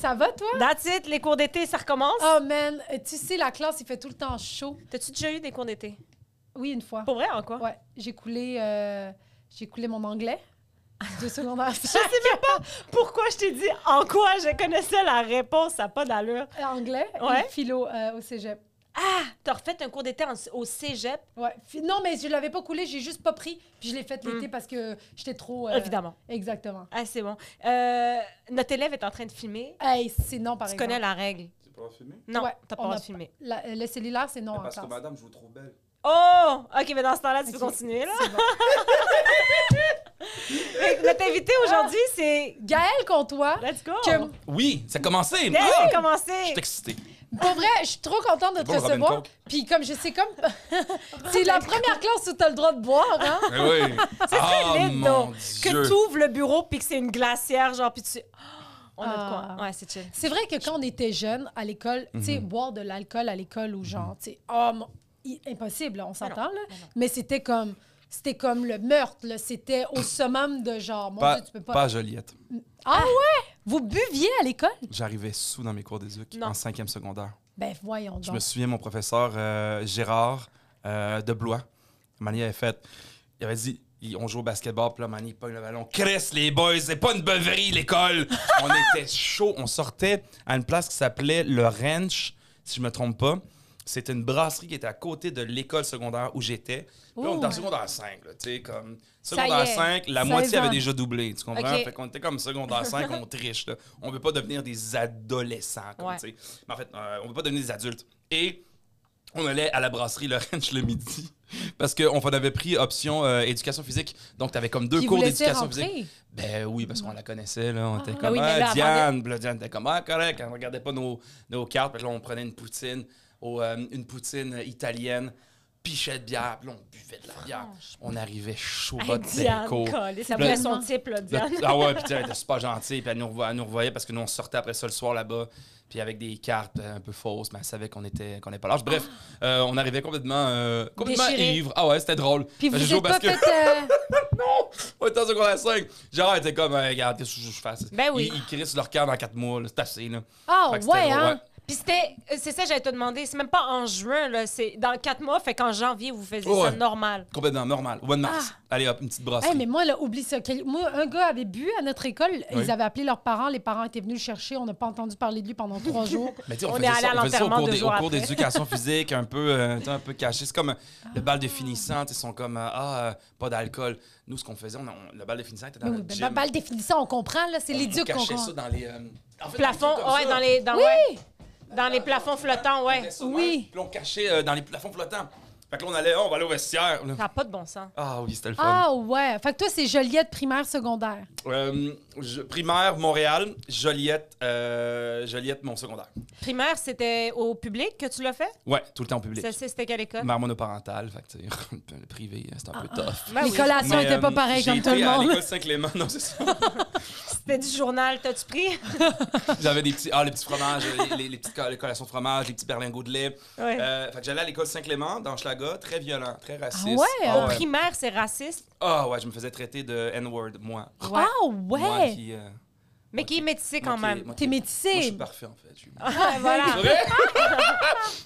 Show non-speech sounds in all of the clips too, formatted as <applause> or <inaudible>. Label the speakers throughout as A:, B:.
A: Ça va, toi?
B: That's it, les cours d'été, ça recommence.
A: Oh, man. Euh, Tu sais, la classe, il fait tout le temps chaud.
B: Ah. T'as-tu déjà eu des cours d'été?
A: Oui, une fois.
B: Pour vrai, en quoi?
A: Ouais. J'ai coulé, euh, j'ai coulé mon anglais de secondaire.
B: <laughs> Je sais même pas pourquoi je t'ai dit en quoi je connaissais la réponse, ça n'a pas d'allure.
A: anglais
B: Ouais.
A: et philo euh, au cégep.
B: Ah! T'as refait un cours d'été en- au cégep?
A: Ouais. Fi- non, mais je l'avais pas coulé, j'ai juste pas pris. Puis je l'ai fait l'été parce que j'étais trop. euh,
B: Mm. Évidemment.
A: Exactement.
B: Ah, c'est bon. Euh, notre élève est en train de filmer.
A: Hey, c'est non, par
B: tu
A: exemple.
B: connais la règle.
C: Tu peux en filmer
B: Non,
A: Ouais,
B: t'as pas
A: on
B: le droit
A: a
B: de filmer.
A: La- euh, le cellulaire, c'est non
C: Mais
A: en
C: Parce que
A: classe.
C: madame, je vous trouve belle.
B: Oh! OK, mais dans ce temps-là, tu peux
A: Ok.
B: continuer, là.
A: C'est
D: <laughs>
A: bon.
B: Fait que <laughs> Notre invité aujourd'hui, c'est...
A: Gaëlle Comtois,
B: Let's go!
A: que
D: Oui, ça a commencé.
B: Let's
D: Ah!
B: commencer!
D: Je suis excité.
A: Pour vrai, je suis trop contente de te
D: bon, le Robin
A: recevoir.
D: Coke.
A: Puis comme je
B: <laughs>
A: sais comme <laughs> c'est la première classe où t'as le droit de boire, hein.
D: Eh oui.
B: C'est
D: Ah,
B: très laid,
D: mon
B: non?
D: Dieu.
B: Que t'ouvres le bureau puis que c'est une glacière, genre, puis tu... oh, On a de
A: Ah.
B: quoi. Ouais, c'est chill.
A: C'est vrai que quand on était jeune à l'école, tu
D: Mhm.
A: sais, boire de l'alcool à l'école ou genre, tu sais, oh, mon- i- impossible, là, on s'entend là.
B: mais non.
A: Mais c'était comme c'était comme le meurtre, là. c'était au summum de genre, mon
D: Pas,
A: Dieu, tu peux pas.
D: pas à Joliette.
A: Ah ouais, vous buviez à l'école
D: J'arrivais sous dans mes cours d'éduc
B: Non.
D: en cinquième secondaire.
A: Ben voyons donc.
D: Je me souviens, mon professeur euh, Gérard euh, de Blois, Mani avait fait. Il avait dit il- on joue au basketball, puis là, Mani pogne le ballon. Cresse les boys, c'est pas une
A: <laughs>
D: beuverie, l'école. on était chaud. On sortait à une place qui s'appelait le Ranch, si je me trompe pas. C'était une brasserie qui était à côté de l'école secondaire où j'étais. Puis là, on était en
A: Ouh.
D: secondaire 5, là, tu sais, comme.
A: y
D: Secondaire
A: est,
D: 5, la
A: ça
D: moitié avait
A: évolue.
D: déjà doublé, tu comprends?
B: Ok.
D: Fait qu'on était comme secondaire 5, on triche, là. On veut pas devenir des adolescents, comme,
B: Ouais.
D: tu sais. Mais en fait, euh, on veut pas devenir des adultes. Et on allait à la brasserie Le Ranch le midi. <laughs> Parce qu'on avait pris option euh, éducation physique. Donc, t'avais comme deux
A: Puis vous
D: cours
A: laissez
D: d'éducation
A: rentrer?
D: physique. Ben oui, parce qu'on la connaissait, là. On était
B: Ah
D: comme,
B: oui, mais
D: ah,
B: là, avant
D: Diane. Puis là, Diane était comme, ah, correct. On regardait pas nos, nos cartes. Puis là, on prenait une poutine, au, euh, une poutine italienne, pichet de bière. Puis là, on buvait de la bière. On arrivait chaud
B: Hey,
D: bas
B: Diane,
D: de cours.
B: collée, ça
D: Le-
B: voulait son type, là,
D: Là,
B: Diane.
D: ah ouais, puis tu sais, elle était super gentille, puis elle nous, revo- elle nous revoyait parce que nous, on sortait après ça le soir là-bas, puis avec des cartes euh, un peu fausses, mais elle savait qu'on était qu'on n'avait pas l'âge. Bref,
A: Ah.
D: euh, on arrivait complètement, euh, complètement
B: Déchiré.
D: ivre. Ah ouais, c'était drôle.
A: Puis
D: Fait
A: vous
D: que j'ai
A: vous
D: joué
A: êtes
D: au
A: pas
D: basket.
A: fait euh,
D: <laughs> On était en secondaire 5. Gérard était comme, Hey, regarde, qu'est-ce que je fasse?
B: Ben oui.
D: Ils, ils crissent leur camp dans 4 mois, là, c'est assez, là.
A: Ah
D: Fait que c'était
A: ouais
D: drôle,
A: hein.
D: ouais.
B: Puis c'était, euh, c'est ça, j'allais te demander. C'est même pas en juin, là. C'est dans quatre mois, fait qu'en janvier, vous faisiez ça
D: Ouais.
B: normal.
D: Complètement normal. Au mois de mars. Allez hop, une petite brasserie.
A: Ah. Hey, mais moi, là, oublie ça. Quel- Moi, un gars avait bu à notre école.
D: Oui.
A: Ils avaient appelé leurs parents. Les parents étaient venus le chercher. On n'a pas entendu parler de lui pendant
D: <laughs>
A: trois jours.
D: Mais tu sais,
B: On
D: on,
B: est
D: faisait
B: allé
D: ça,
B: à
D: on faisait ça au
B: l'enterrement
D: cours,
B: deux
D: des- au
B: jours
D: cours
B: après. Ah.
D: d'éducation physique, un peu, euh, tu sais, un peu caché. C'est comme euh, le bal de finissant, tu sais, ils sont comme euh, ah euh, pas d'alcool. Nous ce qu'on faisait, on, on- le bal de finissant était dans
A: Mais
D: le
A: oui,
D: notre
A: ben, ben,
D: gym.
A: ben, le définissant, on comprend. là, C'est
D: On-
A: l'éduc
D: On
A: qu'on
D: cachait
A: comprend.
D: ça dans les euh, en fait,
B: Plafond,
D: des trucs comme
B: ouais,
D: ça.
B: dans les, dans,
A: Oui!
B: ouais. dans les plafonds flottants,
D: On faisait
B: ouais.
D: ça de
A: Oui.
D: même, Puis on cachait euh, dans les plafonds flottants. Fait que là on allait, oh, on va aller au vestiaire. Là.
B: Ça n'a pas de bon sens.
D: Ah oui, c'était le fun.
A: Ah ouais. Fait que toi, c'est Joliette primaire, secondaire.
D: Euh, je- primaire Montréal, Joliette, euh, Joliette mon secondaire.
B: Primaire, c'était au public que tu l'as fait?
D: Ouais, tout le temps au public.
B: Celle-ci, c'était quelle école?
D: Mère monoparentale, fait que tu sais, <laughs> le privé, c'est un peu tough.
B: Ben oui.
A: les collations
D: Mais,
A: n'étaient pas
D: euh,
A: pareilles
D: j'ai
A: comme tout
D: été
A: le
D: à
A: monde.
D: l'école Saint-Clément, <laughs> non, c'est ça.
B: C'était du journal, t'as-tu pris?
D: J'avais des petits. Ah, les petits fromages, euh, les, les- les petites co- les collations de fromage, les petits berlingots de lait.
B: Ouais.
D: Euh, fait que j'allais à l'école Saint-Clément, dans Schlaga, très violent, très raciste.
A: Ah ouais, hein?
D: Ah ouais.
B: Euh, Primaire, c'est raciste,
D: Ah ouais, je me faisais traiter de N-word, moi.
B: Ouais.
A: Ah
D: Moi
A: ouais.
D: qui. euh,
B: mais qui est métissé quand
D: moi qui-
B: même.
D: moi qui-
A: T'es
D: Moi, je suis
A: métissée.
D: parfait, en fait. Je
A: <laughs>
D: suis-
B: Ah,
D: <laughs>
B: voilà.
D: C'est vrai?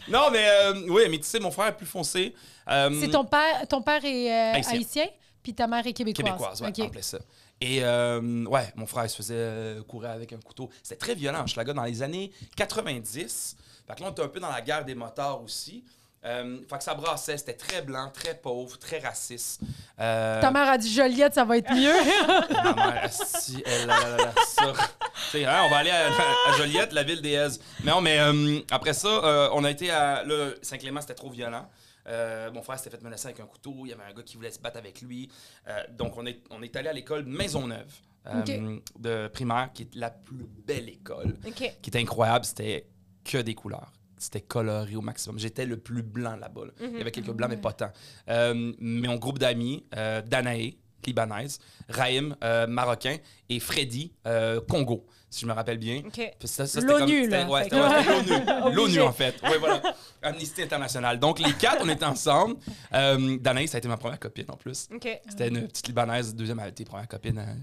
D: non, mais euh, oui, mais tu sais, mon frère est plus foncé. Euh,
A: C'est ton père, ton père est euh,
D: Haïtien.
A: haïtien, puis ta mère est québécoise.
D: Québécoise, ouais,
A: OK.
D: en plein ça. Et euh, ouais, mon frère, il se faisait euh, courir avec un couteau. C'était très violent, Schlaga, dans les années 90. Fait que là, on était un peu dans la guerre des motards aussi. Euh, fait que ça brassait, c'était très blanc, très pauvre, très raciste. Euh,
A: Ta mère a dit Joliette, ça va être mieux.
B: <laughs>
D: ma mère, asti, elle, là, là, là, ça. Tu sais, hein, on va aller à, à Joliette, la ville des Aises. Mais non, mais euh, après ça, euh, on a été à. Là, Saint-Clément, c'était trop violent. Euh, mon frère s'était fait menacer avec un couteau. Il y avait un gars qui voulait se battre avec lui. Euh, donc, on est, on est allé à l'école Maisonneuve euh,
A: Ok.
D: de primaire, qui est la plus belle école
B: OK.
D: qui était incroyable, c'était que des couleurs. C'était coloré au maximum. J'étais le plus blanc là-bas. là.
A: Mhm.
D: Il y avait
A: Ah
D: quelques blancs, mais pas tant. Euh, mais mon groupe d'amis, euh, Danae, libanaise, Raïm, euh, marocain, et Freddy, euh, Congo. si je me rappelle bien.
B: OK.
D: Puis ça, ça, c'était
A: L'ONU,
D: comme- c'était-
A: là. Fait
D: ouais, c'était-
A: que-
D: ouais, c'était
A: <laughs>
D: l'ONU. L'ONU,
A: Obligé.
D: en fait. Oui, voilà. Amnesty International. Donc, les quatre, on était ensemble. Euh, Danaï, ça a été ma première copine, en plus.
B: OK.
D: C'était une petite Libanaise, deuxième année, tes premières copines. hein.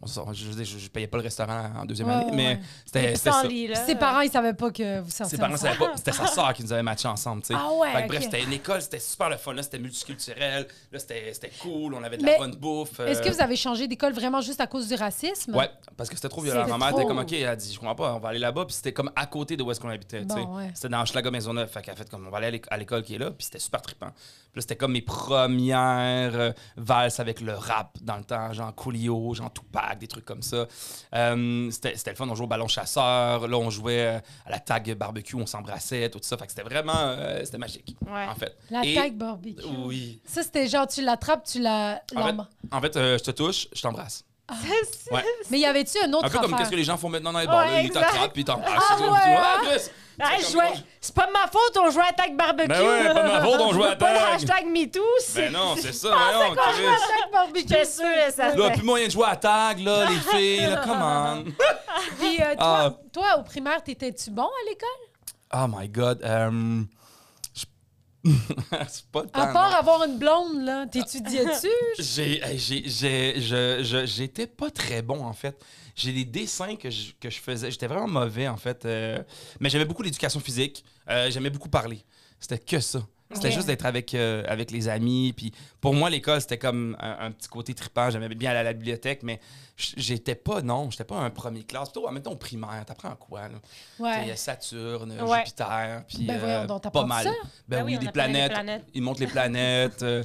D: On sort- je, je, je- je payais pas le restaurant en deuxième
A: Ouais,
D: année,
A: ouais,
D: mais
A: ouais.
D: c'était c'était ça.
B: Sans lit, là.
A: Ses
B: <laughs>
A: parents, ils savaient pas que vous sortiez
D: Ses parents
A: ensemble.
D: savaient pas. C'était sa sœur qui nous avait matché ensemble, tu sais.
A: Ah ouais,
D: Fait que
A: ok.
D: Bref, c'était une école, c'était super le fun. Là, c'était multiculturel. Là, c'était c'était cool. On avait de la
A: Mais
D: bonne bouffe.
A: Est-ce que
D: euh,
A: vous avez changé d'école vraiment juste à cause du racisme?
D: Ouais, parce que c'était trop violent.
A: C'était
D: Ma mère était
A: trop.
D: comme, OK, elle a dit, je comprends pas, on va aller là-bas. Puis c'était comme à côté de où est-ce qu'on habitait. tu sais.
A: Bon, ouais.
D: C'était dans Schlager Maisonneuve. Fait qu'elle a fait comme, on va aller à l'éc- à l'école qui est là. Puis c'était super trippant. Puis là, c'était comme mes premières euh, valses avec le rap dans le temps, genre Coolio, genre Tupac, des trucs comme ça. Euh, c'était c'était le fun. On jouait au ballon chasseur. Là, on jouait euh, à la tag barbecue, on s'embrassait, tout ça. Fait que c'était vraiment, euh, c'était magique.
B: Ouais.
D: En fait.
A: La
D: Et-
A: tag barbecue.
D: Oui.
A: Ça, c'était genre, tu l'attrapes, tu la.
D: En fait,
A: l'emma-
D: en fait, euh, je te touche, je t'embrasse.
A: <laughs>
D: Ouais.
A: Mais y avait-tu un autre
D: Un peu comme
A: affaire?
D: qu'est-ce que les gens font maintenant dans les bars. là.
B: Ouais,
D: Ils
B: exact.
D: t'attrapent puis ils t'embrassent.
A: Ah
D: Ils disent,
A: ouais,
D: Ah, Chris!
B: Ah,
D: C'est
B: je
D: comme-
B: jouais- C'est pas de ma faute, on jouait à Tag Barbecue.
D: Ben ouais, pas de ma faute, on jouait à
B: Pas le
D: Tag.
B: hashtag MeToo.
D: Ben non, c'est ça,
A: Ah,
B: pensais
D: voyons,
B: qu'on jouait à
D: Chris.
B: Tag Barbecue. J'étais sûre, ça.
D: Là, plus moyen de jouer à tag, là,
A: <laughs>
D: les filles, là, come on.
A: Puis, euh, toi,
D: Ah.
A: toi, au primaire, t'étais-tu bon à l'école?
D: Oh my God. euh, <laughs> je- <laughs> c'est pas le temps.
A: À part
D: non.
A: avoir une blonde, là,
D: <laughs>
A: t'étudiais-tu?
D: J'ai- hey, j'ai- j'ai- je- je- J'étais pas très bon, en fait. J'ai des dessins que je, que je faisais. J'étais vraiment mauvais, en fait. euh, mais j'aimais beaucoup l'éducation physique. Euh, J'aimais beaucoup parler. C'était que ça. C'était
A: Ok.
D: juste d'être avec, euh, avec les amis. Puis pour moi, l'école, c'était comme un, un petit côté tripant. J'aimais bien aller à la bibliothèque, mais j- j'étais pas, non, j'étais pas un premier classe. Plutôt, mettons, au primaire, t'apprends quoi? Là? Tu sais, il y a
A: Ouais.
D: Saturne,
B: Ouais.
D: Jupiter, puis
A: Ben
D: euh,
A: voyons donc, t'apprends
D: pas mal.
A: ça?
D: Ben,
B: Ben oui,
D: oui,
B: on apprend
D: les
B: les
D: planètes.
B: planètes.
D: Ils montrent
B: <laughs>
D: les planètes. euh,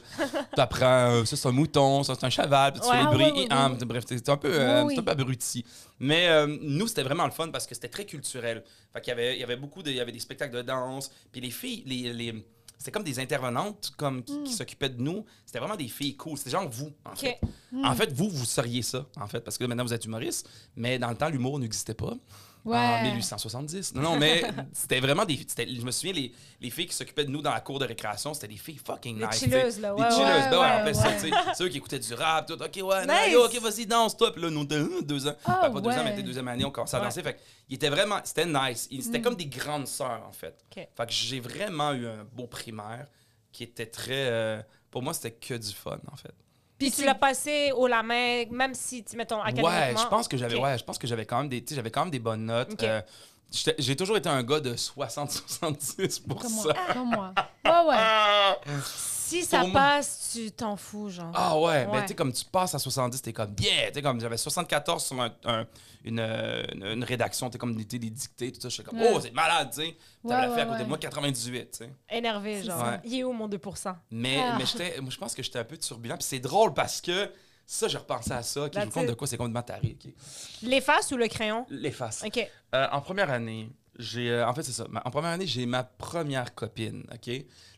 D: t'apprends, euh, ça c'est un mouton, ça c'est un cheval, puis tu
B: Ouais,
D: fais
A: ah
D: les bruits.
A: ouais, ouais,
D: et, ah,
A: ouais.
D: mais Bref, c'est un peu, euh,
A: Oui, oui.
D: c'est un peu abruti. Mais euh, nous, c'était vraiment le fun parce que c'était très culturel. Fait qu'il y avait, il y avait beaucoup de, il y avait des spectacles de danse. Puis les filles, les, les- c'était comme des intervenantes comme qui,
A: Hmm.
D: qui s'occupaient de nous. C'était vraiment des filles cool. C'était genre vous, en fait.
A: Hmm.
D: En fait, vous, vous seriez ça, en fait, parce que maintenant, vous êtes humoriste, mais dans le temps, l'humour n'existait pas en
A: Ouais.
D: 1870. Non,
B: <laughs>
D: non, mais c'était vraiment des. c'était- Je me souviens, les, les filles qui s'occupaient de nous dans la cour de récréation, c'était des filles fucking
B: Les
D: nice.
B: chilleuses,
D: t'sais.
B: là,
D: Des
B: ouais,
D: chilleuses,
A: ouais,
D: ben ouais, on
A: ouais,
D: appelle ça,
A: ouais.
D: t'sais. Ceux qui écoutaient du rap, tout. Ok, ouais, non,
B: Nice.
D: yo, ok, vas-y, danse, toi. Puis là, nous, deux, <laughs> deux ans.
A: Ah,
D: Ben, pas deux ans,
A: ouais.
D: mais dès deuxième année, on commençait à
B: Ouais. Mm.
D: danser. Fait qu'ils étaient vraiment. C'était nice. Ils- C'était comme des grandes sœurs, en fait.
B: Ok.
D: Fait que j'ai vraiment eu un beau primaire qui était très. euh, pour moi, c'était que du fun, en fait.
B: Puis tu l'as passé haut la main, même si, tu- mettons,
D: Ouais,
B: académiquement.
D: je pense que j'avais
B: Ok.
D: ouais, je pense que j'avais quand même des tu sais, j'avais quand même des bonnes notes.
B: Ok.
D: Euh, j'étais- j'ai toujours été un gars de 60 70 pour
A: Comme moi.
D: ça.
A: Comme moi. Ouais, ouais.
B: Ah! Si ça
D: Pour moi-
B: passe, tu t'en fous, genre.
D: Ah ouais, ben
B: Ouais.
D: tu sais comme tu passes à 70, t'es comme yeah, tu sais comme j'avais 74 sur un- un- une, euh, une, une rédaction, t'es comme des, des dictées tout ça, j'étais comme
A: Ouais.
D: oh, c'est malade, tu sais. T'avais
A: Ouais,
D: la fille
A: ouais,
D: à côté de
A: ouais.
D: moi 98, tu sais.
B: Énervé, genre.
D: Ouais.
B: Il est où mon 2%?
D: Mais,
A: Ah.
D: mais j'étais, moi, je pense que j'étais un peu turbulent. Puis c'est drôle parce que ça, je repensais à ça. qui je vous
B: That's
D: compte
B: it.
D: de quoi c'est complètement taré. ok.
B: L'efface ou le crayon?
D: Les faces.
B: OK.
D: Euh, en première année, j'ai. euh, en fait, c'est ça. Ma- en première année, j'ai ma première copine, OK?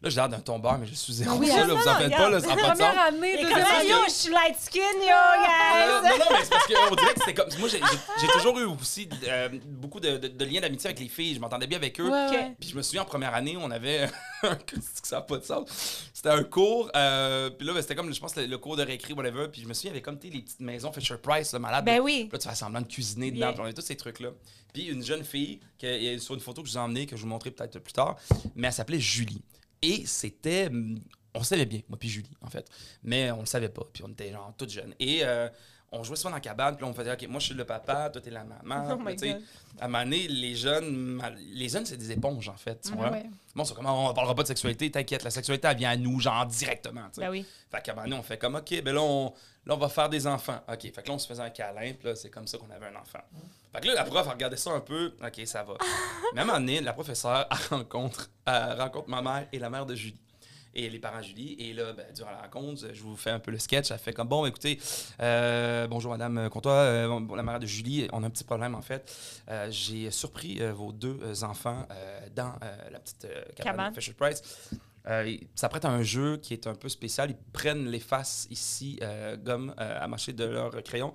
D: Là, j'ai l'air d'un tombeur, mais je suis zéro.
A: Oui,
D: ça,
A: non,
D: là, vous en faites pas, là, <laughs> ça n'a pas de sens.
A: Première année,
B: Et
A: deuxième
B: comment,
A: année.
B: yo, je suis light skin, yo,
D: Euh,
B: guys!
D: non, non, mais c'est parce qu'on dirait que c'était comme. Moi, j'ai- j'ai j'ai toujours eu aussi euh, beaucoup de, de- de liens d'amitié avec les filles. Je m'entendais bien avec eux.
A: Ouais,
B: Ok.
A: ouais.
D: Puis je me souviens, en première année, on avait. <laughs> un- C'est que ça n'a pas de sens. C'était un cours. euh, puis là, ben, c'était comme, je pense, le, le cours de récré, whatever. Puis je me souviens, il y avait comme, tu sais, les petites maisons Fisher Price, là, malade.
B: Ben
D: là.
B: oui.
D: Puis Là, tu fais semblant de cuisiner
B: Bien.
D: dedans. Puis on avait tous ces trucs-là. Puis une jeune fille, que, il y a sur une photo que je vous ai emmenée, que je vous montrerai peut-être plus tard, mais elle s'appelait Julie. Et c'était. hum, On le savait bien, moi puis Julie, en fait. Mais on le savait pas. Puis on était genre toutes jeunes. Et. euh, on jouait souvent dans la cabane, puis là, on faisait, OK, moi, je suis le papa, toi, t'es la maman.
B: Oh
D: Puis là,
B: my
D: Ah, tu sais,
B: God.
D: à un moment donné, les jeunes, mal- les jeunes, c'est des éponges, en fait. tu vois.
A: ouais.
D: Bon, c'est comme, on parlera pas de sexualité, t'inquiète, la sexualité, elle vient à nous, genre, directement, tu sais.
B: Ben oui.
D: Fait qu'à un moment donné, on fait comme, OK, ben là, on, là, on va faire des enfants. OK, fait que là, on se faisait un câlin, puis là, c'est comme ça qu'on avait un enfant. Fait que là, la prof, elle regardait ça un peu, OK, ça va. Mais à un moment donné, la <laughs> professeure, elle rencontre, elle rencontre ma mère et la mère de Julie. Et les parents de Julie. Et là, ben, durant la rencontre, je vous fais un peu le sketch. Elle fait comme, bon, écoutez, euh, bonjour Madame Comtois, euh, bon, bon, la mère de Julie, on a un petit problème en fait. Euh, J'ai surpris euh, vos deux euh, enfants euh, dans euh, la petite euh, cabane,
B: Cabane.
D: de Fisher Price. Euh, ils s'apprêtent à un jeu qui est un peu spécial. Ils prennent les faces ici, euh, gomme euh, à mâcher de leur crayon,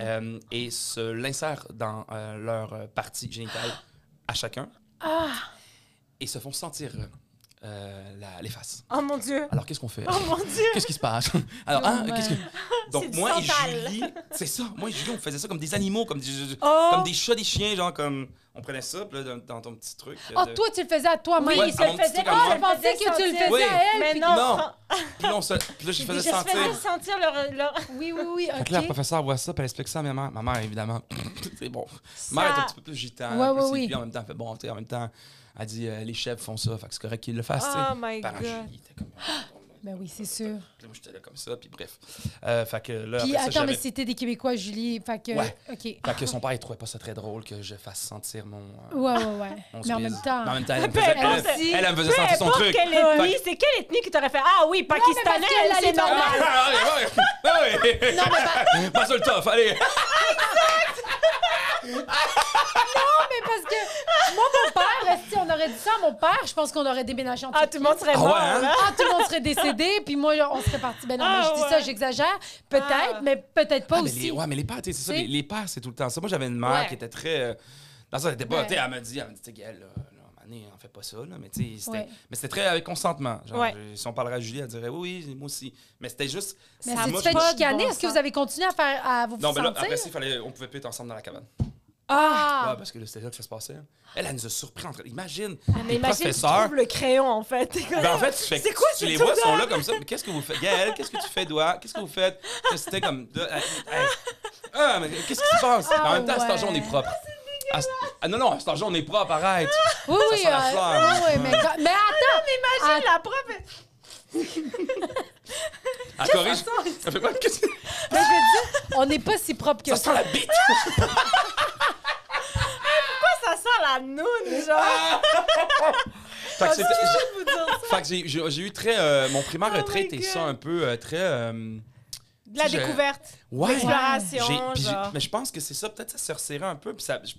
D: euh, et se l'insèrent dans euh, leur euh, partie génitale à chacun. Et se font sentir euh, euh, la- les faces.
B: Oh mon Dieu!
C: Alors, qu'est-ce qu'on fait
B: Oh mon Dieu!
C: Qu'est-ce qui se
D: <laughs>
C: passe Alors, hein,
A: Ouais.
C: qu'est-ce que.
B: C'est
D: Donc
B: du
D: moi et
B: Santal.
D: Julie, c'est ça, moi et Julie, on faisait ça comme des animaux, comme des,
B: Oh!
D: comme des chats, des chiens, genre comme on prenait ça puis là, dans, dans ton petit truc. euh,
A: Ah,
D: de-
A: toi, tu le faisais à toi-même.
D: Oui,
A: Ah,
D: à mon petit truc à moi.
A: je pensais que tu le faisais
D: Oui.
A: à elle.
B: Mais
A: puis-
B: non!
D: Non.
B: sans-
D: Puis là, on se, puis là, je
B: Je
D: faisais
B: se
D: sentir.
B: faisais sentir leur... leur...
A: Oui, oui, oui,
D: Fait que là, le
A: OK.
D: professeur voit ça, puis elle explique ça à ma mère. Ma mère, évidemment, <coughs> c'est bon. Ma mère est un petit peu plus gitane,
A: Ouais,
D: un peu
A: ouais,
D: ci,
A: oui.
D: puis en même temps, elle fait bon, tu sais, en même temps, elle dit euh, les chefs font ça, fait que c'est correct qu'ils le fassent, tu sais.
B: Oh my
D: Parent
B: God.
D: Julie, était comme.
A: Ben oui, c'est sûr.
D: Puis là, moi, j'étais là comme ça, puis bref. Euh, fait que là,
A: Puis
D: après ça,
A: attends, mais
D: j'avais-
A: c'était des Québécois, Julie. Fait que.
D: Ouais.
A: OK. Ouais,
D: Fait que son père, il trouvait pas ça très drôle que je fasse sentir mon. euh,
A: ouais,
D: <laughs>
A: ouais.
D: mon
A: Mais en
D: spise.
A: même temps.
D: Mais en même temps,
A: <laughs>
D: elle me
B: Peu
D: faisait,
B: importe.
D: elle- elle, elle me faisait
B: Peu
D: sentir son
B: importe
D: truc.
B: quelle ethnie, c'est quelle ethnie qui t'aurait fait Ah oui,
A: parce
B: pakistanais,
A: qu'elle
B: elle, c'est
A: allait dans-
B: normal.
D: Ah, ouais, ouais, ouais, ouais.
A: Non, mais pas-
D: <laughs> Pas sur le tof, allez.
A: Ah, mais parce que moi, mon père, si on aurait dit ça à mon père, je pense qu'on aurait déménagé en
B: Ah, tout le monde serait
D: Ah ouais,
B: mort.
D: hein?
B: là.
A: Ah, tout le monde serait décédé, puis moi, on serait parti. Ben non, mais
B: Ah,
A: je dis
B: ouais.
A: ça, j'exagère. Peut-être,
B: Ah.
A: mais peut-être pas
D: Ah, mais
A: aussi.
D: les, ouais, mais les pères, tu sais, c'est ça,
A: Tu sais?
D: les, les pères, c'est tout le temps ça. Moi, j'avais une mère
B: Ouais.
D: qui était très. euh, Dans ça, elle était pas.
A: Ouais.
D: Tu sais, elle me dit, elle me dit, tu sais, Gaëlle, là, là, à un moment donné, on fait pas ça, là. Mais tu sais, c'était-
A: Ouais.
D: mais c'était très avec consentement. Genre,
B: Ouais.
D: je- si on parlerait à Julie, elle dirait, oui, oui, moi aussi. Mais c'était juste.
A: Mais
B: Ça
A: si
D: moi,
A: tu
D: je
A: fais
D: me-
B: pas de
A: chicaner,
B: bon
A: est-ce que
B: sens.
A: vous avez continué à, faire, à vous
D: Non, mais là,
A: sentir?
D: après, ça, il fallait, on pouvait plus être ensemble dans la cabane.
A: ah!
D: Ouais, ben, parce que là, c'était là que ça se passait. hein. Elle, elle nous a surpris. Entre... Imagine,
B: Ah, Mais
D: les
B: imagine, tu
D: professeurs.
B: trouves le crayon, en fait. T'es comme-
D: Ben, en fait, tu, fais-
B: C'est quoi
D: tu
B: ce
D: les
B: truc
D: vois,
B: de-
D: sont là comme ça. Mais qu'est-ce que vous faites? Gaël, qu'est-ce que tu fais, Doigt? Qu'est-ce que vous faites? Là, C'était comme. de- hey, hey. Ah, mais qu'est-ce qui se passe?
A: Ah,
D: en même temps, à cet
A: ouais.
D: argent, on est propre. À ce- ah, non, non, à cet argent, on est propre, arrête.
B: Ah,
A: Oui, oui,
D: sent la
A: euh,
D: fleur.
A: oui, oui, mais, quand- mais attends!
B: <laughs> Imagine
D: Ah,
B: la preuve.
D: Elle corrige. Elle fait quoi? Qu'est-ce
B: <laughs>
D: que-
A: Mais je veux dire, on n'est pas si propre que
D: Ça
A: ça.
D: sent la bite!
B: Ça sent la noune,
D: Ah,
B: genre.
D: <laughs> Fait que c'était- j'ai-
B: Je vous dire.
D: fait que j'ai- j'ai j'ai eu très. euh, mon primaire a
B: Oh my
D: très été ça
B: God.
D: un peu euh, très. euh,
B: De la
D: Je-
B: découverte,
D: ouais.
B: l'exploration,
D: J'ai- puis j'ai-
B: genre.
D: mais je pense que c'est ça, peut-être ça se resserrait un peu puis ça, je-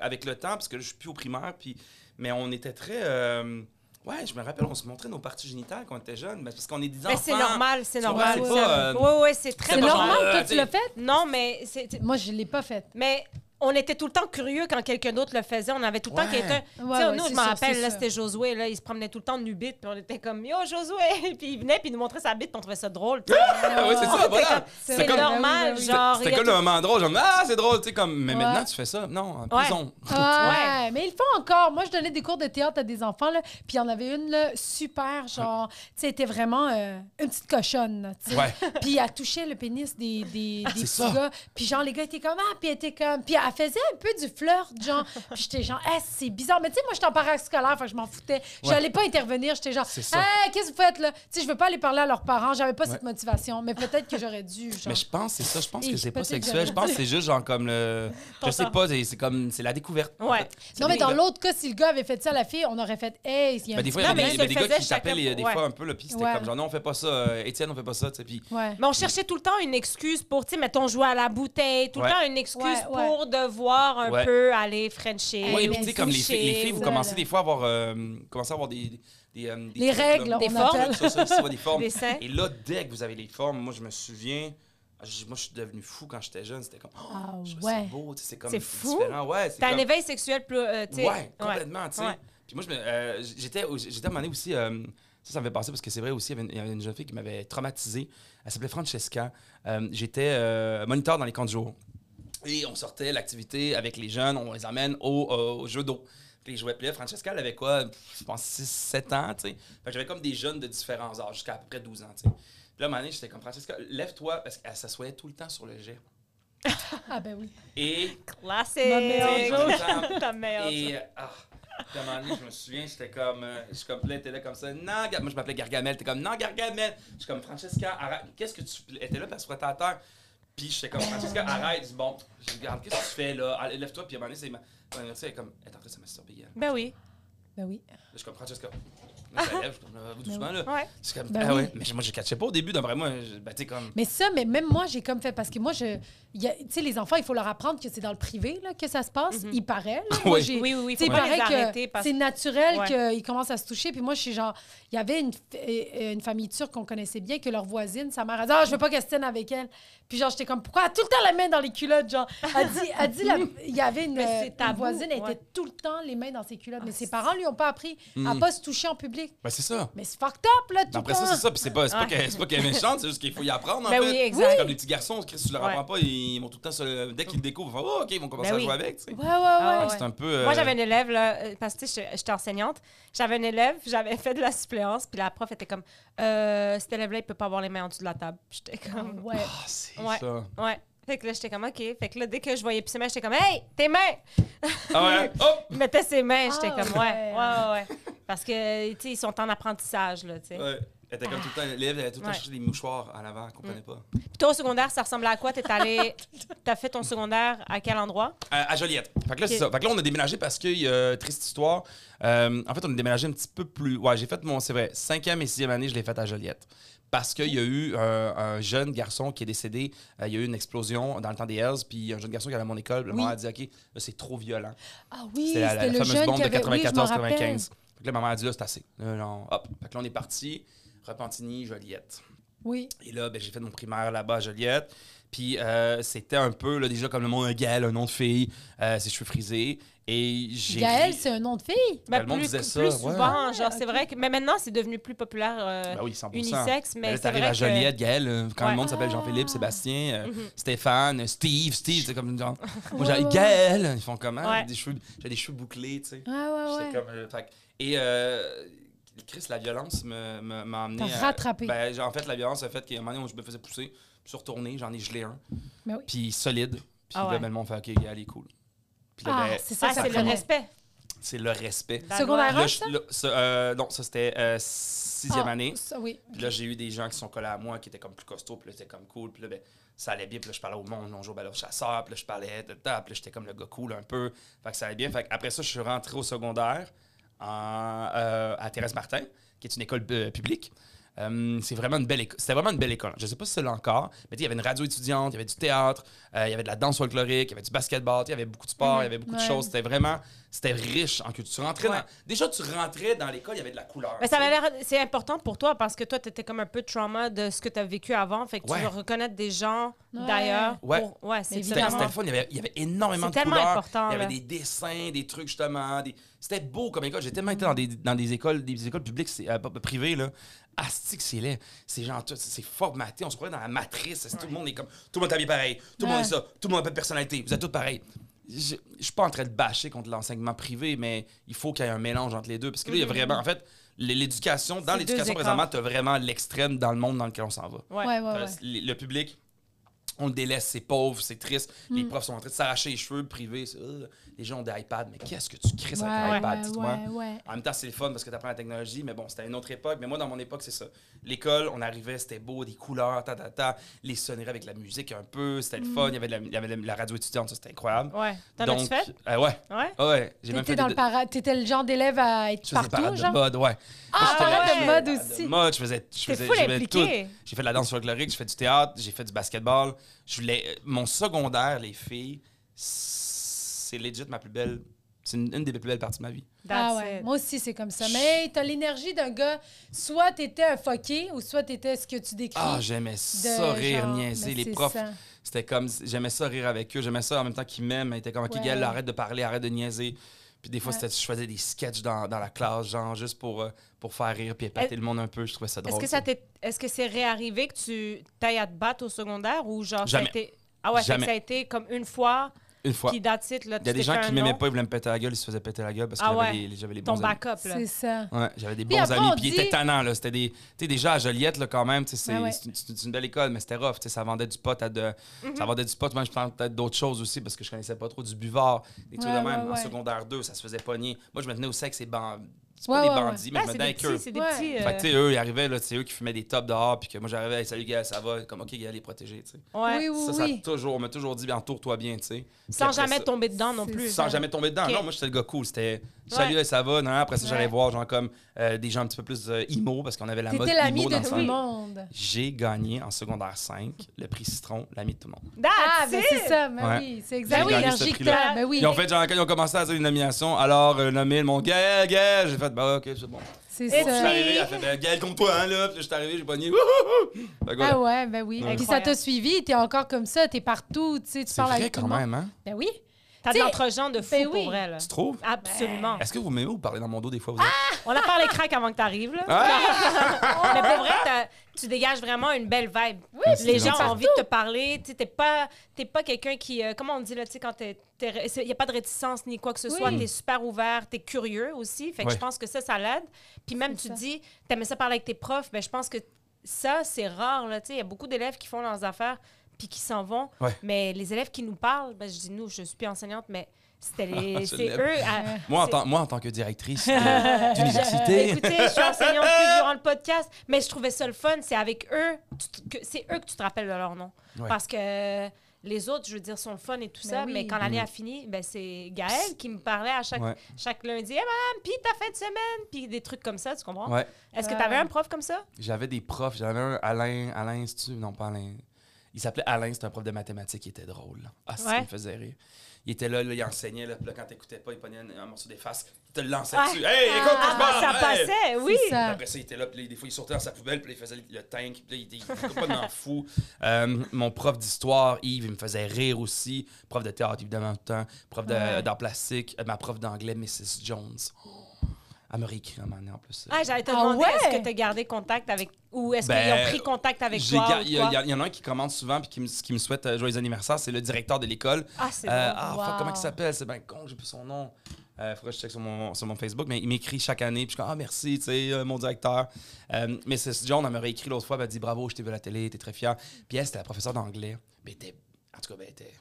D: avec le temps, parce que je suis plus au primaire, puis, mais on était très... euh, ouais, je me rappelle, on se montrait nos parties génitales quand on était jeunes, mais c'est parce qu'on est 10 ans.
B: Mais c'est normal, c'est
D: Tu vois,
B: normal.
A: c'est
B: Oui,
D: pas, euh,
B: ouais, ouais, c'est très
A: C'est
D: pas genre,
A: normal,
D: euh,
A: toi,
D: t'sais-
A: tu l'as fait?
B: Non, mais c'est
A: Moi, je l'ai pas fait.
B: Mais on était tout le temps curieux quand quelqu'un d'autre le faisait. On avait tout le temps
D: Ouais.
B: quelqu'un. Tu sais,
A: ouais,
B: nous,
A: c'est
B: je
A: sûr,
B: me rappelle,
A: c'est
B: là,
A: sûr.
B: c'était Josué. Là, il se promenait tout le temps de nubite. Puis on était comme Yo, Josué. puis il venait, puis il nous montrait sa bite. Puis on trouvait ça drôle. tu sais.
D: Ah ouais, c'est ça, voilà.
A: C'est
B: C'est
A: comme-
B: normal,
A: Ben oui, ben oui.
B: genre. il y
D: C'était
B: a
D: comme
B: tout-
D: un moment drôle, genre, ah, c'est drôle, tu sais, comme, mais
A: Ouais.
D: maintenant, tu fais ça. Non, en
B: Ouais.
D: prison.
A: Ouais, mais ils le font encore. Moi, je donnais des cours de théâtre à des enfants, là, puis il y en avait une là, super, genre, tu sais, elle était vraiment euh, une petite cochonne, là, tu sais.
D: Ouais.
A: Puis elle touchait le pénis des, des, des petits
D: Ah, ça.
A: gars. Puis genre, les gars étaient comme, ah, puis elle était comme, puis elle faisait un peu du flirt, genre. Puis j'étais genre, ah, c'est bizarre. Mais tu sais, moi, j'étais en parascolaire, enfin, je m'en foutais. J'allais pas intervenir, j'étais genre,
D: C'est ça.
A: hey, qu'est-ce que vous faites, là? Tu sais, je veux pas aller parler à leurs parents, j'avais pas cette motivation, mais peut-être que j'aurais dû, genre.
D: Mais je pense que c'est ça, je pense
A: Et
D: que c'est pas
A: peut-être
D: sexuel, je
A: j'aurais
B: <laughs>
D: pense que c'est juste genre comme le... Je sais
B: Tonton.
D: pas, c'est c'est comme, c'est la découverte. en
B: Ouais.
D: fait. C'est
A: Non, mais
D: bien,
A: dans
D: là.
A: l'autre cas, si le gars avait fait ça à la fille, on aurait fait, hey, il y a un
D: Ben, des
A: petit
D: fois, il y
B: Non,
D: avait
B: mais
D: des- il y
B: ils se le
D: avait des gars qui
B: faisaient chacun
D: s'appellent
B: pour-
D: des
B: ouais.
D: fois un peu, là, puis c'était
A: Ouais.
D: comme genre, non, on fait pas ça, euh, Étienne, on fait pas ça, tu sais, puis...
A: Ouais.
B: Mais on cherchait tout le temps une excuse pour, tu sais, mettons, jouer à la bouteille, tout
D: Ouais.
B: le temps une excuse
A: Ouais, ouais.
B: pour devoir un
D: Ouais.
B: peu aller Frencher.
A: Ouais,
D: Oui,
A: Hey,
D: puis tu sais,
A: mais
D: comme les,
B: toucher,
D: filles- les filles, vous
A: ça,
D: commencez
A: là.
D: des fois à avoir, euh, commencez à avoir des, des, euh, des
A: Les
D: trucs,
A: règles,
D: là.
A: on
B: Des
A: appelle.
B: formes.
D: Ça, ça, ça, des
B: <laughs>
D: formes.
B: Des seins.
D: Et là, dès que vous avez les formes, moi, je me souviens, je- moi, je suis devenu fou quand j'étais jeune. C'était comme, oh,
A: Ah
D: je trouve ça
A: ouais.
D: beau, tu sais, c'est comme
B: C'est fou.
D: différent. Ouais, c'est
B: T'as un
D: comme-
B: éveil sexuel plus. euh, tu sais,
D: Ouais, complètement, tu sais.
B: Ouais.
D: Puis moi, je me- euh, j'étais, au- j'étais à un moment donné aussi, euh, ça, ça me fait penser parce que c'est vrai aussi, il y avait une, il y avait une jeune fille qui m'avait traumatisé. Elle s'appelait Francesca. Euh, j'étais euh, moniteur dans les camps de jour. Et on sortait l'activité avec les jeunes, on les amène au, euh, au jeu d'eau. Puis ils jouaient. Puis là, Francesca, elle avait quoi, je pense, 6-7 ans, tu sais. Fait que j'avais comme des jeunes de différents âges, jusqu'à à peu près 12 ans, tu sais. Puis là, à un moment donné, j'étais comme, Francesca, lève-toi, parce qu'elle s'assoyait tout le temps sur le jet.
A: Ah ben oui.
D: Et
B: Classique. <laughs>
A: Ma meilleure
D: joke. Exactement.
B: Ta meilleure joke.
D: Et euh, ah, puis à un moment donné, je me souviens, j'étais comme, euh, je suis comme, là, t'es là comme ça, non, Gar- moi je m'appelais Gargamel, t'es comme, non, Gargamel, je suis comme, Francesca, arrête, qu'est-ce que tu, elle était là, puis elle se frottait à terre, puis j'étais comme, Francesca, arrête, Je dis, bon, je regarde, qu'est-ce que tu fais là, Allez, lève-toi, puis à un moment donné, c'est ma, ma mère, tu sais, elle est comme, elle est en train de se masturber, elle. Là,
B: Ben oui.
A: Ben oui.
D: je suis comme, Francesca, là, je la lève, je suis comme, euh, doucement là,
B: Ouais.
D: je suis comme,
A: Ben
D: ah
A: oui.
D: ouais, mais moi je catchais pas au début, d'après moi, je- ben tu sais, comme,
A: Mais ça, mais même moi, j'ai comme fait parce que moi, je, il y a- tu sais, les enfants, il faut leur apprendre que c'est dans le privé là, que ça se passe. Il paraît.
D: <laughs>
A: Là. Moi,
D: Oui.
A: j'ai-
B: Oui, oui, oui.
A: tu sais,
B: Faut
A: il
B: pas les
A: paraît
B: arrêter
A: que
B: parce
A: c'est naturel
B: Ouais.
A: qu'ils commencent à se toucher. Puis moi, je suis genre, il y avait une, f- euh, une famille turque qu'on connaissait bien, que leur voisine, sa mère, elle dit, ah, je veux pas qu'elle se tienne avec elle. Puis genre, j'étais comme, pourquoi elle a tout le temps la main dans les culottes, genre. Elle dit,
B: <laughs>
A: elle dit, la- il y avait une,
B: Mais c'est
A: euh, une
B: tabou,
A: voisine, elle
B: ouais.
A: était tout le temps les mains dans ses culottes. Mais
B: Ah,
A: ses
B: c'est-
A: parents lui ont pas appris à pas se toucher en public. public.
D: Ben, c'est ça.
A: Mais c'est fucked up, là, tout
D: Hmm. Mais après
A: le
D: ça,
A: temps.
D: c'est ça. Puis c'est pas, c'est pas
B: Ouais.
D: qu'elle- c'est pas qu'elle est méchante, c'est juste qu'il faut y apprendre. En
B: Ben
D: fait.
B: oui, exact.
D: C'est comme les petits garçons, Chris, tu leur
B: Ouais.
D: apprends pas, ils vont tout le temps. sur le- Dès qu'ils le découvrent, ils vont faire oh, OK, ils vont commencer
B: Ben
D: à
B: oui.
D: jouer avec. tu sais.
A: Ouais, ouais, ouais.
B: Ah ouais.
D: C'est un peu. euh,
B: Moi, j'avais un élève, là, euh, parce que tu sais, j'étais- j'étais enseignante. J'avais un élève, j'avais fait de la suppléance, puis la prof était comme Euh, Cet élève-là, il peut pas avoir les mains en dessous de la table. Puis J'étais
A: Ah,
D: <laughs>
B: comme
A: ouais.
D: Ah, c'est
B: Ouais.
D: ça.
B: Ouais. Fait que là, j'étais comme OK. Fait que là, dès que je voyais plus ses mains, j'étais comme Hey, tes mains
D: Ah ouais, hop!
B: <laughs> Il mettait ses mains, j'étais
A: Ah,
B: comme Ouais,
A: ouais.
B: ouais, ouais. ouais. Parce que, tu sais, ils sont en apprentissage, là, tu sais.
D: Ouais. Elle était comme tout le temps, l'élève elle avait tout le temps
B: Ouais.
D: cherché des mouchoirs à l'avant, elle comprenait pas.
B: Puis toi, au secondaire, ça ressemblait à quoi T'es
D: <laughs>
B: allé. T'as fait ton secondaire à quel endroit
D: Euh, à Joliette. Fait que là, c'est
B: Ok.
D: ça. Fait que là, on a déménagé parce que, euh, triste histoire, euh, en fait, on a déménagé un petit peu plus. Ouais, j'ai fait mon, c'est vrai, cinquième et sixième année, je l'ai fait à Joliette. Parce qu'il y a eu euh, un jeune garçon qui est décédé. Euh, Il y a eu une explosion dans le temps des Hells. Puis un jeune garçon qui allait à mon école. Le
A: Oui.
D: maman a dit OK, là, c'est trop violent.
A: Ah oui,
D: C'était la, la-
A: c'était
D: la
A: le
D: fameuse
A: jeune
D: bombe
A: qui
D: de
A: avait... oui, je m'en
D: 94-95.
A: rappelle.
D: Fait que là, maman a dit là, c'est assez. Là, non, hop. Fait que là, on est parti. Repentigny, Joliette.
A: Oui.
D: Et là, ben, j'ai fait mon primaire là-bas à Joliette. Puis euh, c'était un peu là, déjà comme le nom un Gaël, un nom de fille, euh, ses cheveux frisés. Et j'ai.
A: Gaël,
D: ri.
A: c'est un nom de fille.
B: Mais
D: Ben, le monde
B: plus,
D: disait ça,
B: plus
D: ouais.
B: souvent, genre,
A: Ah,
B: c'est vrai que. Mais maintenant, c'est devenu plus populaire euh,
D: Ben oui, 100
B: unisexe,
D: Ben
B: mais
D: là,
B: c'est
D: t'arrives
B: vrai
D: à
B: que-
D: Joliette, Gaël, euh, quand
B: Ouais.
D: le monde s'appelle
A: Ah.
D: Jean-Philippe, Sébastien, euh,
B: Mhm.
D: Stéphane, euh, Steve, Steve, c'est comme genre. Moi,
A: Ouais,
D: j'allais
A: ouais, ouais.
D: Gaël, ils font comment?
B: Ouais.
D: J'ai des cheveux- J'ai des cheveux bouclés, tu sais.
A: Ouais, ouais,
D: J'étais
A: ouais.
D: comme, euh, fait que- et euh, Chris, la violence me- me- m'a amené.
A: T'as
D: à-
A: rattrapé.
D: ben, j'ai- en fait, la violence a fait qu'à un moment donné, je me faisais pousser, puis je suis retourné, j'en ai gelé un.
A: Ben oui.
D: Puis solide. Puis
B: Ah ouais.
D: là, ben, le monde fait OK, gars, elle est cool. Puis là,
A: Ah,
D: ben,
A: c'est ça
B: Ah,
A: que ça
B: c'est le
A: prenait.
B: respect.
D: c'est le respect.
B: La
A: Secondaire
B: loi.
D: Là,
A: un,
D: je-
A: ça?
D: là, ça, euh, non, ça c'était euh, sixième
A: Ah,
D: année.
A: ça, oui.
D: Puis là, j'ai eu des gens qui sont collés à moi, qui étaient comme plus costauds, puis là, c'était comme cool. Puis là, ben, ça allait bien. Puis là, je parlais au monde, on jouait au ballon chasseur, puis là, je parlais de table, puis là, j'étais comme le gars cool un peu. Fait que ça allait bien. Fait que après ça, je suis rentré au secondaire en, euh, à Thérèse Martin, qui est une école euh, publique. Euh, c'est vraiment une belle école. C'était vraiment une belle école. Je sais pas si c'est là encore, mais tu sais, il y avait une radio étudiante, il y avait du théâtre, euh, il y avait de la danse folklorique, il y avait du basketball, tu sais, il y avait beaucoup de sport, il y avait beaucoup
A: Ouais.
D: de choses. C'était vraiment, c'était riche en culture. Tu rentrais
B: Mhm. Ouais.
D: dans- déjà, tu rentrais dans l'école, il y avait de la couleur.
B: Mais ça
D: tu sais.
B: avait l'air. C'est important pour toi parce que toi, t'étais comme un peu trauma de ce que t'as vécu avant. Fait que
D: Ouais.
B: tu veux reconnaître des gens
A: Ouais.
B: d'ailleurs.
D: Ouais.
B: pour- Ouais, c'est
A: Mais
D: C'était
A: Évidemment.
D: c'était le fun. Il y avait, il y avait énormément
B: C'est
D: de
B: tellement
D: couleurs.
B: important,
D: il y
B: là.
D: avait des dessins, des trucs, justement. Des... C'était beau comme école. J'ai tellement été dans des, dans des écoles, des écoles publiques, c'est, euh, pas- pas privées, là. Astique, c'est laid. C'est genre, tout- c'est formaté. On se croyait dans la matrice. C'est- Tout le monde est comme. Tout le monde est habillé pareil. Tout le monde
A: Ouais.
D: est ça. Tout le monde a pas de personnalité. Vous êtes tous pareils. Je je suis pas en train de bâcher contre l'enseignement privé, mais il faut qu'il y ait un mélange entre les deux. Parce que là, il y a vraiment. En fait, l- l'éducation, dans
B: Mm-hmm. C'est deux
D: l'éducation
B: écoles.
D: présentement, tu as vraiment l'extrême dans le monde dans lequel on s'en va.
A: Ouais,
B: Ouais.
A: ouais, Ah ouais.
D: Euh, les- Le public, on le délaisse, c'est pauvre, c'est triste.
A: Mm.
D: Les profs sont en train de s'arracher les cheveux privés. c'est, euh, les gens ont des iPads, mais qu'est-ce que tu crisses avec un
A: Ouais,
D: iPad, dites-moi?
A: ouais, ouais.
D: En même temps, c'est le fun parce que tu apprends la technologie, mais bon, c'était une autre époque. Mais moi, dans mon époque, c'est ça. L'école, on arrivait, c'était beau, des couleurs, ta, ta, ta, les sonneries avec la musique un peu, c'était le
A: Mm.
D: fun. Il y avait de la, il y avait de la- la radio étudiante, ça, c'était incroyable.
B: Ouais. T'en
D: Donc,
B: as-tu fait?
D: euh, ouais,
B: Ouais.
D: Ah ouais, j'ai même
A: T'étais
D: fait
A: dans
D: des-
A: le para- T'étais le genre d'élève à être
D: je faisais des
A: partout,
D: parades de
A: genre.
D: mode, ouais.
A: Ah,
B: J'étais
A: parade
B: là-
A: de mode
D: Parades de
A: aussi.
D: mode, je faisais, je
B: T'es
D: faisais,
B: full
D: je faisais tout.
B: impliqué.
D: J'ai fait de la danse folklorique, j'ai fait du théâtre, j'ai fait du basketball. Je voulais... Mon secondaire, les filles, c'est legit ma plus belle... C'est une, une des plus belles parties de ma vie.
A: Ah
B: That's
A: ouais,
B: it.
A: moi aussi c'est comme ça. Mais hey, t'as l'énergie d'un gars, soit t'étais un fucké ou soit t'étais ce que tu décris.
D: Ah, j'aimais ça,
A: de
D: rire,
A: genre,
D: niaiser.
A: mais
D: Les
A: c'est
D: profs,
A: ça.
D: c'était comme... J'aimais ça, rire avec eux. J'aimais ça en même temps qu'ils m'aiment. Ils étaient comme, OK,
A: Ouais.
D: Gaël, arrête de parler, arrête de niaiser. Puis des fois,
A: Ouais.
D: c'était- je faisais des sketchs dans, dans la classe, genre, juste pour, euh, pour faire rire puis épater
A: Euh,
B: Est-
D: le monde un peu. Je trouvais ça drôle.
B: Est-ce que ça t'est- Est-ce que c'est réarrivé que tu t'ailles à te battre au secondaire ou genre ça a
D: Jamais.
B: été- Ah ouais, fait que
D: Jamais.
B: ça a été comme une fois,
D: Une fois.
B: puis that's it, là,
D: Il y a
B: tu
D: des
B: t'es
D: gens
B: fait
D: qui
B: un
D: m'aimaient
B: nom,
D: pas, ils voulaient me péter la gueule, ils se faisaient péter la gueule parce que
B: Ah
D: j'avais
B: ouais.
D: les- j'avais les
B: Ton
D: bons amis.
B: backup, là.
A: C'est ça.
D: Ouais, j'avais des
A: Puis
D: bons
A: après,
D: amis.
A: on
D: Puis ils
A: dit-
D: étaient tannants, là. C'était des. Tu sais, déjà à Joliette, là, quand même, tu sais,
B: Ben
D: c'est
A: Ouais, ouais.
D: c'est une- c'est une belle école, mais c'était rough. Tu sais, ça vendait du pot à de.
B: Mm-hmm.
D: Ça vendait du pot. Moi, je pense peut-être d'autres choses aussi parce que je connaissais pas trop du buvard. Des trucs
A: Ouais,
D: de même.
A: ouais,
D: En
A: ouais.
D: secondaire 2, ça se faisait pogner. Moi, je me tenais au sexe, c'est ban... c'est
A: Ouais,
D: pas
A: ouais,
D: des
A: ouais.
D: bandits, mais
B: Ah,
D: je me
B: c'est
D: tenais
B: des
D: avec
B: petits,
D: eux.
B: c'est des
A: Ouais.
B: petits.
D: Fait que,
B: euh,
D: tu sais, eux, ils arrivaient, là, c'est eux qui fumaient des tops dehors, puis que moi, j'arrivais, hey, salut, gars, ça va, comme, ok, gars, les protéger, tu sais.
B: ouais.
A: Oui, oui,
D: Ça, ça a
A: oui.
D: toujours, on m'a toujours dit, entoure-toi bien, tu sais. Puis
B: Sans
D: après
B: jamais
D: ça-
B: tomber dedans non
A: C'est
B: plus.
A: ça.
D: sans jamais tomber dedans.
B: Ok.
D: Non, moi, j'étais le gars cool. C'était salut, hey, ça va. Non, après ça, j'allais
A: Ouais.
D: voir genre comme euh, des gens un petit peu plus euh, emo parce qu'on avait la mode
A: T'étais l'ami
D: emo
A: de
D: dans le
A: tout le
D: temps.
A: monde.
D: J'ai gagné en secondaire 5 le prix Citron, l'ami de tout le monde.
B: That's
A: Ah, ben
B: it!
A: c'est ça, mais
D: Ouais.
A: oui, c'est
D: J'ai
A: exactement
D: gagné ce
A: l'énergie que
D: prix-là.
A: t'as. Ben oui,
D: Ils ont fait genre, quand ils ont commencé à faire une nomination, alors euh, nommé mon Gaël, Gaël. J'ai fait, bah ok, c'est bon.
A: c'est
B: Et
D: Je suis
A: ça.
B: puis-
D: arrivé, elle fait, ben, Gaël, comme toi, hein, là. Puis je suis arrivé, j'ai pogné. Wouhou! Fait que voilà.
A: Ah ouais, ben oui.
D: Ouais.
A: Puis ça
B: Incroyable.
A: t'a suivi, t'es encore comme ça, t'es partout, tu sais, tu
D: C'est
A: parles
D: vrai
A: avec tout
D: quand
A: le monde.
D: même, hein?
A: Ben oui.
B: T'as de
A: T'sais,
B: l'entrejean de fou
A: ben
B: pour
A: oui. Ben,
B: vrai, là.
D: Tu trouves?
B: Absolument.
D: Est-ce que vous m'aimez ou vous parlez dans mon dos des
A: Ah!
D: fois? Vous êtes-
B: On en parle les cracks avant que t'arrives, là.
D: Ah!
B: Mais pour vrai, t'as- tu dégages vraiment une belle vibe.
D: c'est
B: les gens
D: gentil.
B: ont envie de te parler. Tu sais, T'es pas, t'es pas quelqu'un qui. euh, comment on dit là, tu sais, quand t'es. Il n'y a pas de réticence ni quoi que ce
A: Oui.
B: soit. T'es super ouvert, t'es curieux aussi. Fait que
D: Ouais.
B: je pense que ça, ça l'aide. Puis même, tu
A: C'est ça.
B: dis, t'aimais ça parler avec tes profs, mais je pense que ça, c'est rare, là. Tu sais, il y a beaucoup d'élèves qui font leurs affaires puis qui s'en vont.
D: Ouais.
B: Mais les élèves qui nous parlent, ben, je dis nous, je suis plus enseignante, mais
D: <laughs>
B: c'était les.
D: Je
B: c'est
D: l'aime.
B: eux. à-
D: Moi, en
B: c'est-
D: tant, moi, en tant que
A: <laughs>
D: directrice de-
B: mais
D: <laughs> d'université,
B: Bah, Écoutez, je suis enseignante que durant le podcast, mais je trouvais ça le fun. C'est avec eux, tu te- que- c'est eux que tu te rappelles de leur nom.
D: Ouais.
B: Parce que les autres, je veux dire, sont le fun et tout
A: Ben
B: ça,
A: oui.
B: mais quand l'année
D: Mhm.
B: a fini, ben, c'est Gaël qui me parlait à chaque,
D: Ouais.
B: chaque lundi. Hey, madame, puis ta fin de semaine, puis des trucs comme ça, tu comprends?
D: ouais,
B: Est-ce que
A: Ouais.
B: tu avais un prof comme ça?
D: j'avais des profs. J'en avais un, Alain, Alain, c'est-tu? Non, pas Alain. Il s'appelait Alain, c'était un prof de mathématiques, il était drôle. là. Ah, ça
B: Ouais.
D: me faisait rire. Il était là, là, il enseignait, là, puis là, quand t'écoutais pas, il pognait un, un morceau des faces, il te le lançait
B: Ouais.
D: dessus. Hey, écoute,
B: Ah,
D: tu
B: ben,
D: parles,
B: ça
D: hey!
B: passait, oui.
A: C'est ça.
D: Puis Après ça, il était là, puis là, des fois, il sortait dans sa poubelle, puis là, il faisait le tank, puis là, il était il était complètement fou. Euh, mon prof d'histoire, Yves, il me faisait rire aussi. Prof de théâtre, évidemment, tout le temps. Prof de-
B: Ouais.
D: d'art plastique. Euh, Ma prof d'anglais, Mrs. Jones. Oh, elle m'a réécrit un moment donné, en plus.
B: Ah, j'allais te
A: Ah
B: demander,
A: ouais?
B: est-ce que tu as gardé contact avec. Ou est-ce qu'ils
D: Ben,
B: ont pris contact avec
D: J'ai
B: toi?
D: ga-
B: ou
D: Il y, a-
B: quoi?
D: il y a- il y en a un qui commente souvent, puis qui me, qui me souhaite euh, joyeux anniversaire, c'est le directeur de l'école.
B: Ah, c'est
D: Euh,
B: bon.
D: ah, fuck,
A: Wow.
D: comment il s'appelle? C'est bien con, j'ai plus son nom. Euh, faudrait que je check sur mon, sur mon Facebook, mais il m'écrit chaque année. Puis je suis comme, ah, merci, tu sais, euh, mon directeur. Euh, mais c'est John, elle m'a réécrit l'autre fois, elle m'a dit, bravo, je t'ai vu à la télé, t'es très fier. Puis elle, c'était la professeure d'anglais. Mais elle était, en tout cas, ben, elle était,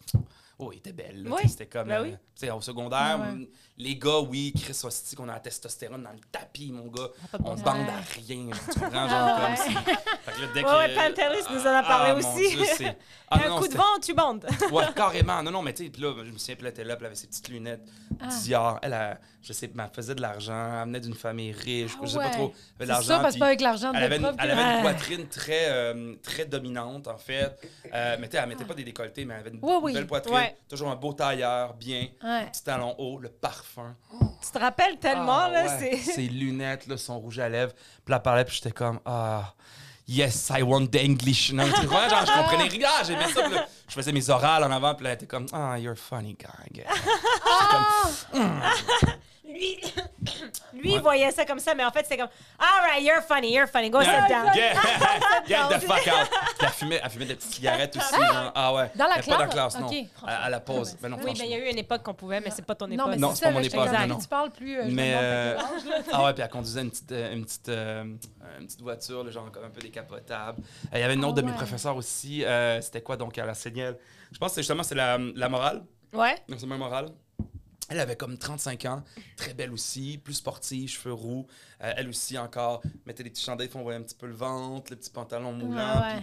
D: oh, elle était belle. là,
B: Oui,
D: tu sais, C'était comme,
B: ben
D: euh,
B: oui.
D: tu sais, au secondaire,
A: Ouais, ouais.
D: m- les gars, oui, Chris Hostie, qu'on a la testostérone dans le tapis, mon gars.
B: Ah, pas de bon
D: on
B: sens.
D: bande à rien. Tu comprends, genre,
A: Ah,
D: comme si- Fait que là, dès
B: Ouais, ouais, Pantelis nous en a parlé
D: mon
B: aussi.
D: Dieu,
B: <laughs>
D: c'est-
B: Il y
D: Ah,
B: a
D: non,
B: un coup de
D: c'était-
B: vent, tu bandes. <laughs>
D: Ouais, carrément. Non, non, mais tu sais, puis là, je me souviens, puis là, elle était là, puis elle avait ses petites lunettes
A: Ah.
D: Dior. Elle, elle, je sais, elle faisait de l'argent, elle venait d'une famille riche,
A: Ah
D: je sais pas
A: ouais.
D: trop. Elle avait de
A: C'est ça, parce
D: puis
A: que pas avec l'argent de
D: elle avait,
A: la
D: une,
A: prof.
D: elle
A: que-
D: avait une
B: Ouais.
D: poitrine très, euh, très dominante, en fait. Euh, mais tu sais, elle mettait pas des décolletés, mais elle avait une
A: Ah. Oui, oui. Ah.
D: belle poitrine.
B: Ouais.
D: Toujours un beau tailleur, bien.
A: Ouais.
D: Petit talon haut, le parfum.
B: Tu te rappelles tellement,
D: Ah,
B: là,
D: ouais.
B: c'est...
D: Ses lunettes, là, son rouge à lèvres. Puis là, elle parlait, puis j'étais comme, ah, yes, I want the English. Non, tu vois, genre, je comprenais rien. Ah, J'aimais ça. puis là, je faisais mes orales en avant, puis là, elle était comme, ah, you're a funny guy. girl.
B: Ah! Lui, <coughs> lui
D: Ouais.
B: il voyait ça comme ça, mais en fait, c'est comme All right, you're funny, you're funny, go
D: Yeah,
B: sit down.
D: Get, get the fuck out. Puis elle fumait, elle fumait des petites cigarettes aussi. genre, ah ouais.
A: Dans la
D: Elle est Pas dans la
A: classe?
D: classe, non.
A: Ok.
D: À, à la pause. Ben non,
B: Oui, ben il y a eu une époque qu'on pouvait, mais c'est pas ton époque.
A: Non, mais
D: Non,
A: c'est
D: c'est
A: ça,
D: pas mon
A: là, j'étais
D: époque,
A: comme,
D: non,
A: plus
D: non.
A: Tu parles plus. euh, je me
D: Mais
A: demande à
D: euh,
A: quel âge.
D: ah ouais, puis elle conduisait une petite, euh, une petite, euh, une petite voiture, le genre comme un peu décapotable. Euh, Il y avait une
A: Ah
D: autre de mes
A: ouais.
D: professeurs aussi. euh, C'était quoi donc à la Seignelle? Je pense que c'est justement c'est la, la morale,
B: Ouais.
D: l'enseignement moral. Elle avait comme 35 ans, très belle aussi, plus sportive, cheveux roux. Euh, elle aussi encore, mettait des petits chandails, puis on voyait un petit peu le ventre, le petit pantalon moulant.
A: Ouais, Ah ouais.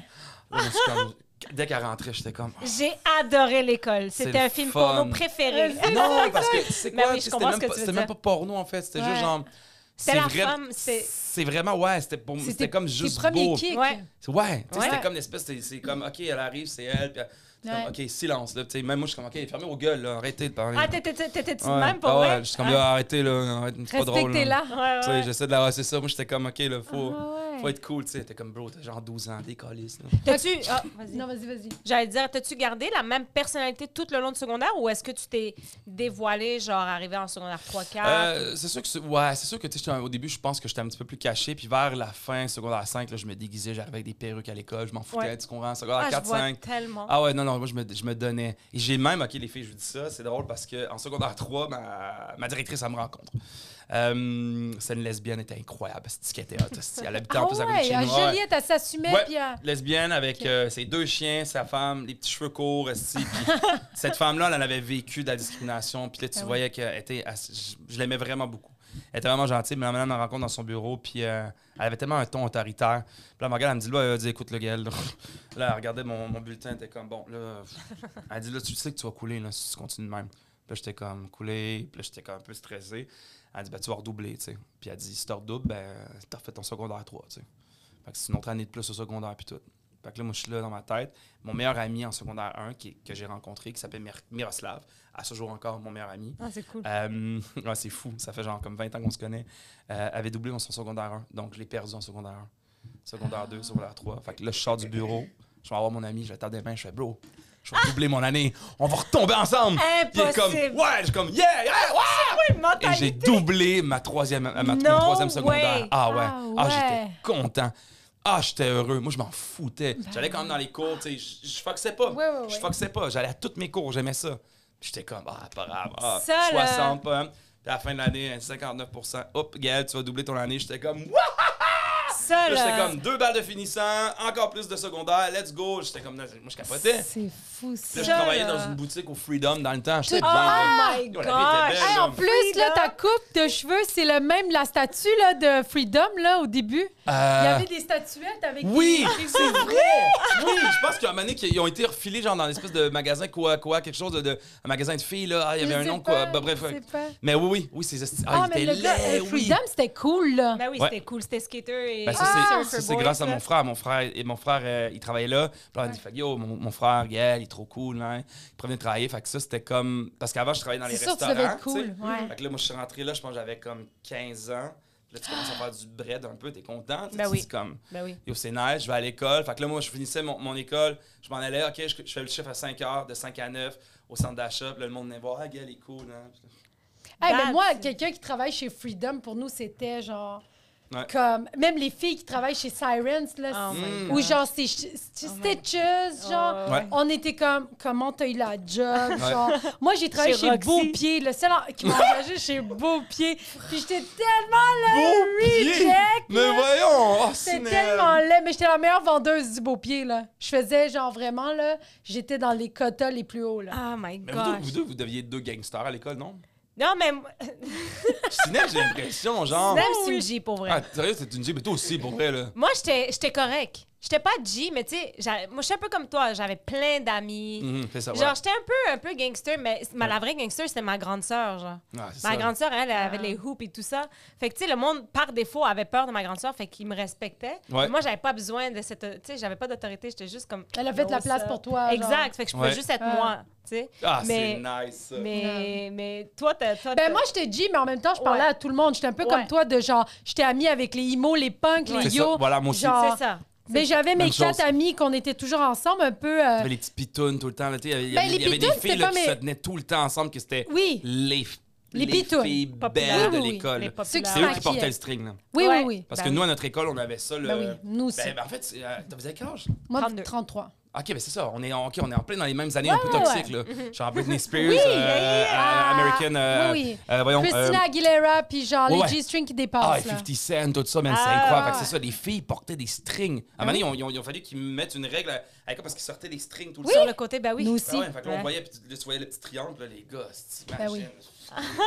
D: puis là, je suis comme- dès qu'elle rentrait, j'étais comme... Ah,
B: J'ai adoré l'école.
D: C'est
B: C'était
D: le
B: un film
D: fun.
B: porno préféré.
A: Vas-y.
D: Non, parce que c'est
B: Ben
D: quoi?
B: oui, je
D: c'était
B: comprends
D: même,
B: ce que
D: pas-
B: tu veux
D: c'était même pas
B: dire.
D: porno, en fait. C'était
A: Ouais.
D: juste genre.
B: C'est la femme, c'est-
D: C'est vraiment, ouais, c'était pour
A: C'était
D: C'était comme
A: tes
D: juste.
A: premiers
D: beau.
A: kicks.
B: Ouais.
D: C'est- Ouais, tu sais,
B: Ouais.
D: c'était comme l'espèce, c'est- c'est comme, OK, elle arrive, c'est elle, puis elle- c'est
A: Ouais.
D: comme, OK, silence, là, tu sais, même moi, je suis comme, OK, fermez vos gueules, là, arrêtez de parler.
B: Ah, t'étais- t'étais t'étais-tu de
D: Ouais.
B: même pour
D: Ah ouais,
B: vrai? Ah.
D: je suis comme, là, arrêtez, là, arrête, c'est pas drôle.
A: Respectez-la.
B: Ouais,
D: Tu
B: ouais,
D: sais,
B: ouais.
D: j'essaie de la rassurer ça, moi, j'étais comme, OK, là, faut,
A: Ah ouais.
D: faut être cool, tu sais, t'es comme, bro, t'as genre 12 ans, décalisse, là.
B: T'as-tu... ah, vas-y.
A: Non, vas-y, vas-y.
B: J'allais dire, t'as-tu gardé la même personnalité tout le long du secondaire ou est-ce que tu t'es dévoilé, genre arrivé en secondaire 3-4?
D: Euh, c'est sûr que c'est- ouais, c'est sûr que tu sais, j'étais un- au début, je pense que j'étais un petit peu plus caché, puis vers la fin secondaire 5, là, je me déguisais, j'arrivais avec des perruques à l'école, je m'en foutais,
B: Ouais.
D: tu comprends, secondaire
B: ah,
D: 4
B: je vois
D: 5.
B: tellement.
D: Ah ouais, non non, moi je me, je me donnais. Et j'ai même OK les filles, je vous dis ça, c'est drôle parce que en secondaire 3, ma, ma directrice elle me rencontre. Euh, c'est une lesbienne, elle était incroyable, c'est qu'elle était hot, hostie. elle habitait
A: Ah
D: en plus à côté de
A: ouais,
D: chez
A: à
D: nous. ouais.
A: Joliette, elle s'assumait,
D: Ouais.
A: puis euh, elle-
D: Lesbienne avec
A: Ok.
D: euh, ses deux chiens, sa femme, les petits cheveux courts, esti, puis cette femme-là, elle en avait vécu de la discrimination. Puis là, tu
A: Ben oui.
D: voyais qu'elle était. ass- Je, je l'aimais vraiment beaucoup. Elle était vraiment gentille, mais la madame me rencontre dans son bureau, puis euh, elle avait tellement un ton autoritaire. Puis là, elle me regarde, elle me dit là, elle dit, écoute, le gars, là, Là, elle regardait mon, mon bulletin, elle était comme bon, là. Elle dit là, tu sais que tu vas couler, là, si tu continues de même. Puis là, j'étais comme coulé, puis là, j'étais comme un peu stressé. Elle dit, ben, tu vas redoubler, tu sais. Puis elle dit, si tu redoubles, ben, t'as fait ton secondaire 3, tu sais. Fait que c'est une autre année de plus au secondaire, puis tout. Fait que là, moi, je suis là dans ma tête. Mon meilleur ami en secondaire 1 qui, que j'ai rencontré, qui s'appelle Mir- Miroslav, à ce jour encore, mon meilleur ami.
B: Ah, c'est cool.
D: Euh, <laughs> ouais, c'est fou, ça fait genre comme 20 ans qu'on se connaît. Euh, avait doublé dans son secondaire 1, donc je l'ai perdu en secondaire 1.
B: Ah.
D: Secondaire 2, secondaire 3. Fait que là, je sors du bureau, je vais voir mon ami, je vais taper des mains, je fais bro, je vais doubler mon année. On va retomber ensemble. Puis il est comme,
B: Ah. Impossible.
D: ouais, je suis comme, yeah, yeah, ouais.
B: Une
D: Et j'ai
B: mentalité.
D: doublé ma troisième, ma, mon
B: No
D: troisième secondaire.
B: way.
D: Ah ouais.
A: Ah
D: Ah,
A: ouais.
D: j'étais content. Ah, j'étais heureux. Moi, je m'en foutais. J'allais quand même dans les cours, tu sais. Je je foxais pas.
A: Ouais, ouais,
D: Je
A: ouais.
D: foxais pas. J'allais à toutes mes cours. J'aimais ça. Puis j'étais comme, ah, pas grave. Ah,
B: Ça, là.
D: 60 pommes. Puis à la fin de l'année, 59 Hop, Gaël, tu vas doubler ton année. J'étais comme, Wouah!
B: Ça,
D: Là, J'étais
B: là.
D: comme, deux balles de finissant, encore plus de secondaire, let's go. J'étais comme, moi, je capotais.
A: C'est fou,
D: Là,
A: ça.
D: je
B: Ça,
D: travaillais
B: là.
D: dans une boutique au Freedom dans le temps. J'étais
A: Tout-
D: bien, là.
B: Oh my
D: Yo, la vie était
B: gosh.
D: belle,
A: Hey, en
D: là.
A: plus, là, ta coupe de cheveux, c'est le même, la statue là, de Freedom, là, au début. Il y
D: Euh,
A: avait des statuettes avec
D: Oui, <laughs>
A: des- des...
D: c'est vrai. Oui, je pense qu'à un moment donné, qu'ils ont été refilés genre dans l'espèce de magasin quoi quoi quelque chose de, de- un magasin de filles là, ah, il y
A: Je
D: avait un
A: sais
D: nom
A: pas,
D: quoi, bah, bref.
A: je sais pas.
D: Mais oui oui, oui, c'est ah,
A: Ah,
D: il
A: mais
D: était
A: le gars,
D: laid,
A: euh,
D: oui.
A: Freedom, c'était cool, là.
B: Ben oui,
D: Ouais.
B: c'était cool. C'était skater et. Ah,
D: Ben, ça,
B: skater
D: c'est-
B: for
D: ça, c'est
B: boys,
D: grâce à
B: là.
D: mon frère. Mon frère, et mon frère euh, il travaillait là. Puis là, on a dit, fait que, yo, mon, mon frère, Gaël, il est trop cool. hein. Il prenait de travailler. Fait que ça, c'était comme. Parce qu'avant, je travaillais dans les
A: C'est sûr que tu
D: restaurants.
A: devais être cool,
D: tu sais.
A: ouais.
D: Fait que là, moi, je suis rentré là, je pense que j'avais comme 15 ans. Puis Là, tu commences à faire du bread un peu, t'es content. tu sais,
B: Ben
D: tu
B: oui.
D: dis comme,
A: Bah
B: Ben oui.
D: Yo, c'est nice, je vais à l'école. Fait que là, moi, je finissais mon, mon école, je m'en allais, ok, je, je fais le chiffre à 5 h, de 5 à 9, au centre d'achat. Puis là, le monde venait voir, ah, gars, il est cool. hein.
A: Hey, mais
B: That's-
A: moi, quelqu'un qui travaille chez Freedom, pour nous, c'était genre.
D: Ouais.
A: Comme, même les filles qui travaillent chez Sirens, là,
B: Oh
A: c'est-
B: my
D: Mm.
B: God.
A: ou genre c'est ch- ch-
B: Oh my
A: Stitches, genre,
B: Oh,
D: Ouais.
A: on était comme, comment t'as eu la job,
D: Ouais.
A: genre. Moi, j'ai travaillé
B: Chez
A: chez,
B: Roxy.
A: Beaupier, le seul en- qui
D: <laughs>
A: m'a engagé chez Beaupier, puis j'étais tellement là, reject,
D: Oh, Mais
A: là.
D: voyons! Oh,
A: C'était
D: Sinel.
A: tellement laid, mais j'étais la meilleure vendeuse du Beaupier, là. Je faisais, genre, vraiment, là, j'étais dans les quotas les plus hauts, là.
B: Oh my
D: Mais vous deux,
B: gosh.
D: vous deux, vous deviez être deux gangsters à l'école, non?
B: Non, mais. Même
D: Sinel, j'ai l'impression, genre.
B: c'est une G pour vrai.
D: Ah, sérieux, c'est une G, mais toi aussi, pour vrai, là.
B: Moi, j'étais j'étais correct. J'étais pas G, mais tu sais, j'a- moi, je suis un peu comme toi. J'avais plein d'amis.
D: Mhm, fais ça, ouais.
B: Genre, j'étais un peu, un peu gangster, mais c- ma, la vraie gangster, c'était ma grande sœur, genre.
D: Ah, c'est
B: Ma
D: ça.
B: grande sœur, elle, elle avait
A: Ah.
B: les hoops et tout ça. Fait que, tu sais, le monde, par défaut, avait peur de ma grande sœur, fait qu'il me respectait.
D: Ouais.
B: Mais Moi, j'avais pas besoin de cette... Tu sais, j'avais pas d'autorité, j'étais juste comme...
A: Elle a fait de la
B: Yo,
A: place
B: ça.
A: pour toi, genre.
B: Exact, fait que je pouvais
D: Ouais.
B: juste être
A: Ah.
B: moi, tu sais.
D: Ah,
B: mais-
D: c'est nice, ça.
B: Mais, mais toi, t'as... toi, t'as-
A: Ben moi, j'étais G, mais en même temps, je parlais
B: Ouais.
A: à tout le monde. J'étais un peu comme
B: Ouais.
A: toi, de genre, j'étais amie avec les imos, les punks,
B: Ouais.
A: les
D: C'est ça,
A: yo.
D: voilà, moi aussi.
A: genre,
B: C'est ça.
A: Mais j'avais mes
D: Même chose.
A: quatre amis qu'on était toujours ensemble, un peu. euh,
D: T'avais les petits pitounes tout le temps. là, tu sais, Il y
A: Ben,
D: avait, il y
A: les
D: avait des
A: pitounes,
D: filles
A: c'était
D: là,
A: pas
D: qui
A: mes-
D: se tenaient tout le temps ensemble, qui c'était
A: Oui.
D: les, f-
A: Les pitounes. Ah
D: filles
B: Populaires.
D: belles de
A: Oui, oui, oui.
D: l'école.
B: Mais
A: Ceux qui
B: populaire.
D: C'est eux
A: Ah,
D: qui
A: qui
D: portaient
A: est-
D: le string. Là.
A: Oui,
B: Ouais.
A: oui, oui.
D: Parce
B: Ben
D: que
B: oui.
D: nous, à notre école, on avait ça. Là,
A: Ben oui, nous aussi.
D: Ben, ben, en fait, c'est, euh, vous avez quel âge?
A: Moi,
B: 32.
A: 33.
D: Ok, ben c'est ça. On est, en- ok, on est en plein dans les mêmes années un peu
A: ouais, Mhm.
D: toxiques. Là.
A: <laughs>
D: Genre Britney Spears,
A: Oui,
D: euh,
A: yeah, yeah.
D: euh, American. euh,
A: Oui, oui.
D: euh, voyons. euh,
A: Christina Aguilera, puis genre
D: ouais,
A: les
D: ouais.
A: G-string qui
D: ah,
A: dépassent.
D: et
A: là.
D: 50 Cent, tout ça, man, c'est
B: Ah,
D: incroyable. Fait
A: ouais.
D: que
A: Ah
D: c'est ça, les filles portaient des strings. À un moment donné, ils ont- ils ont, ils ont fallu qu'ils mettent une règle à, à l'école parce qu'ils sortaient des strings tout le temps.
B: Sur le côté, ben oui.
A: Nous
D: Ah
A: aussi.
D: ouais, fait que là, on
B: Ouais.
D: voyait, puis tu- là, tu voyais le petit triangle, là, les gars, c'est-
A: Ben oui.
D: imagine.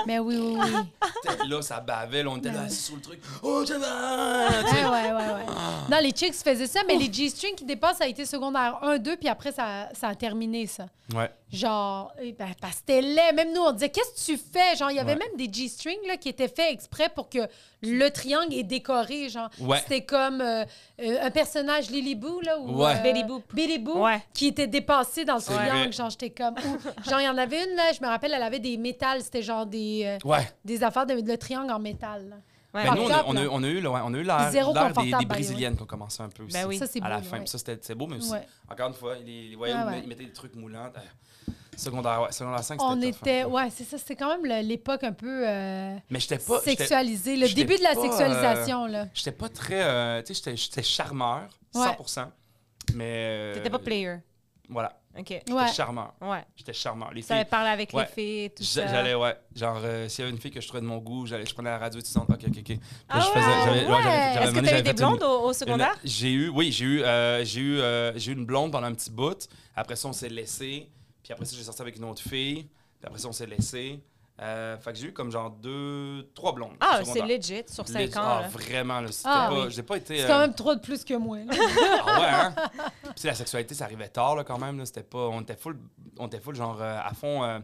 A: Mais oui, oui, oui.
D: Peut-être là, ça bavait, là, on était
A: Ben
D: là,
A: oui.
D: assis sous le truc. Oh, je vais!
A: Ouais, ouais, ouais, ouais. Non, les chicks faisaient ça, mais les G-string qui dépassent, ça a été secondaire 1, 2, puis après, ça, ça a terminé, ça.
D: Ouais.
A: Genre, eh ben, parce que c'était laid. Même nous, on disait, qu'est-ce que tu fais? Genre, il y avait
D: Ouais.
A: même des G-strings là, qui étaient faits exprès pour que le triangle est décoré. Genre,
D: Ouais.
A: c'était comme euh, euh, un personnage Lily Boo, là, ou euh,
D: Ouais.
B: Billy Boop.
A: Billy Boo,
B: Ouais.
A: qui était dépassé dans le
D: C'est
A: triangle.
D: vrai.
A: Genre, j'étais comme, ouh. genre, il y en avait une, là, je me rappelle, elle avait des métals. C'était genre des, euh,
D: Ouais.
A: des affaires de le triangle en métal. là.
B: Ouais.
D: Ben, nous, on a,
A: Fucked up,
D: on a-
A: là.
D: on a eu l'ère on a eu l'ère-
A: Zéro
D: l'ère des,
A: confortable, ben by
D: des
A: the way.
D: Brésiliennes qui ont commencé un peu aussi.
B: Ben oui.
A: Ça, c'est beau.
D: à la
A: là,
D: fin.
A: ouais.
D: Puis ça, c'était c'est beau, mais aussi,
A: Ouais.
D: encore une fois, les, les voyelles
A: Ouais,
D: ils
A: ouais.
D: met- ils mettaient des trucs moulants. euh, secondaire, ouais, secondaire 5, c'était
A: On
D: tough, hein.
A: était, ouais, c'est ça, c'était quand même le- l'époque un peu euh,
D: Mais j'étais pas. j'étais-
A: sexualisée, le
D: j'étais
A: début de la
D: pas, euh,
A: sexualisation, là.
D: J'étais pas très. euh, tu sais, j'étais- j'étais charmeur,
A: Ouais.
D: 100 Mais. euh,
B: T'étais pas player.
D: Voilà.
B: OK.
D: J'étais
A: Ouais.
D: charmeur.
B: Ouais.
D: J'étais charmeur. Les
B: Ça
D: filles-
B: allait parler avec
D: Ouais.
B: les filles, et tout
D: J'a-
B: ça.
D: J'allais, ouais. Genre, euh, s'il y avait une fille que je trouvais de mon goût, j'allais, je prenais la radio étudiante. Ok, ok, ok. Puis
B: Ah
D: je
B: ouais,
D: j'avais-
A: ouais.
B: Est-ce que
D: j'avais- j'avais demandé,
B: t'as
D: j'avais
B: eu des
D: fait une-
B: blondes au, au
D: une-
B: secondaire?
D: J'ai eu, oui, j'ai eu, euh, j'ai eu, euh, j'ai eu une blonde pendant un petit bout. Après ça, on s'est laissé. Puis après ça, j'ai sorti avec une autre fille. Puis après ça, on s'est laissé. Euh, fait que j'ai eu comme genre deux, trois blondes.
B: Ah,
D: au
B: c'est
D: secondaire.
B: legit sur
D: Les-
B: 5 ans.
D: Ah,
B: là.
D: vraiment, là. C'était
A: Ah,
D: pas,
A: oui.
D: J'ai pas été.
A: C'est
D: euh,
A: quand même trop de plus que moi. là.
D: <laughs> ah ouais, hein? Puis tu sais, la sexualité, ça arrivait tard, là, quand même. Là. C'était pas... On était full, on était full genre, euh, à fond, euh,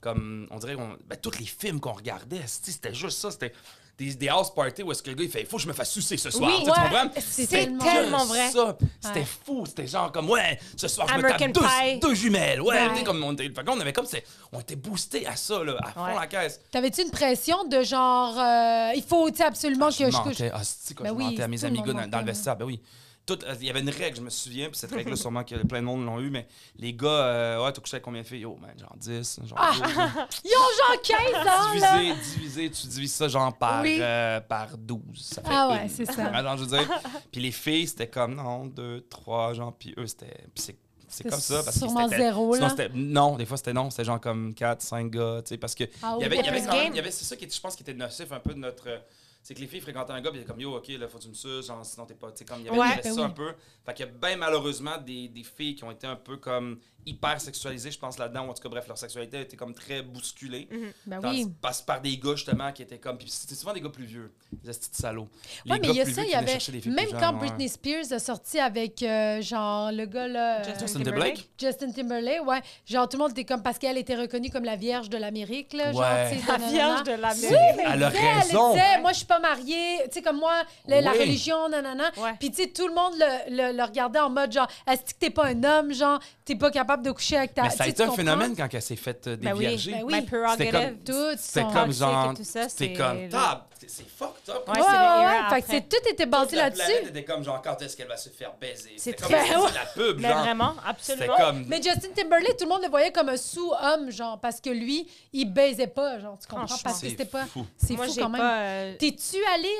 D: comme... On dirait qu'on... Ben, tous les films qu'on regardait, esti, c'était juste ça. C'était des, des house parties où est-ce que le gars, il fait « Faut que je me fasse sucer ce soir!
B: Oui,
D: Tu sais, tu
B: ouais,
D: comprends?
A: c'est
D: C'était
A: tellement-
D: que
B: tellement vrai.
D: ça. C'était
A: Ouais.
D: fou. C'était genre comme « Ouais, ce soir, je
B: American
D: me tape deux-
B: Pie.
D: deux, jumelles! » Ouais,
A: Ouais.
D: tu sais, comme... On, était- fait qu'on avait comme... c'est- On était boostés à ça, là, à fond
B: Ouais.
D: la caisse.
A: T'avais-tu une pression de genre, euh, il faut tu sais, absolument que je couche?
D: mentais. Ah, c'est-tu, quand
A: Ben
D: je
A: oui,
D: mentais à mes
A: tout le
D: amis
A: monde
D: gars dans, dans le
A: mentait,
D: vestiaire. Ben oui. tout- il y avait une règle, je me souviens,
A: <laughs>
D: puis cette règle-là, sûrement que plein de monde l'ont eu, mais les gars, euh, ouais, t'as couché avec combien de filles? Yo, man, genre 10, genre
A: Ah!
D: <laughs> 12.
A: <laughs> Ils ont genre 15 ans, là!
D: divisé, divisé, tu divises ça genre par,
A: Oui.
D: euh, par 12. Ça fait
A: Ah ouais,
D: une.
A: c'est ça.
D: Alors, je veux
A: <laughs>
D: dire, puis les filles, c'était comme non, deux, trois, genre, puis eux, c'était. puis c'est- c'est comme ça. Parce que
A: Sûrement
D: c'était-
A: zéro,
D: sinon,
A: là.
D: c'était- non, des fois, c'était non. C'était genre comme quatre, cinq gars, tu sais, parce que.
A: Ah
D: Il y avait,
A: ouais.
D: il y avait
B: Plus
D: quand même-
B: game.
D: il y avait- c'est ça qui, était- je pense, qui était nocif un peu de notre. euh, C'est que les filles fréquentaient un gars, puis il était comme yo, ok, là, faut que tu me suces, genre, sinon t'es pas. Tu sais, comme il y avait, il y
B: Ouais,
D: avait
A: ben
D: ça un
A: oui.
D: peu. Fait qu'il y a bien malheureusement des, des filles qui ont été un peu comme hyper sexualisées, je pense, là-dedans. ou En tout cas, bref, leur sexualité a été comme très bousculée.
A: Ben
D: Tandis-
A: oui.
D: passe par des gars justement qui étaient comme puis c'était souvent des gars plus vieux des astis de salauds
A: Ouais, mais il y a
D: plus
A: ça, il y
D: vieux qui venaient
A: avait.
D: chercher les filles plus
A: Même
D: jeunes,
A: quand
D: ouais.
A: Britney Spears a sorti avec, euh, genre, le gars, là. euh,
B: Justin
D: Justin Timberlake
A: Justin Timberlake, ouais. Genre, tout le monde était comme. Parce qu'elle était reconnue comme la Vierge de l'Amérique, là.
D: Ouais.
A: Genre, tu sais,
B: La
A: nanana.
B: vierge de la
D: C'est-
B: mère.
D: elle a
A: Tu sais, Ben, elle
D: raison
A: disait, moi, je suis pas mariée. Tu sais, comme moi, la, la
D: Oui.
A: religion, nanana.
B: Ouais.
A: Puis, tu sais, tout le monde le, le, le regardait en mode, genre, est-ce que t'es pas un homme, genre, t'es pas capable de coucher avec ta.
D: mais ça a
A: tu sais,
D: été
A: tu
D: un
A: comprends?
D: phénomène quand elle s'est faite euh,
B: Ben oui,
D: dévierger
A: ben oui.
B: My prerogative.
D: C'était
A: Tout,
D: c'était
A: son-
D: comme
B: toxique
D: genre
B: et tout ça,
D: c'était
B: c'est-
D: comme tab c'est fucked up
B: Ouais,
A: Ouais, ouais,
B: c'est l'era
A: ouais.
B: après.
A: Fait que c'est- tout était basé
D: la planète
A: là-dessus.
D: était comme genre quand est-ce qu'elle va se faire baiser
B: C'est
D: c'était comme
A: très-
B: <laughs>
D: c'est la pub
B: Mais
D: genre
B: vraiment,
D: c'était
B: absolument.
D: comme
A: Mais Justin Timberlake, tout le monde le voyait comme un sous-homme, genre, parce que lui, il baisait pas, genre, tu comprends?
B: Franchement.
A: Parce que
D: c'est
A: c'était pas.
D: fou.
A: C'est
B: Moi,
A: fou
B: j'ai
A: quand même.
B: pas. euh,
A: T'es-tu allé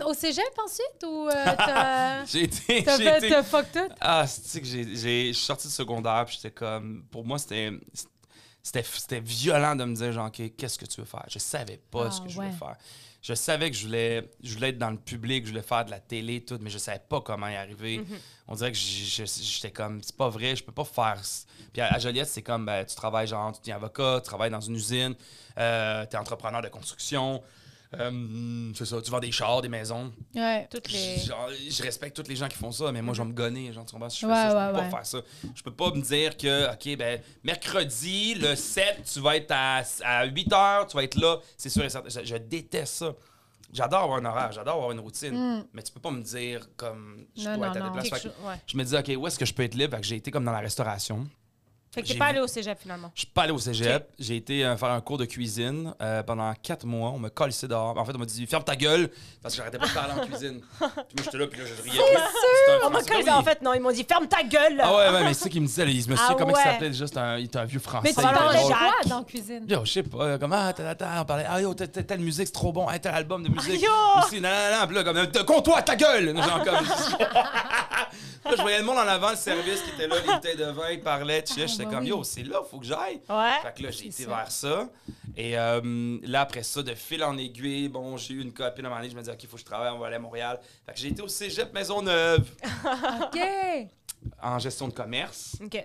A: euh, au cégep ensuite
D: <laughs>
A: ou euh, t'as.
D: j'ai été
A: T'as
D: j'ai
A: fait
D: été
A: t'as fuck tout?
D: ah c'est que j'ai j'ai- je suis sorti du secondaire puis j'étais comme pour moi c'était c'était c'était violent de me dire genre OK, qu'est-ce que tu veux faire je savais pas
A: Ah,
D: ce que je
A: ouais.
D: voulais faire je savais que je voulais je voulais être dans le public je voulais faire de la télé tout mais je savais pas comment y arriver
A: Mm-hmm.
D: on dirait que j- j- j'étais comme c'est pas vrai je peux pas faire c- puis à, à Joliette c'est comme ben, tu travailles genre tu es avocat tu travailles dans une usine euh, tu es entrepreneur de construction euh, c'est ça tu vends des chars des maisons
A: Ouais.
B: toutes les...
D: Genre, je respecte tous les gens qui font ça, mais moi, je vais me gonner. Genre, tu comprends? Si je fais
A: Mhm. Ouais,
D: ça, je peux
A: ouais, ouais.
D: pas faire ça. Je peux pas me dire que, OK, ben, mercredi, le 7, tu vas être à, à 8 heures, tu vas être là. C'est sûr et certain. Je, je déteste ça. J'adore avoir un horaire, j'adore avoir une routine, mais tu peux pas me dire comme je
A: Mm. Non,
D: dois
A: non,
D: être à
A: non.
D: des places.
B: quelque
D: Fait que
B: chose- ouais.
D: Je me dis, OK, où est-ce que je peux être libre? Fait que j'ai été comme dans la restauration.
B: Fait que t'es
D: J'ai
B: pas
D: vu-
B: allé au cégep, finalement.
D: Je suis pas allé au cégep. J'ai été euh, faire un cours de cuisine euh, pendant quatre mois. On me collissait dehors. En fait, on m'a dit ferme ta gueule parce que j'arrêtais pas de parler en cuisine. Puis moi, j'étais là, puis là, je riais. C'est sûr!
B: On m'a collé- En fait, non, ils m'ont dit « Ferme ta gueule!
D: Ah ouais, ouais, mais c'est ça qu'il me disait. là, Il se me souvient
B: Ah
D: comment
B: ouais.
D: il s'appelait déjà. c'était un- Il était un vieux français.
A: Mais tu
B: Ça, il
D: il
A: parlais
D: était
A: de
B: drôle.
A: quoi dans la cuisine?
D: Yo, je sais pas, euh, comment, attends, attends, on parlait, ah yo, telle- telle telle musique, c'est trop bon, hein, tel album de musique.
B: Ah, yo!
D: Aussi, nan, nan, nan, puis là, comme, Te- compte-toi ta gueule! Genre, comme. <laughs> là, je voyais le monde en avant, le service qui était là, les bouteilles de vin, ils parlaient, tu sais, j'étais
A: bah
D: comme,
A: oui.
D: yo, c'est là, faut que j'aille.
B: Ouais.
D: Fait que là, j'ai été
A: ça.
D: vers ça. Et euh, là, après ça, de fil en aiguille, bon, j'ai eu une copine à un moment donné, je me disais, OK, faut que je travaille, on va aller à Montréal. Fait que j'ai été au cégep Maisonneuve
A: OK.
D: en gestion de commerce.
B: OK.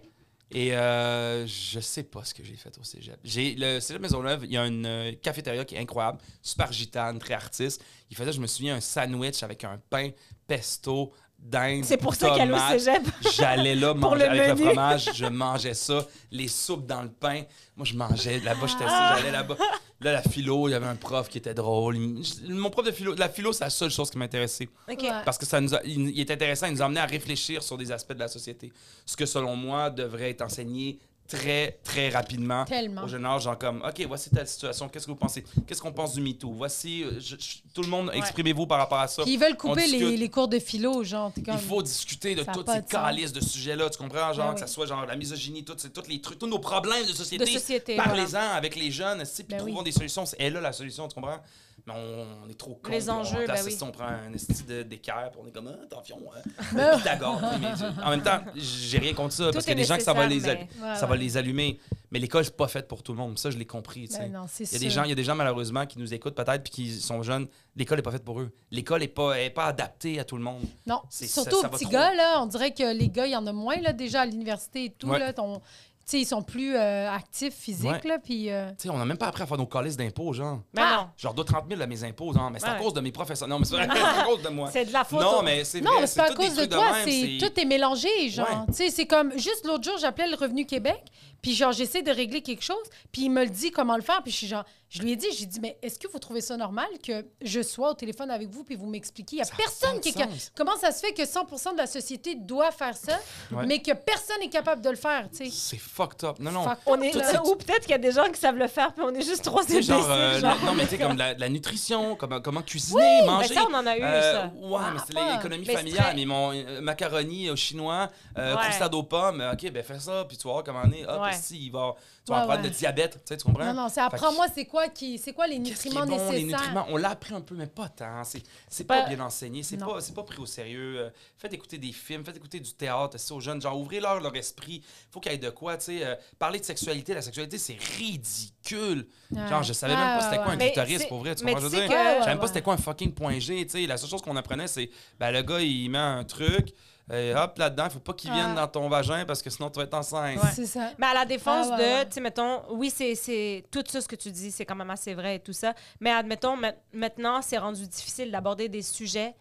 D: Et euh, je sais pas ce que j'ai fait au cégep. J'ai le cégep Maisonneuve, il y a une euh, cafétéria qui est incroyable, super gitane, très artiste. Il faisait, je me souviens, un sandwich avec un pain pesto dinde.
B: C'est pour ça qu'elle est
D: tomate.
B: au cégep.
D: J'allais
B: <laughs>
D: là
B: Pour
D: manger
B: le
D: avec
B: menu.
D: le fromage, je mangeais ça, les soupes dans le pain. Moi, je mangeais là-bas, j'étais assis, j'allais
B: Ah!
D: là-bas. Là, la philo, il y avait un prof qui était drôle. Il- je- Mon prof de philo, la philo, c'est la seule chose qui m'intéressait.
B: OK.
A: Ouais.
D: Parce que ça nous a- il, il est intéressant, il nous a amené à réfléchir sur des aspects de la société. Ce que, selon moi, devrait être enseigné très, très rapidement.
A: Tellement.
D: Au jeune âge, genre comme, OK, voici telle situation, qu'est-ce que vous pensez? Qu'est-ce qu'on pense du MeToo? Voici, euh, je- je- tout le monde, exprimez-vous par rapport à ça.
A: Puis ils veulent
D: On
A: couper
D: discute.
A: les, les cours de philo, genre. t'es Comme...
D: Il faut discuter de
A: Ça a
D: toutes
A: pas
D: ces
A: de sens.
D: calices de sujets-là, tu comprends? Genre,
A: Ben
D: que ça
A: oui.
D: soit genre la misogynie, tous tous les trucs, tous nos problèmes de société.
B: De société,
D: Parlez-en avec les jeunes, esti, puis
A: Ben
D: trouvons
A: oui.
D: des solutions. C'est elle, là, la solution, tu comprends? Mais on, on est trop cons.
B: Les
D: puis on
B: enjeux,
D: remplace
B: ben
D: ça,
B: oui.
D: On prend un esti de- d'équerre, puis on est comme, ah, attention,
A: <laughs>
D: hein, Pythagore. Oui, mais je- en même temps, j'ai rien contre ça, parce
B: est
D: qu'il y a des gens que ça va, les,
B: nécessaire,
D: allu-
A: mais- Ouais,
D: ça va
A: ouais.
D: les allumer. Mais l'école, c'est pas faite pour tout le monde. Ça, je l'ai compris. tu sais.
A: Ben non, c'est
D: Il y, a des
A: sûr.
D: gens, il y a des gens, malheureusement, qui nous écoutent peut-être puis qui sont jeunes. L'école n'est pas faite pour eux. L'école n'est pas, est pas adaptée à tout le monde.
A: Non,
D: C'est-
A: surtout
D: ça- ça
A: aux
D: va
A: petits
D: trop.
A: gars, là, on dirait que les gars, il y en a moins, là, déjà, à l'université et tout,
D: Ouais.
A: là, ton- tu sais, ils sont plus euh, actifs physiques,
D: Ouais.
A: là, puis... euh,
D: Tu sais, on n'a même pas appris à faire nos calices d'impôts, genre.
B: Mais
A: Ah!
B: non.
D: Je leur dois 30 000 à mes impôts, non, mais c'est à
B: Ouais.
D: cause de mes professeurs. Non, mais
B: <laughs>
D: c'est pas- c'est à cause de moi.
B: C'est de la faute.
D: Non,
B: au-
D: mais c'est
A: Non,
D: vrai,
A: mais c'est pas à
D: tout des
A: cause de
D: trucs
A: toi,
D: même,
A: c'est tout est mélangé, genre.
D: Ouais.
A: Tu sais, c'est comme juste l'autre jour, j'appelais le Revenu Québec, puis genre j'essaie de régler quelque chose, puis il me le dit comment le faire, puis je suis genre Je lui ai dit, j'ai dit, mais est-ce que vous trouvez ça normal que je sois au téléphone avec vous puis vous m'expliquiez? Il n'y a
D: Ça a pas
A: personne
D: de
A: qui est ca-
D: sens.
A: Comment ça se fait que 100 de la société doit faire ça,
D: Ouais.
A: mais que personne n'est capable de le faire, tu sais?
D: C'est fucked up. Non, non.
A: Fuck.
B: On est
A: Tout
B: là.
A: ça.
B: Ou peut-être qu'il y a des gens qui savent le faire, puis on est juste trois
D: Tu sais,
B: imbéciles.
D: genre, euh,
B: genre.
D: la- non, mais tu sais, comme de la, de la nutrition, comment, comment cuisiner,
B: <laughs> Ben
D: manger.
B: ça, on en a eu,
D: Euh,
B: ça. Ah,
D: ouais, mais c'est
A: pas-
D: l'économie
B: mais c'est
D: familiale.
B: très-
D: Mais mon euh, macaroni au chinois, euh,
B: Ouais.
D: croustade aux pommes, euh, ok, ben fais ça, puis tu vas voir comment on est. Hop,
B: Ouais.
D: si, il va, tu vas
A: Ouais,
D: en prendre
A: ouais.
D: le diabète, tu sais, tu comprends?
A: Non, non, c'est
D: Fait que-
A: apprends-moi c'est quoi qui c'est quoi les
D: Qu'est-ce qui est
A: nutriments
D: bon,
A: nécessaires.
D: les nutriments? On l'a appris un peu, mais pas tant. C'est, c'est pas
B: Pas-
D: bien enseigné, c'est
A: Non.
D: pas, c'est pas pris au sérieux. Euh, Faites écouter des films, faites écouter du théâtre c'est aux jeunes. Genre, ouvrez-leur leur esprit. Faut qu'il y ait de quoi, tu sais. euh, parler de sexualité, la sexualité, c'est ridicule.
A: Ouais.
D: Genre, je savais
A: Ouais,
D: même pas
A: ouais,
D: c'était quoi un
A: ouais.
B: Mais
D: clitoris,
B: c'est-
D: pour vrai. Tu
B: mais
D: comprends,
B: tu
D: ce que je
B: sais que-
D: veux dire?
B: Ouais,
D: Je savais même
A: ouais.
D: pas c'était quoi un fucking point G, tu sais. La seule chose qu'on apprenait, c'est, ben, le gars, il met un truc, euh, hop, là-dedans, faut pas qu'il vienne
A: Ouais.
D: dans ton vagin parce que sinon, tu vas être enceinte.
B: Ouais.
A: C'est ça.
B: Mais à la défense
A: Ah, ouais,
B: de,
A: ouais.
B: tu sais, mettons, oui, c'est- c'est tout ça ce que tu dis, c'est quand même assez vrai et tout ça. Mais admettons, ma- maintenant, c'est rendu difficile d'aborder des sujets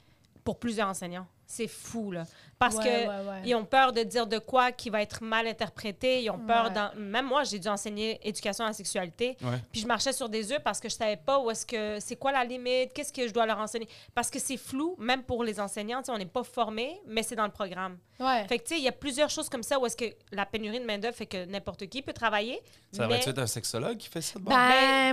B: pour plusieurs enseignants. C'est fou, là. Parce
A: Ouais,
B: que
A: ouais, ouais.
B: ils ont peur de dire de quoi qui va être mal interprété. Ils ont peur
A: Ouais.
B: d'en- Même moi, j'ai dû enseigner éducation à la sexualité.
D: Ouais.
B: Puis je marchais sur des œufs parce que je savais pas où est-ce que c'est quoi la limite, qu'est-ce que je dois leur enseigner. Parce que c'est flou, même pour les enseignants. Tu sais, on n'est pas formé, mais c'est dans le programme.
A: Ouais.
B: Fait que, tu sais, il y a plusieurs choses comme ça où est-ce que la pénurie de main-d'œuvre fait que n'importe qui peut travailler.
D: Ça
B: mais
D: va être un sexologue qui fait ça de bon?
A: Ben,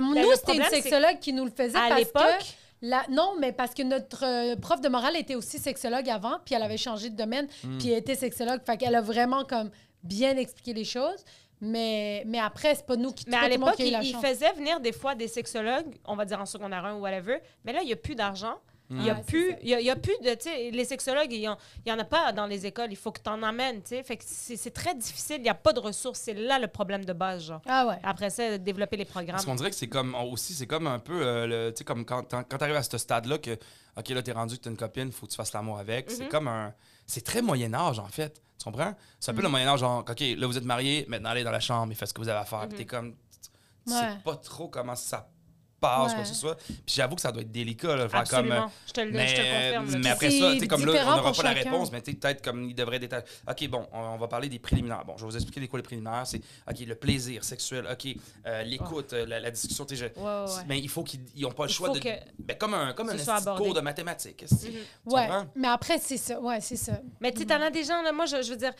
B: ben,
A: nous,
B: le
A: c'était une
B: problème, c'est-
A: sexologue qui nous le faisait
B: à
A: parce que...
B: l'époque,
A: la- non, mais parce que notre euh, prof de morale était aussi sexologue avant, puis elle avait changé de domaine,
D: Hmm.
A: puis elle était sexologue. Fait qu'elle a vraiment comme bien expliqué les choses. Mais, mais après, c'est pas nous qui
B: mais
A: pas
B: à
A: tout le monde
B: l'époque,
A: qui a eu
B: ils
A: la
B: ils
A: chance.
B: faisaient venir des fois des sexologues, on va dire en secondaire 1 ou whatever, mais là, il n'y a plus d'argent.
D: Mm.
B: Il n'y a,
A: Ah Ouais, c'est
B: plus-
A: ça.
B: il y a, il y a plus de. tu sais, Les sexologues, il n'y en a pas dans les écoles. Il faut que tu en amènes. tu sais. Fait que c'est c'est très difficile. Il n'y a pas de ressources. C'est là le problème de base. Genre.
A: Ah ouais.
B: Après ça, développer les programmes.
D: Parce qu'on dirait que c'est comme on- aussi, c'est comme un peu euh, le- tu sais, comme quand, quand t'arrives à ce stade-là que OK, là, t'es rendu que t'as une copine, faut que tu fasses l'amour avec.
A: Mhm.
D: C'est comme un. C'est très Moyen Âge, en fait. Tu comprends? C'est un
A: Mhm.
D: peu le Moyen Âge, genre, OK, là, vous êtes mariés, maintenant allez dans la chambre et faites ce que vous avez à faire. Puis t'es comme. Tu sais
A: Mhm. Ouais.
D: pas trop comment ça passe, quoi
A: Ouais.
D: que ce soit. Puis j'avoue que ça doit être délicat, là. Faire comme.
B: Absolument.
D: euh,
B: je, te le,
D: mais,
B: Ben, je te le confirme. là.
D: mais
A: Puis
D: après
A: c'est
D: ça, tu sais, comme là, on
A: différent
D: n'aura pas
A: pour
D: la
A: chacun.
D: réponse, mais tu sais, peut-être comme il devrait détailler. OK, bon, on, on va parler des préliminaires. Bon, je vais vous expliquer les quoi les préliminaires. C'est OK, le plaisir sexuel, OK, euh, l'écoute, euh, la, la discussion. tu sais, je-
B: Ouais, ouais, Oh. ouais.
D: Mais il faut qu'ils n'ont pas le
B: Il
D: choix
B: faut
D: de.
B: que
D: Ben, comme un, comme
B: ce
D: un
B: soit
D: petit
B: abordé. Mm-hmm.
D: cours de mathématiques. est-ce que- tu
A: Ouais.
D: comprends?
A: Mais après, c'est ça. Ouais, c'est ça.
B: Mais tu sais, t'en as des gens, là, moi, je, je veux dire,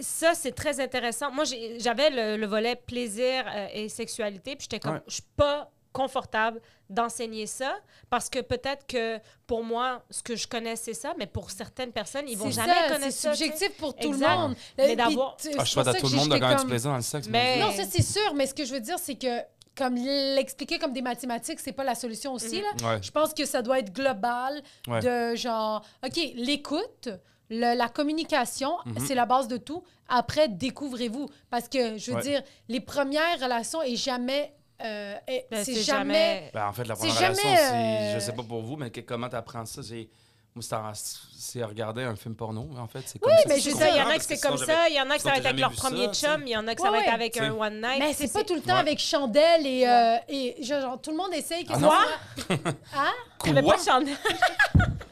B: ça, c'est très intéressant. Moi, j'ai- j'avais le, le volet plaisir euh, et sexualité, puis j'étais comme,
D: Ouais.
B: je suis pas confortable d'enseigner ça, parce que peut-être que pour moi, ce que je connais, c'est ça, mais pour certaines personnes, ils vont
A: C'est
B: jamais
A: ça,
B: connaître
A: C'est
B: ça. tu sais.
A: subjectif pour tout le
B: Exact.
A: monde.
B: Mais
A: Euh, puis
B: d'avoir- Ben.
A: tu-
D: Ah,
A: c'est
D: je souhaite
A: pour
D: à
A: ça que
D: tout le
A: j'ai-
D: monde de
A: j'étais
D: gagner du
A: comme-
D: plaisir dans le sexe. mon
B: Mais-
D: Dieu.
A: Non, ça, c'est sûr, mais ce que je veux dire, c'est que, comme l'expliquer comme des mathématiques, c'est pas la solution
B: Mm-hmm.
A: aussi, là.
D: Ouais.
A: Je pense que ça doit être global,
D: Ouais.
A: de genre, OK, l'écoute, le- la communication,
D: Mhm.
A: c'est la base de tout. Après, découvrez-vous. Parce que, je veux
D: Ouais.
A: dire, les premières relations et jamais... euh, et-
B: Ben,
A: c'est jamais...
D: Ben, en fait, la
A: C'est
D: première
A: jamais,
D: relation, c'est.
A: euh,
D: Je sais pas pour vous, mais que- comment t'apprends ça? J'ai. Moi, c'est en- c'est regarder un film porno, en fait. C'est comme
A: Oui,
D: ça.
A: mais
D: Tu
A: je
B: C'est
A: sais,
D: comprends?
B: ça, il y en a
D: Ah, Parce
B: que
D: que
B: c'est
D: sinon,
B: comme
D: j'avais-
B: ça, il y en a que ça
D: sinon,
B: va
D: t'as
B: être avec
D: jamais
B: leur
D: vu ça,
B: premier
D: tu sais.
B: chum, il y en a que ça
A: Ouais,
B: va être
A: ouais.
B: avec
D: Tu sais.
B: un one night.
A: Mais
B: tu sais,
A: c'est pas tout le temps
D: Ouais.
A: avec chandelle et, euh, et genre, genre, tout le monde essaye que
D: Ah
A: ça
D: non?
A: soit- Hein?
B: Mais
D: Quoi?
B: pas Chanel.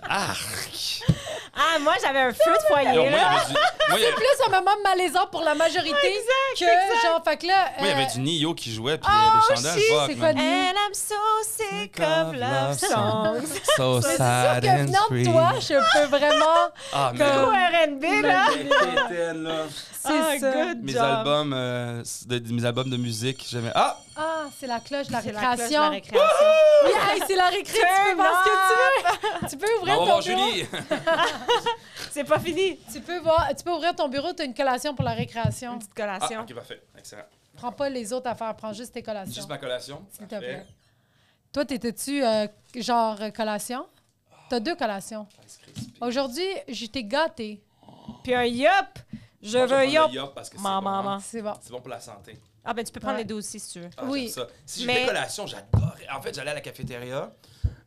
D: Arc!
B: Ah, moi, j'avais <laughs> un feu de foyer,
D: Alors, moi, il y
B: là.
D: avait du- moi, il y avait-
A: Plus un moment malaisant pour la majorité que genre, fait que là...
D: Moi, il y
A: euh,
D: avait du Nio qui jouait, puis il y avait des chandelles.
B: shit,
D: fuck,
A: c'est
D: man.
A: quoi
B: And I'm so sick of love songs.
A: <laughs>
D: So
A: Mais c'est sûr
D: sad
A: que
D: and
A: venant de toi, je peux vraiment...
D: Ah, mais
A: Comme-
B: Au R&B, là.
A: C'est
B: Ah,
A: ça.
B: good
D: Mes
B: job.
D: albums, euh, de, de- mes albums de musique, j'aimais. Ah!
A: Ah, c'est la cloche de la
B: C'est la cloche de
A: récréation.
B: la récréation.
A: Oui, hey, c'est la récré, tu peux
B: Turn
A: voir ce que tu veux. Tu peux ouvrir
D: on
A: ton
D: va voir
A: bureau.
D: Julie!
B: C'est pas fini.
A: Tu peux voir, tu peux ouvrir ton bureau, tu as une collation pour la récréation.
B: Une petite collation.
D: Ah, ok, parfait. Excellent.
A: Prends pas les autres affaires, prends juste tes collations.
D: Juste ma collation.
A: S'il te
D: Parfait.
A: plaît. Toi, t'étais-tu euh, genre euh, collation? T'as deux collations.
D: Ice crispy.
A: Aujourd'hui, j'étais gâtée.
B: Puis un yop. Je
D: Moi,
B: veux un
D: vais prendre
B: yop.
D: le yop parce que c'est
B: Maman,
D: bon, hein.
B: maman.
A: C'est bon.
D: C'est bon pour la santé.
B: Ah, ben tu peux prendre
A: Ouais.
B: les deux aussi si tu veux.
D: Ah, j'aime
A: Oui.
D: ça. Si
B: Mais-
D: j'avais collation, j'adorais. En fait, j'allais à la cafétéria.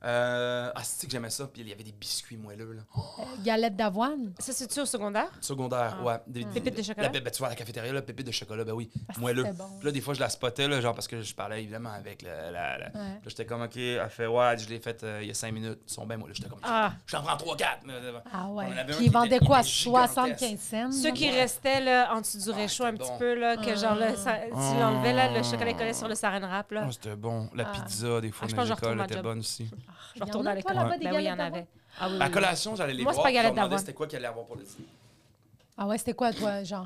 D: Euh, ah, c'est que j'aimais ça. Puis il y avait des biscuits moelleux, là.
A: Euh, Galette d'avoine.
B: Ça, c'est-tu au secondaire?
D: Secondaire,
B: Ah.
D: ouais. Des, des-
B: Pépites de chocolat?
D: la pép- ben, tu vois, à la cafétéria, là, pépite de chocolat, ben oui,
A: Ah,
D: moelleux.
A: c'était bon.
D: Puis là, des fois, je la spottais, là, genre, parce que je parlais évidemment avec la. la- la-
A: Ouais.
D: Là, j'étais comme, OK, elle fait, ouais, je l'ai faite euh, il y a cinq minutes. Ils sont bien, moi, là. J'étais comme,
B: Ah.
D: je t'en prends trois, quatre. mais- euh,
A: Ah ouais.
D: On en avait un
A: Puis
D: qui
A: ils vendaient
D: était-
A: quoi?
D: il était gigantesque.
A: 75 cents?
B: Ceux qui
D: Ouais.
B: restaient là, en dessous du réchaud un
D: c'était
B: petit
D: Ah, bon. Ah.
B: peu, là, que genre là, ça- tu l'enlevais, là, le chocolat collait sur le saran wrap, là.
D: Oh, c'était bon. La
A: Ah.
D: pizza, des
B: Ah,
D: fois,
B: je
D: dans
B: pense que je
D: l'école,
B: retourne à
D: était
B: job. Hmm.
D: bonne aussi.
A: Il
B: Je
A: y en
B: retourne
A: a
B: à
A: pas
B: l'école.
A: là-bas des
B: Ben oui, il y en
A: galettes d'avoine?
B: avait. Ah oui,
D: À
B: oui, oui.
D: collation, j'allais les
B: Moi, c'est
D: voir.
B: pas
D: puis Je
B: galette
D: leur demandais
B: d'avoine.
D: c'était quoi qu'il allait avoir pour le dîner.
A: Ah ouais, c'était quoi, toi, genre?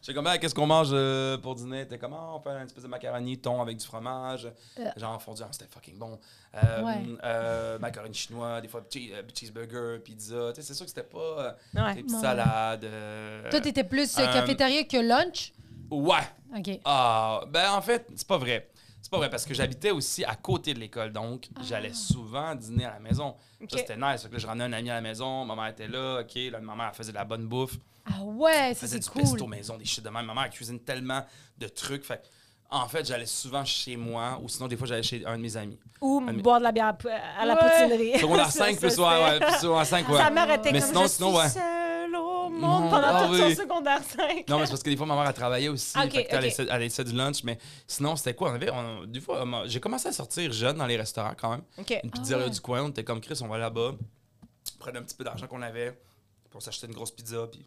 D: J'étais comme, Ah, qu'est-ce qu'on mange euh, pour dîner? T'es comme, Ah, on fait une espèce de macaroni, thon avec du fromage.
A: Euh.
D: Genre fondu, Ah, c'était fucking bon. Euh,
A: Ouais.
D: euh, macaroni chinois, des fois che- euh, cheeseburger, pizza. Tu sais, c'est sûr que c'était pas euh,
B: Ouais.
D: des petites
A: Ouais.
D: salades. euh,
A: Toi, t'étais plus euh,
D: euh,
A: cafétéria que lunch?
D: Ouais.
A: OK.
D: Ah, ben en fait, c'est pas vrai. C'est pas vrai parce que j'habitais aussi à côté de l'école, donc
A: Ah.
D: j'allais souvent dîner à la maison. Ça,
B: Ok.
D: c'était nice. Fait que là, je ramenais un ami à la maison, maman était là, ok, là, ma mère elle faisait de la bonne bouffe.
A: Ah ouais, ça,
D: faisait
A: c'est
D: du
A: cool.
D: pesto maison, des shit de même. Ma mère elle cuisine tellement de trucs. Fait que, en fait, j'allais souvent chez moi ou sinon, des fois, j'allais chez un de
B: <laughs>
D: mes amis.
B: Ou
D: Ah, mais-
B: boire de la bière à p- à la
A: Ouais.
B: poutinerie.
D: Secondaire
B: <laughs> Ça,
D: 5,
B: ça,
D: plus, ouais, ouais,
B: c'était-
D: plus secondaire 5, ouais.
B: Sa mère était
D: Mais
B: comme
D: sinon-
B: je
D: sinon,
B: suis
D: ouais.
B: seule au monde
D: Non,
B: pendant
D: ah
B: tout
D: oui.
B: son secondaire 5.
D: Non, mais c'est parce que des fois, ma mère, elle travaillait aussi.
B: Ah, ok,
D: fait que elle
B: ok.
D: laissait- elle laissait du lunch. Mais sinon, c'était quoi? On avait, on- des fois, on- j'ai commencé à sortir jeune dans les restaurants quand même.
B: OK. Ah,
D: une pizzeria
A: ouais.
D: du coin. On était comme Chris, on va là-bas. On prenait un petit peu d'argent qu'on avait. Puis on s'achetait une grosse pizza. Puis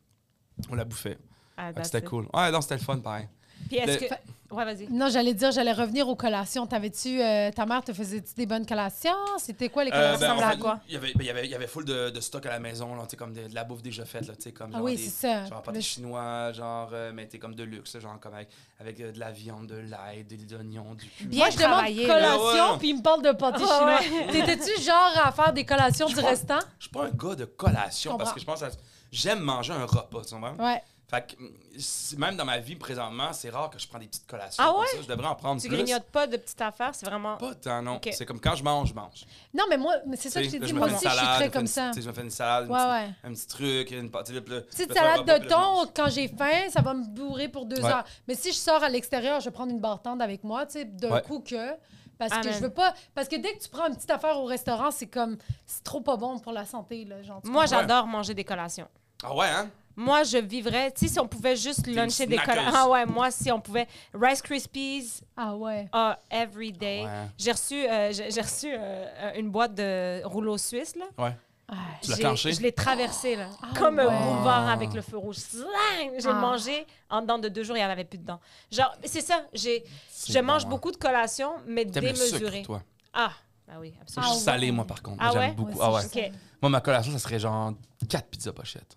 D: on la bouffait.
B: Ah,
D: Fait que
B: that's
D: C'était
B: it.
D: cool. Ouais, non, c'était le fun, pareil.
B: Puis est-ce
D: Le-
B: que... Ouais, vas-y.
A: Non, j'allais dire, j'allais revenir aux collations. T'avais-tu, euh, ta mère te faisait-tu des bonnes collations? C'était quoi les
D: Euh,
A: collations?
D: ben, en
B: ressemblait à
D: fait,
B: quoi?
D: Il y avait, ben, il y avait, il y avait full de, de stock à la maison, là, tu sais, comme de, de la bouffe déjà faite. Là, tu sais, comme
A: ah
D: genre
A: oui,
D: des-
A: c'est ça.
D: Genre pâté
A: Le-
D: chinois, genre, euh, mais t'es comme de luxe, genre comme avec, avec euh, de la viande, de l'ail, de l'oignon, du cumin.
A: Moi, je demande
B: travaillé,
D: là,
A: collation,
D: ouais.
A: puis il me parle de pâté chinois.
B: Ah
A: T'étais-tu genre à faire des collations du
D: pense-
A: restant?
D: Je suis pas un gars de collation
A: Je
D: parce que je pense à... J'aime manger un repas, tu comprends?
A: Ouais.
D: Fait que mm, c'est- même dans ma vie présentement, c'est rare que je prends des petites collations.
B: Ah
D: comme
B: ouais?
D: ça. Je devrais en prendre
B: Tu
D: plus.
B: grignotes pas de petites affaires, c'est vraiment...
D: Pas tant, non.
B: Ok.
D: C'est comme quand je mange, je mange.
A: Non, mais moi, mais c'est ça que je
D: T'sais,
A: t'ai
D: là,
A: dit.
D: me
A: Moi
D: fais une
A: aussi, je suis
D: salade,
A: très
D: me fais
A: comme
D: une-
A: ça.
D: t'sais, Je me fais une salade, une
A: Ouais,
D: petite-
A: ouais.
D: un petit truc, une pa- t'sais, là, puis là, je
A: Petite
D: me fais un
A: salade
D: repas,
A: de
D: puis là, je mange.
A: thon, quand j'ai faim, ça va me bourrer pour deux
D: Ouais.
A: heures. Mais si je sors à l'extérieur, je vais prendre une bartende avec moi, tu sais, d'un
D: Ouais.
A: coup que. Parce que
B: Amen.
A: je veux pas. Parce que dès que tu prends une petite affaire au restaurant, c'est comme. C'est trop pas bon pour la santé, là. Genre, tu
B: Moi,
A: comprends?
B: j'adore manger des collations.
D: Ah ouais, hein?
B: Moi, je vivrais... Tu sais, si on pouvait juste
D: une
B: luncher des
D: snackeuse.
B: collations... Ah ouais, moi, si on pouvait... Rice Krispies,
A: Ah ouais.
B: ah, every day.
D: Ouais.
B: J'ai reçu, euh, j'ai j'ai reçu euh, une boîte de rouleaux suisses, là.
D: Ouais.
A: Ah,
D: Tu l'as
B: J'ai-
D: clenché?
B: Je l'ai traversé, là.
A: Ah
B: comme
A: ouais.
B: un boulevard avec le feu rouge. Zlang! J'ai
A: Ah.
B: mangé en dedans de deux jours, il n'y en avait plus dedans. Genre, c'est ça, j'ai,
D: C'est
B: je
D: bon,
B: mange
D: hein.
B: beaucoup de collations, mais
D: T'aimes le sucre,
B: démesurées.
D: toi.
B: Ah, ah oui,
D: C'est
B: absolument.
A: Ah
D: juste salé,
A: ouais.
D: moi, par contre.
B: Ah
D: J'aime
B: ouais?
D: beaucoup.
A: Moi
D: Ah ouais.
A: aussi,
B: OK.
D: Moi, ma collation, ça serait genre 4 pizzas pochettes.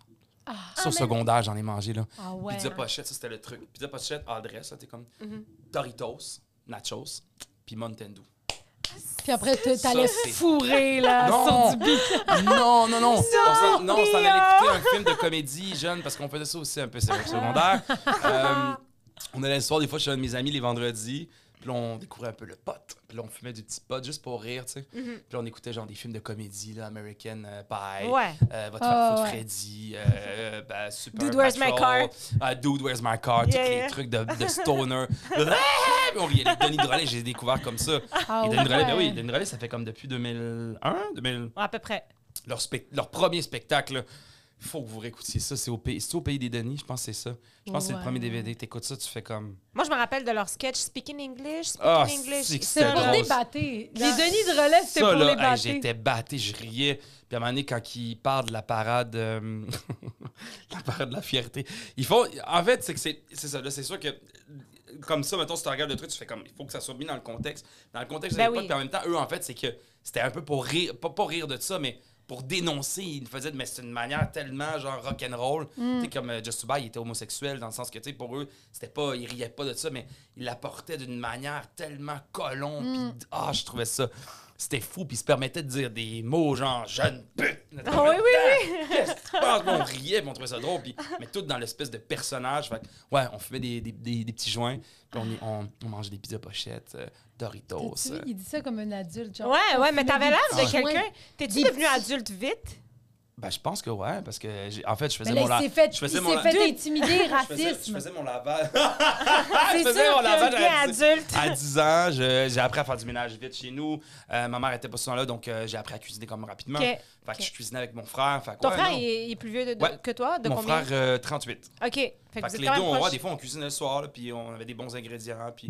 D: Ça, au
B: mais-
D: secondaire, j'en ai mangé, là.
A: Ah ouais.
D: Pizza pochette, ça, c'était le truc. Pizza pochette, adresse, là, t'es comme Doritos, Nachos, puis Mountain Dew.
A: Puis après, tu-
D: Ça,
A: t'allais
D: c'est-
A: fourrer, là,
D: Non!
A: Ah, sur du bif.
D: <laughs> Non, non, non! On s'en- Non, on s'en allait
B: Léa!
D: écouter un film de comédie jeune parce qu'on faisait ça aussi un peu, c'est vrai, au secondaire. Euh, on allait le soir, des fois, chez un de mes amis les vendredis. Puis là, on découvrait un peu le pot. Puis là, on fumait du petit pot juste pour rire, tu sais. Puis là, on écoutait genre des films de comédie, là, American euh, Pie.
B: Ouais.
D: Euh, va te
A: Ah,
D: faire foutre
A: ouais.
D: Freddy, euh, <laughs> ben, Super
B: Dude, where's my
D: Patrol, euh, Dude, where's my car?
B: Yeah,
D: tous
B: yeah.
D: les trucs de, de stoner. <laughs> Puis on riait. Denis Drolet, j'ai découvert comme ça.
A: Ah
D: Et Denis Drolet, ben oui,
A: ouais.
D: Denis Drolet, ça fait comme depuis 2001, 2000
B: Ouais, à peu près.
D: leur, spec- leur premier spectacle. Il faut que vous réécoutiez ça. C'est au, pays... c'est au Pays des Denis, je pense que c'est ça. Je pense que c'est le
A: Ouais.
D: premier DVD. T'écoutes ça, tu fais comme.
B: Moi, je me rappelle de leur sketch Speaking English, Speaking
D: Ah,
B: English.
D: c'est que
B: ça,
A: C'est
D: c'était
B: là.
A: pour
D: drôle.
A: des battés. Les Denis de relais, c'était
D: ça,
A: pour
D: là,
A: les
D: hey,
A: battés.
D: j'étais batté, je riais. Puis à un moment donné, quand ils parlent de la parade. euh, <laughs> la parade de la fierté. Ils font. En fait, c'est que c'est c'est ça. Là, c'est sûr que. euh, Comme ça, maintenant, si tu regardes le truc, tu fais comme. Il faut que ça soit mis dans le contexte. Dans le contexte de
B: Ben
D: l'époque,
B: oui.
D: puis en même temps, eux, en fait, c'est que c'était un peu pour rire. Pas pour rire de ça, mais. Pour dénoncer, ils le faisaient, de- mais c'est une manière tellement genre rock'n'roll.
B: Mm.
D: Tu sais, comme euh, Just to Buy, il était homosexuel, dans le sens que, tu sais, pour eux, c'était pas, ils riaient pas de ça, mais ils l'apportaient d'une manière tellement colombe.
B: Mm.
D: puis Ah, je trouvais ça. C'était fou, puis ils se permettaient de dire des mots genre jeune pute.
B: Ah oui, oui, oui.
D: Qu'est-ce que tu penses? Puis On riait, puis on trouvait ça drôle, puis, mais tout dans l'espèce de personnage. Fait que, ouais, on fumait des, des, des, des petits joints, puis on, y- on, on mangeait des pizzas pochettes, euh, Doritos.
A: T'as-tu vu,
D: euh.
A: il dit ça comme un adulte, genre.
B: Ouais, ouais, mais t'avais l'air
A: des
B: de
A: petits
B: quelqu'un.
A: joints.
B: T'es-tu
A: Des
B: devenu
D: <laughs>
A: petits-
B: adulte vite?
D: Ben, je pense que ouais, parce que j'ai- en fait, je faisais
A: Mais
B: Ben,
A: là, il
D: mon la-
A: s'est fait,
D: je
A: il
D: faisais mon
A: s'est
D: la-
A: fait intimider,
D: je faisais, je
A: racisme.
D: faisais
B: <laughs>
D: mon lavage.
B: C'est
D: je
B: sûr
D: faisais mon
B: qu'un
D: lavage
B: gay
D: à, dix-
B: adulte.
D: à 10 ans. je- J'ai appris à faire du ménage vite chez nous. Euh, ma mère était pas souvent là, donc euh, j'ai appris à cuisiner comme rapidement.
B: Ok.
D: Fait que
B: Ok.
D: je cuisinais avec mon frère. Fait que,
B: Ton
D: ouais,
B: frère,
D: non.
B: il est, il est plus vieux de- de-
D: Ouais.
B: que toi? De
D: Mon
B: combien?
D: frère, euh, 38.
B: OK. Fait que
D: Fait
B: vous
D: que
B: êtes
D: les
B: quand
D: deux,
B: même
D: on, ouais,
B: proches.
D: des fois, on cuisinait le soir, là, puis on avait des bons ingrédients, puis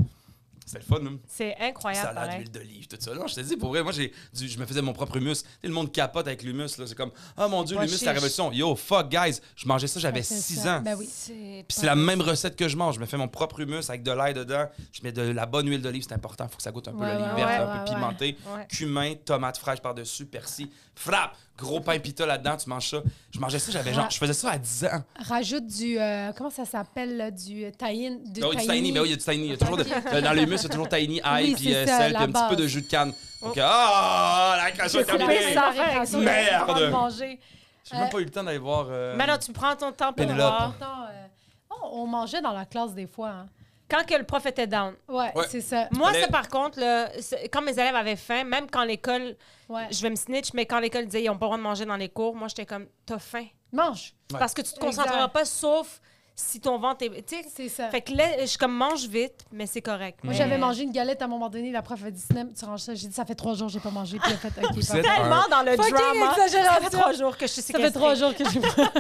D: c'était le fun, même.
B: C'est incroyable,
D: Salade,
B: pareil.
D: huile d'olive, tout ça. Non, je te dis, pour vrai, moi, j'ai du- je me faisais mon propre humus. Tu sais, le monde capote avec l'humus, là. C'est comme, ah mon Dieu,
B: Pas
D: l'humus, c'est
B: chiche.
D: la révolution. Yo, fuck, guys, je mangeais ça, j'avais
A: Ah, c'est
D: 6
A: ça.
D: ans.
A: Ben oui.
D: Puis c'est la même recette que je mange. Je me fais mon propre humus avec de l'ail dedans. Je mets de la bonne huile d'olive, c'est important. Il faut que ça goûte un peu
A: Ouais, ouais,
D: l'olive verte,
B: ouais,
D: un
A: ouais,
D: peu pimentée.
B: Ouais.
D: Cumin, tomate fraîche par-dessus, persil. Frappe! Gros pain pita là-dedans, tu manges ça. Je mangeais ça, j'avais
B: Ah.
D: genre. Je faisais ça à 10 ans.
A: Rajoute du. euh, comment ça s'appelle, là, du euh, tahin. Du
D: Ah oui, du tiny, ben oui, il y a du tiny. Il y a toujours de- euh, dans les muscles, il y a toujours tiny, ail,
A: Oui,
D: puis
A: c'est
D: euh,
A: ça,
D: sel, puis
A: la
D: un petit peu de
A: base. Oh.
D: jus de canne. Donc, ah, la crache
A: C'est
D: est
A: la
D: terminée.
A: bizarre réaction de
D: Merde!
A: pas le manger.
D: J'ai même pas eu le temps d'aller voir. euh,
B: Maintenant, tu prends ton temps pour
D: Pénélope.
B: voir.
A: Pourtant, euh, on, on mangeait dans la classe des fois. hein.
B: Quand que le prof était down.
A: Ouais,
D: Ouais.
A: c'est ça.
B: Moi,
D: Allez.
B: ça, par contre, là, c'est- quand mes élèves avaient faim, même quand l'école,
A: Ouais.
B: je vais me snitch, mais quand l'école disait ils ont pas le droit de manger dans les cours, moi, j'étais comme, t'as faim.
A: Mange.
D: Ouais.
B: Parce que tu te
A: Exact.
B: concentreras pas, sauf si ton ventre est. Tu sais,
A: C'est ça.
B: <laughs> Fait que là, je comme mange vite, mais c'est correct.
A: Moi,
B: Mais-
D: Mm.
A: j'avais mangé une galette à un moment donné. La prof a dit Sinem, tu ranges ça. J'ai dit Ça fait trois jours que j'ai pas mangé. Puis elle a fait OK,
D: Vous
A: parfait.
D: êtes,
B: tellement
D: un,
B: dans le
A: Fucking
B: drama.
A: exagération.
B: Ça fait trois jours que je suis
A: Ça fait trois
B: séquestrée.
A: jours que j'ai pas.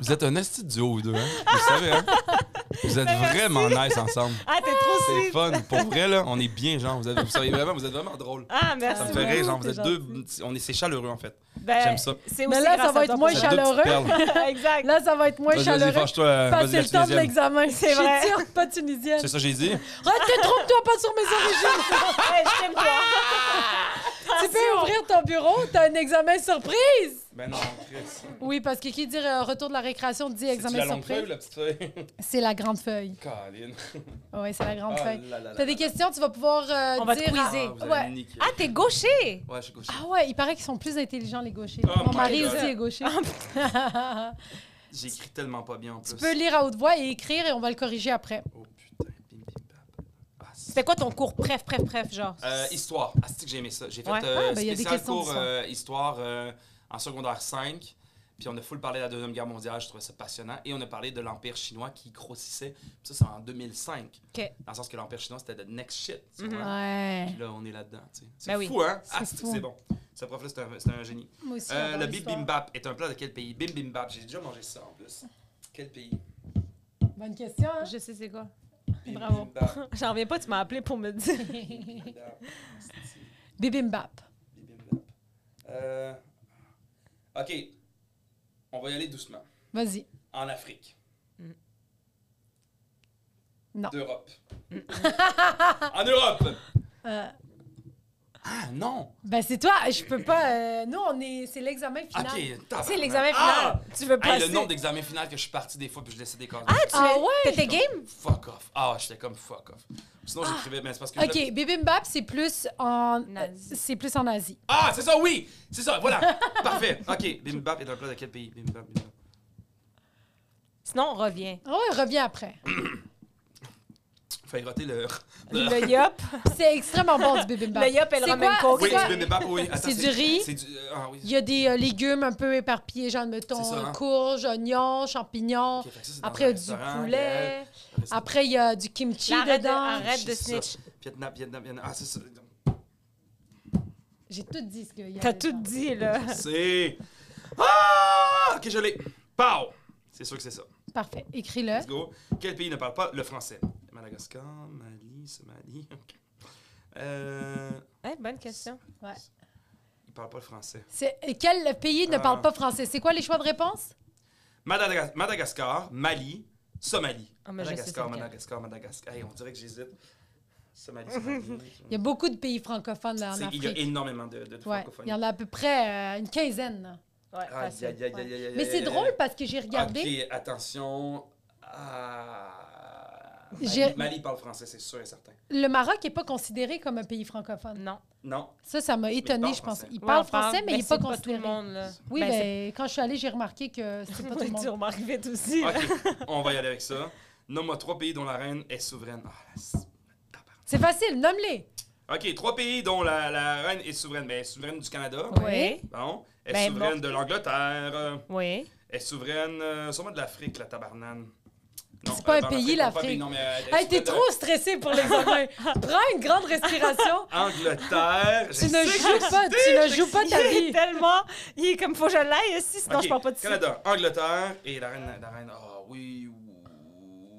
D: vous êtes un esti de duo, vous deux, hein? Vous le savez, hein?
A: <laughs>
D: Vous êtes vraiment nice ensemble.
B: Ah, t'es
A: Oh,
B: trop
D: C'est
B: sweet.
D: fun. Pour vrai, là, on est bien, genre. Vous, êtes- vous savez vraiment, vous êtes vraiment drôle.
B: Ah,
D: Ça me
B: merci.
D: fait
A: C'est
D: rire,
A: vrai,
D: genre, vous
A: c'est
D: êtes deux. On est, c'est chaleureux, en fait.
B: Ben,
D: J'aime ça.
B: C'est
A: Mais
B: aussi
A: là,
B: grâce
A: ça
B: à
A: va
B: toi
A: être moins
B: pour
D: Vous êtes deux petites
A: chaleureux.
D: perles.
B: ça. <laughs> exact.
A: Là, ça va être moins
D: Vas-y,
A: chaleureux.
D: fâche-toi. euh,
A: Parce que
D: Vas-y,
A: c'est
D: la
A: le temps de
D: tunisienne.
A: l'examen. C'est
B: vrai.
A: J'étire pas tunisienne. Ah,
D: C'est Ah, ça que
A: <laughs>
D: j'ai dit.
A: Arrête, te trompe-toi pas sur mes origines.
B: Hey, je t'aime, toi.
A: tu peux ouvrir ton bureau, t'as un examen surprise.
D: Ben non, Chris.
A: Oui, parce que qui dit euh, retour de la récréation dit
D: C'est-tu la
A: examen
D: longue feuille ou
A: surprise.
D: la petite feuille? <laughs>
A: C'est la grande feuille.
D: Colin.
A: Oui, c'est la grande
D: Ah
A: feuille.
D: là là là
A: T'as des
D: là.
A: questions, tu vas pouvoir euh,
B: On va te
A: dire.
D: Ah,
B: quizer.
D: vous allez
A: Ouais.
D: me niquer.
B: Ah, t'es gaucher.
D: Ouais, je suis gaucher.
A: Ah ouais, il paraît qu'ils sont plus intelligents les gauchers.
D: Oh
A: Mon
D: my
A: mari
D: God.
A: aussi est gaucher. Ah, <laughs>
D: J'écris tellement pas bien en plus.
A: tu peux lire à haute voix et écrire et on va le corriger après.
D: Oh putain, bim bim bam. Ah, c'est-
B: C'était quoi ton cours? Bref, bref, bref, genre.
D: Euh, histoire. Ah, c'est que j'ai aimé ça. J'ai fait
B: Ouais.
D: euh,
A: Ah, ben, y a des
D: spécial
A: questions
D: cours
A: d'histoire.
D: euh, histoire euh, en secondaire 5. Puis on a full parlé de la Deuxième Guerre mondiale, je trouvais ça passionnant. Et on a parlé de l'Empire chinois qui grossissait. Puis ça, c'est en 2005.
B: OK.
D: Dans le sens que l'Empire chinois, c'était the next shit. tu
B: Mhm.
D: comprends?
A: Ouais.
D: Puis là, on est là-dedans. tu sais. C'est
B: Ben oui.
D: fou, hein?
A: C'est
D: Ah, c'est que
A: fou.
D: c'est bon. Ce prof-là, c'est un- c'est un génie.
A: Moi aussi.
D: Euh,
A: j'adore
D: le
A: l'histoire.
D: bibimbap est un plat de quel pays Bim bim bap, j'ai déjà mangé ça en plus. Quel pays
A: Bonne question. hein? <laughs>
B: Je sais c'est quoi.
D: Bim
B: Bravo.
D: bim bap.
B: <laughs> J'en reviens pas, tu m'as appelé pour me dire.
D: Bim bim bap. Asti.
A: Bibimbap.
D: Bibimbap. Euh, OK. On va y aller doucement.
A: Vas-y.
D: En Afrique.
B: Mm.
A: Non.
D: D'Europe.
B: Mm.
D: <laughs> en Europe!
A: Euh,
D: Ah non!
A: ben c'est toi. Je peux pas. euh, nous on est. C'est l'examen final.
D: OK,
B: <laughs>
D: tabarnak.
B: C'est l'examen final.
D: Ah!
B: Tu veux
D: Hey,
B: passer.
D: le nombre d'examens finaux que je suis parti des fois puis je laissais des cordes.
B: Ah, tu
A: Ah
B: l'as-
A: ouais?
B: T'étais game?
D: Fuck off. Ah, j'étais comme fuck off. Sinon,
B: Ah.
D: j'écrivais, mais c'est parce que. je-
A: Ok, bibimbap c'est plus en. euh,
B: Nazi.
A: C'est plus en Asie.
D: Ah, c'est ça, oui! C'est ça,
A: <laughs>
D: voilà! Parfait. OK, bibimbap est un plat de quel pays? Bibimbap, bibimbap.
B: Sinon, on
D: <laughs>
B: revient.
A: Oh, il revient après.
D: Fait grotter le.
B: Le yop.
A: C'est extrêmement bon du bibimbap.
B: Le yop et le
A: C'est
B: ramen
A: quoi-
B: coke.
D: Oui,
A: quoi?
D: du bibimbap, oui. Attends,
A: C'est du riz.
D: C'est du. euh, Ah oui.
A: Il y a des euh, légumes un peu éparpillés, genre mettons
D: C'est ça, hein?
A: courge, oignons, champignons.
D: Ok, fait que ça, c'est dans
A: Après, il y
D: un
A: a
D: restaurant,
A: du poulet.
D: Gaël. Restaurant.
A: Après, il y a du kimchi
B: Là, arrête de-
A: dedans.
B: arrête de
D: Chier ça.
B: snitch.
D: Vietnam, Vietnam, Vietnam. Ah, c'est ça.
A: J'ai tout dit ce qu'il y a.
B: T'as tout dit, là.
D: C'est. Ah! Ok, je l'ai. Pow! C'est sûr que c'est ça.
A: Parfait. Écris-le.
D: Let's go. Quel pays ne parle pas le français? Madagascar, Mali, Somalie. <laughs> Ok. Euh.
B: Hein, bonne question.
A: Ouais.
D: Ils parlent pas le français.
A: C'est- et Quel pays ne
D: Ah.
A: parle pas français? C'est quoi les choix de réponse?
D: Madagas- Madagascar, Mali, Somalie.
B: Ah, mais je sais c'est
D: Madagascar,
B: lequel.
D: Madagascar, Madagascar. Hey, on dirait que j'hésite.
A: <laughs>
D: Somalie, Somalie.
A: Il y a beaucoup de pays francophones là, en
D: C'est-
A: Afrique.
D: Il y a énormément de, de, de
A: Ouais,
D: francophonie.
A: il y en a à peu près euh, une quinzaine. là.
B: Ouais,
D: Aïe,
B: facile.
D: aïe, aïe, aïe, aïe, aïe,
A: Mais
D: aïe,
A: c'est
D: aïe,
A: drôle
D: aïe.
A: parce que j'ai regardé.
D: Ok, attention. Ah,
A: J'ai-
D: Mali, Mali parle français, c'est sûr et certain.
A: Le Maroc n'est pas considéré comme un pays francophone.
B: Non.
D: Non.
A: Ça, ça m'a étonnée,
D: parle
A: je pense.
D: français.
A: Il
B: Ouais,
A: parle
B: on
A: français, mais il n'est
B: c'est
A: pas considéré.
B: tout le monde, là.
A: Oui,
B: Ben,
A: mais quand je suis allée, j'ai remarqué que
B: c'est-
A: c'est
B: <laughs>
A: pas tout le
B: Tu
A: monde.
B: remarques vite aussi. <laughs> là.
D: Ok, on va y aller avec ça. Nomme-moi trois pays dont la reine est souveraine. Ah, la s- tabarnak.
A: C'est facile, nomme-les.
D: OK, trois pays dont la, la reine est souveraine. Ben, elle est souveraine du Canada.
B: Oui.
D: Bon. Elle est
B: Ben,
D: souveraine de l'Angleterre. euh,
B: Oui.
D: Elle est souveraine euh, sûrement de l'Afrique, la tabarnane. Non,
A: C'est pas
D: euh,
A: un
D: pardon,
A: pays,
D: c'est pas un
A: l'Afrique.
D: pays, non, mais, euh, elle est
A: Hey, t'es
D: souveraine de
A: trop stressé
B: <laughs>
A: pour l'examen. Prends une grande respiration.
D: Angleterre.
A: <laughs> Tu ne joues pas, tu ne joues pas ta
B: <laughs> Il est
A: vie.
B: tellement. Il est comme faut que je l'aille ici, sinon je parle pas de ça.
D: Canada, Angleterre et la reine. La reine. Ah oui.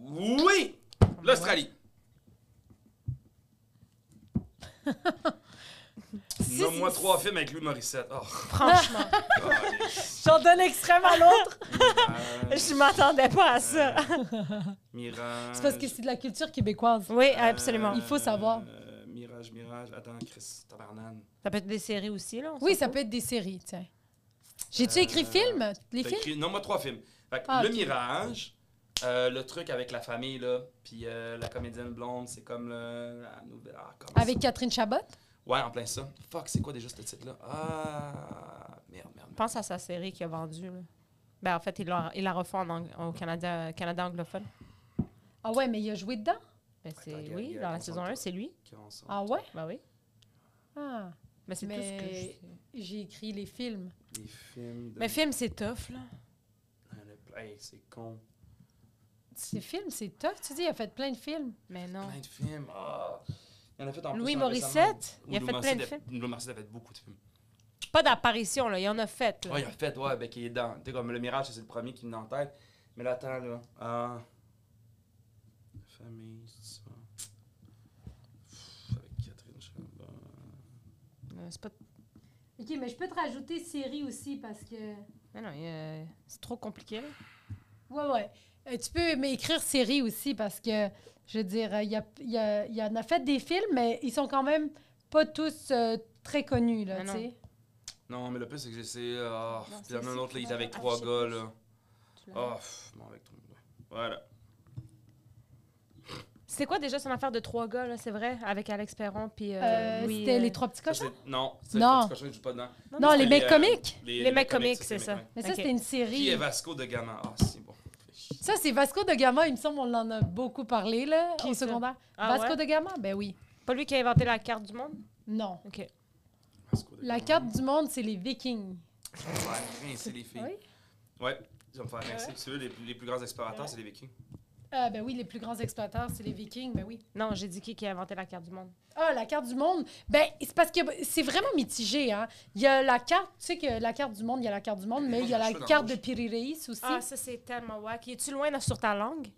D: Oui! L'Australie.
B: Si,
D: Nomme-moi
B: si,
D: trois films avec Louis Morissette.
A: <laughs>
D: Oh,
B: Franchement,
D: calisse.
A: J'en donne extrême à l'autre.
D: Mirage,
B: je m'attendais pas à ça.
D: Euh, Mirage.
A: C'est parce que c'est de la culture québécoise.
B: Oui, absolument.
A: Il faut savoir.
D: Euh, mirage, Mirage. Attends, Chris, tabarnane.
B: Ça peut être des séries aussi, là. on
A: Oui,
B: s'en
A: ça
B: fout.
A: peut être des séries, tiens. J'ai-tu
D: Euh,
A: écrit film? Les
D: T'as
A: films?
D: écrit- Nomme-moi trois films. Fait que
A: Ah,
D: le
A: ok.
D: Mirage, euh, le truc avec la famille, là, puis euh, la comédienne blonde, c'est comme le. la nouvelle- ah, comment ça
A: Avec Catherine Chabot?
D: Ouais, en plein ça. Fuck, c'est quoi déjà ce titre-là? Ah, merde, merde. merde.
B: Pense à sa série qu'il a vendue. là. Ben, en fait, il la, il la refait en ang- au Canada, Canada anglophone.
A: Ah ouais, mais il a joué dedans?
B: Ben, c'est,
D: Attends, regarde,
B: oui,
D: regarde,
B: dans la
D: on
B: saison
D: s'entend.
B: 1, c'est lui.
D: Qui on sort?
A: Ah ouais?
B: Ben oui.
A: Ah,
B: Mais c'est tout ce que je
A: Mais-
B: sais.
A: j'ai écrit les films.
D: Les films. De...
B: Mais film, c'est tough, là.
D: Il y en a plein, Hey, c'est con.
A: Ces films, c'est tough, tu dis, il a fait plein de films.
B: Mais non.
D: Plein de films. Ah. Il y en a fait en
B: Louis
D: plus,
B: Morissette,
D: récemment.
B: il a fait
D: Louis
B: plein
D: Morissette
B: de
D: a-
B: films.
D: Louis Morissette a fait beaucoup de films.
B: Pas d'apparition, là. Il en a fait, là.
D: Ouais, il a fait, ouais, ben, avec les dents. Tu sais, comme Le Mirage, c'est le premier qui me vient en tête. Mais là, attends, là. Ah. Famille, c'est ça. Pff, Avec Catherine Chabot.
B: Euh, C'est pas...
A: OK, mais je peux te rajouter série aussi parce que...
B: Non, non, il, euh, c'est trop compliqué, là.
A: Ouais, ouais. Euh, tu peux m'écrire série aussi parce que, je veux dire, euh, il y, a, il y, a- il y en a fait des films, mais ils sont quand même pas tous euh, très connus, là,
B: Ah
A: tu
B: non.
A: sais.
D: Non, mais le pire, c'est que j'essaie. ah,
B: Non,
D: puis il y en a
B: c'est-
D: un autre, là, il est avec
B: Ah,
D: trois
B: je sais
D: gars,
B: plus.
D: là.
B: Tu l'as-
D: Ah, pff, bon, avec ton. Voilà.
B: C'était quoi déjà son affaire de trois gars, là, c'est vrai? Avec Alex Perron, puis euh,
A: Euh,
B: Louis,
A: C'était
B: euh,
A: les trois petits
D: Ça,
A: cochons?
D: c'est- Non, c'est
A: Non.
D: le petit cochon, il joue pas dedans.
A: Non,
D: Ça,
A: les
D: c'est
A: mecs
D: euh,
A: comiques.
D: Les,
B: mecs comiques, c'est
D: les
B: ça.
D: mecs
A: Mais ça,
B: ok.
A: c'était une série.
D: Qui est Vasco de Gama? Ah, c'est bon.
A: Ça, c'est Vasco de Gama. Il me semble qu'on en a beaucoup parlé, là,
B: Qui
A: au
B: ça?
A: secondaire.
B: Ah
A: Vasco
B: ouais?
A: de Gama? Ben oui.
B: Pas lui qui a inventé la carte du monde?
A: Non.
B: OK.
D: Vasco de
A: La
D: Gama.
A: carte du monde, c'est les Vikings.
D: Ouais, rincer les filles.
A: Oui?
D: Ouais, ils vont me faire rincer. Tu veux, les, les plus grands explorateurs, c'est les Vikings.
A: Ah, ben oui, les plus grands exploiteurs, c'est les Vikings. Ben oui.
B: Non, j'ai dit qui qui a inventé la carte du monde.
A: Ah, la carte du monde. Ben, c'est parce que c'est vraiment mitigé, hein. Il y a la carte, tu sais que la carte du monde, il y a la carte du monde, mais il y a la
D: Moi, j'ai
A: carte
D: un
A: de Pirireis aussi.
B: Ah, ça, c'est tellement wack. Es-tu loin là, sur ta langue?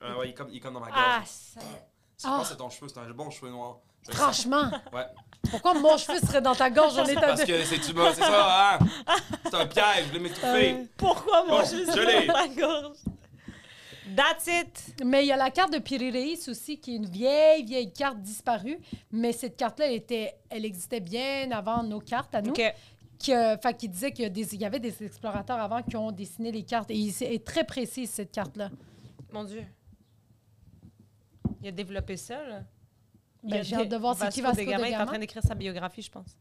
D: Ah ouais, il est comme, il est comme dans ma gorge.
B: Ah, ça...
D: Je pense
A: Ah.
D: que c'est ton cheveu, c'est un bon cheveu noir. Je le sens.
A: Franchement,
D: Ouais.
A: pourquoi mon cheveu serait dans ta gorge? On est à
D: Parce
A: deux.
D: que c'est tu m'as- c'est ça, hein? C'est un piège, je voulais
A: Euh,
D: m'étouffer.
B: Pourquoi mon
D: Bon,
B: cheveu
D: je
B: se
D: l'ai.
B: dans la gorge? That's it!
A: Mais il y a la carte de Pirireis aussi, qui est une vieille, vieille carte disparue. Mais cette carte-là, elle, était, elle existait bien avant nos cartes à nous.
B: OK.
A: Qui, euh, fait qu'il disait qu'il y, a des- il y avait des explorateurs avant qui ont dessiné les cartes. Et il- c'est est très précise, cette carte-là.
B: Mon Dieu. Il a développé ça, là. Il
A: Ben,
B: a
A: j'ai hâte de voir c'est qui Vasco de
B: Il est en
A: Gama.
B: train d'écrire sa biographie, je pense.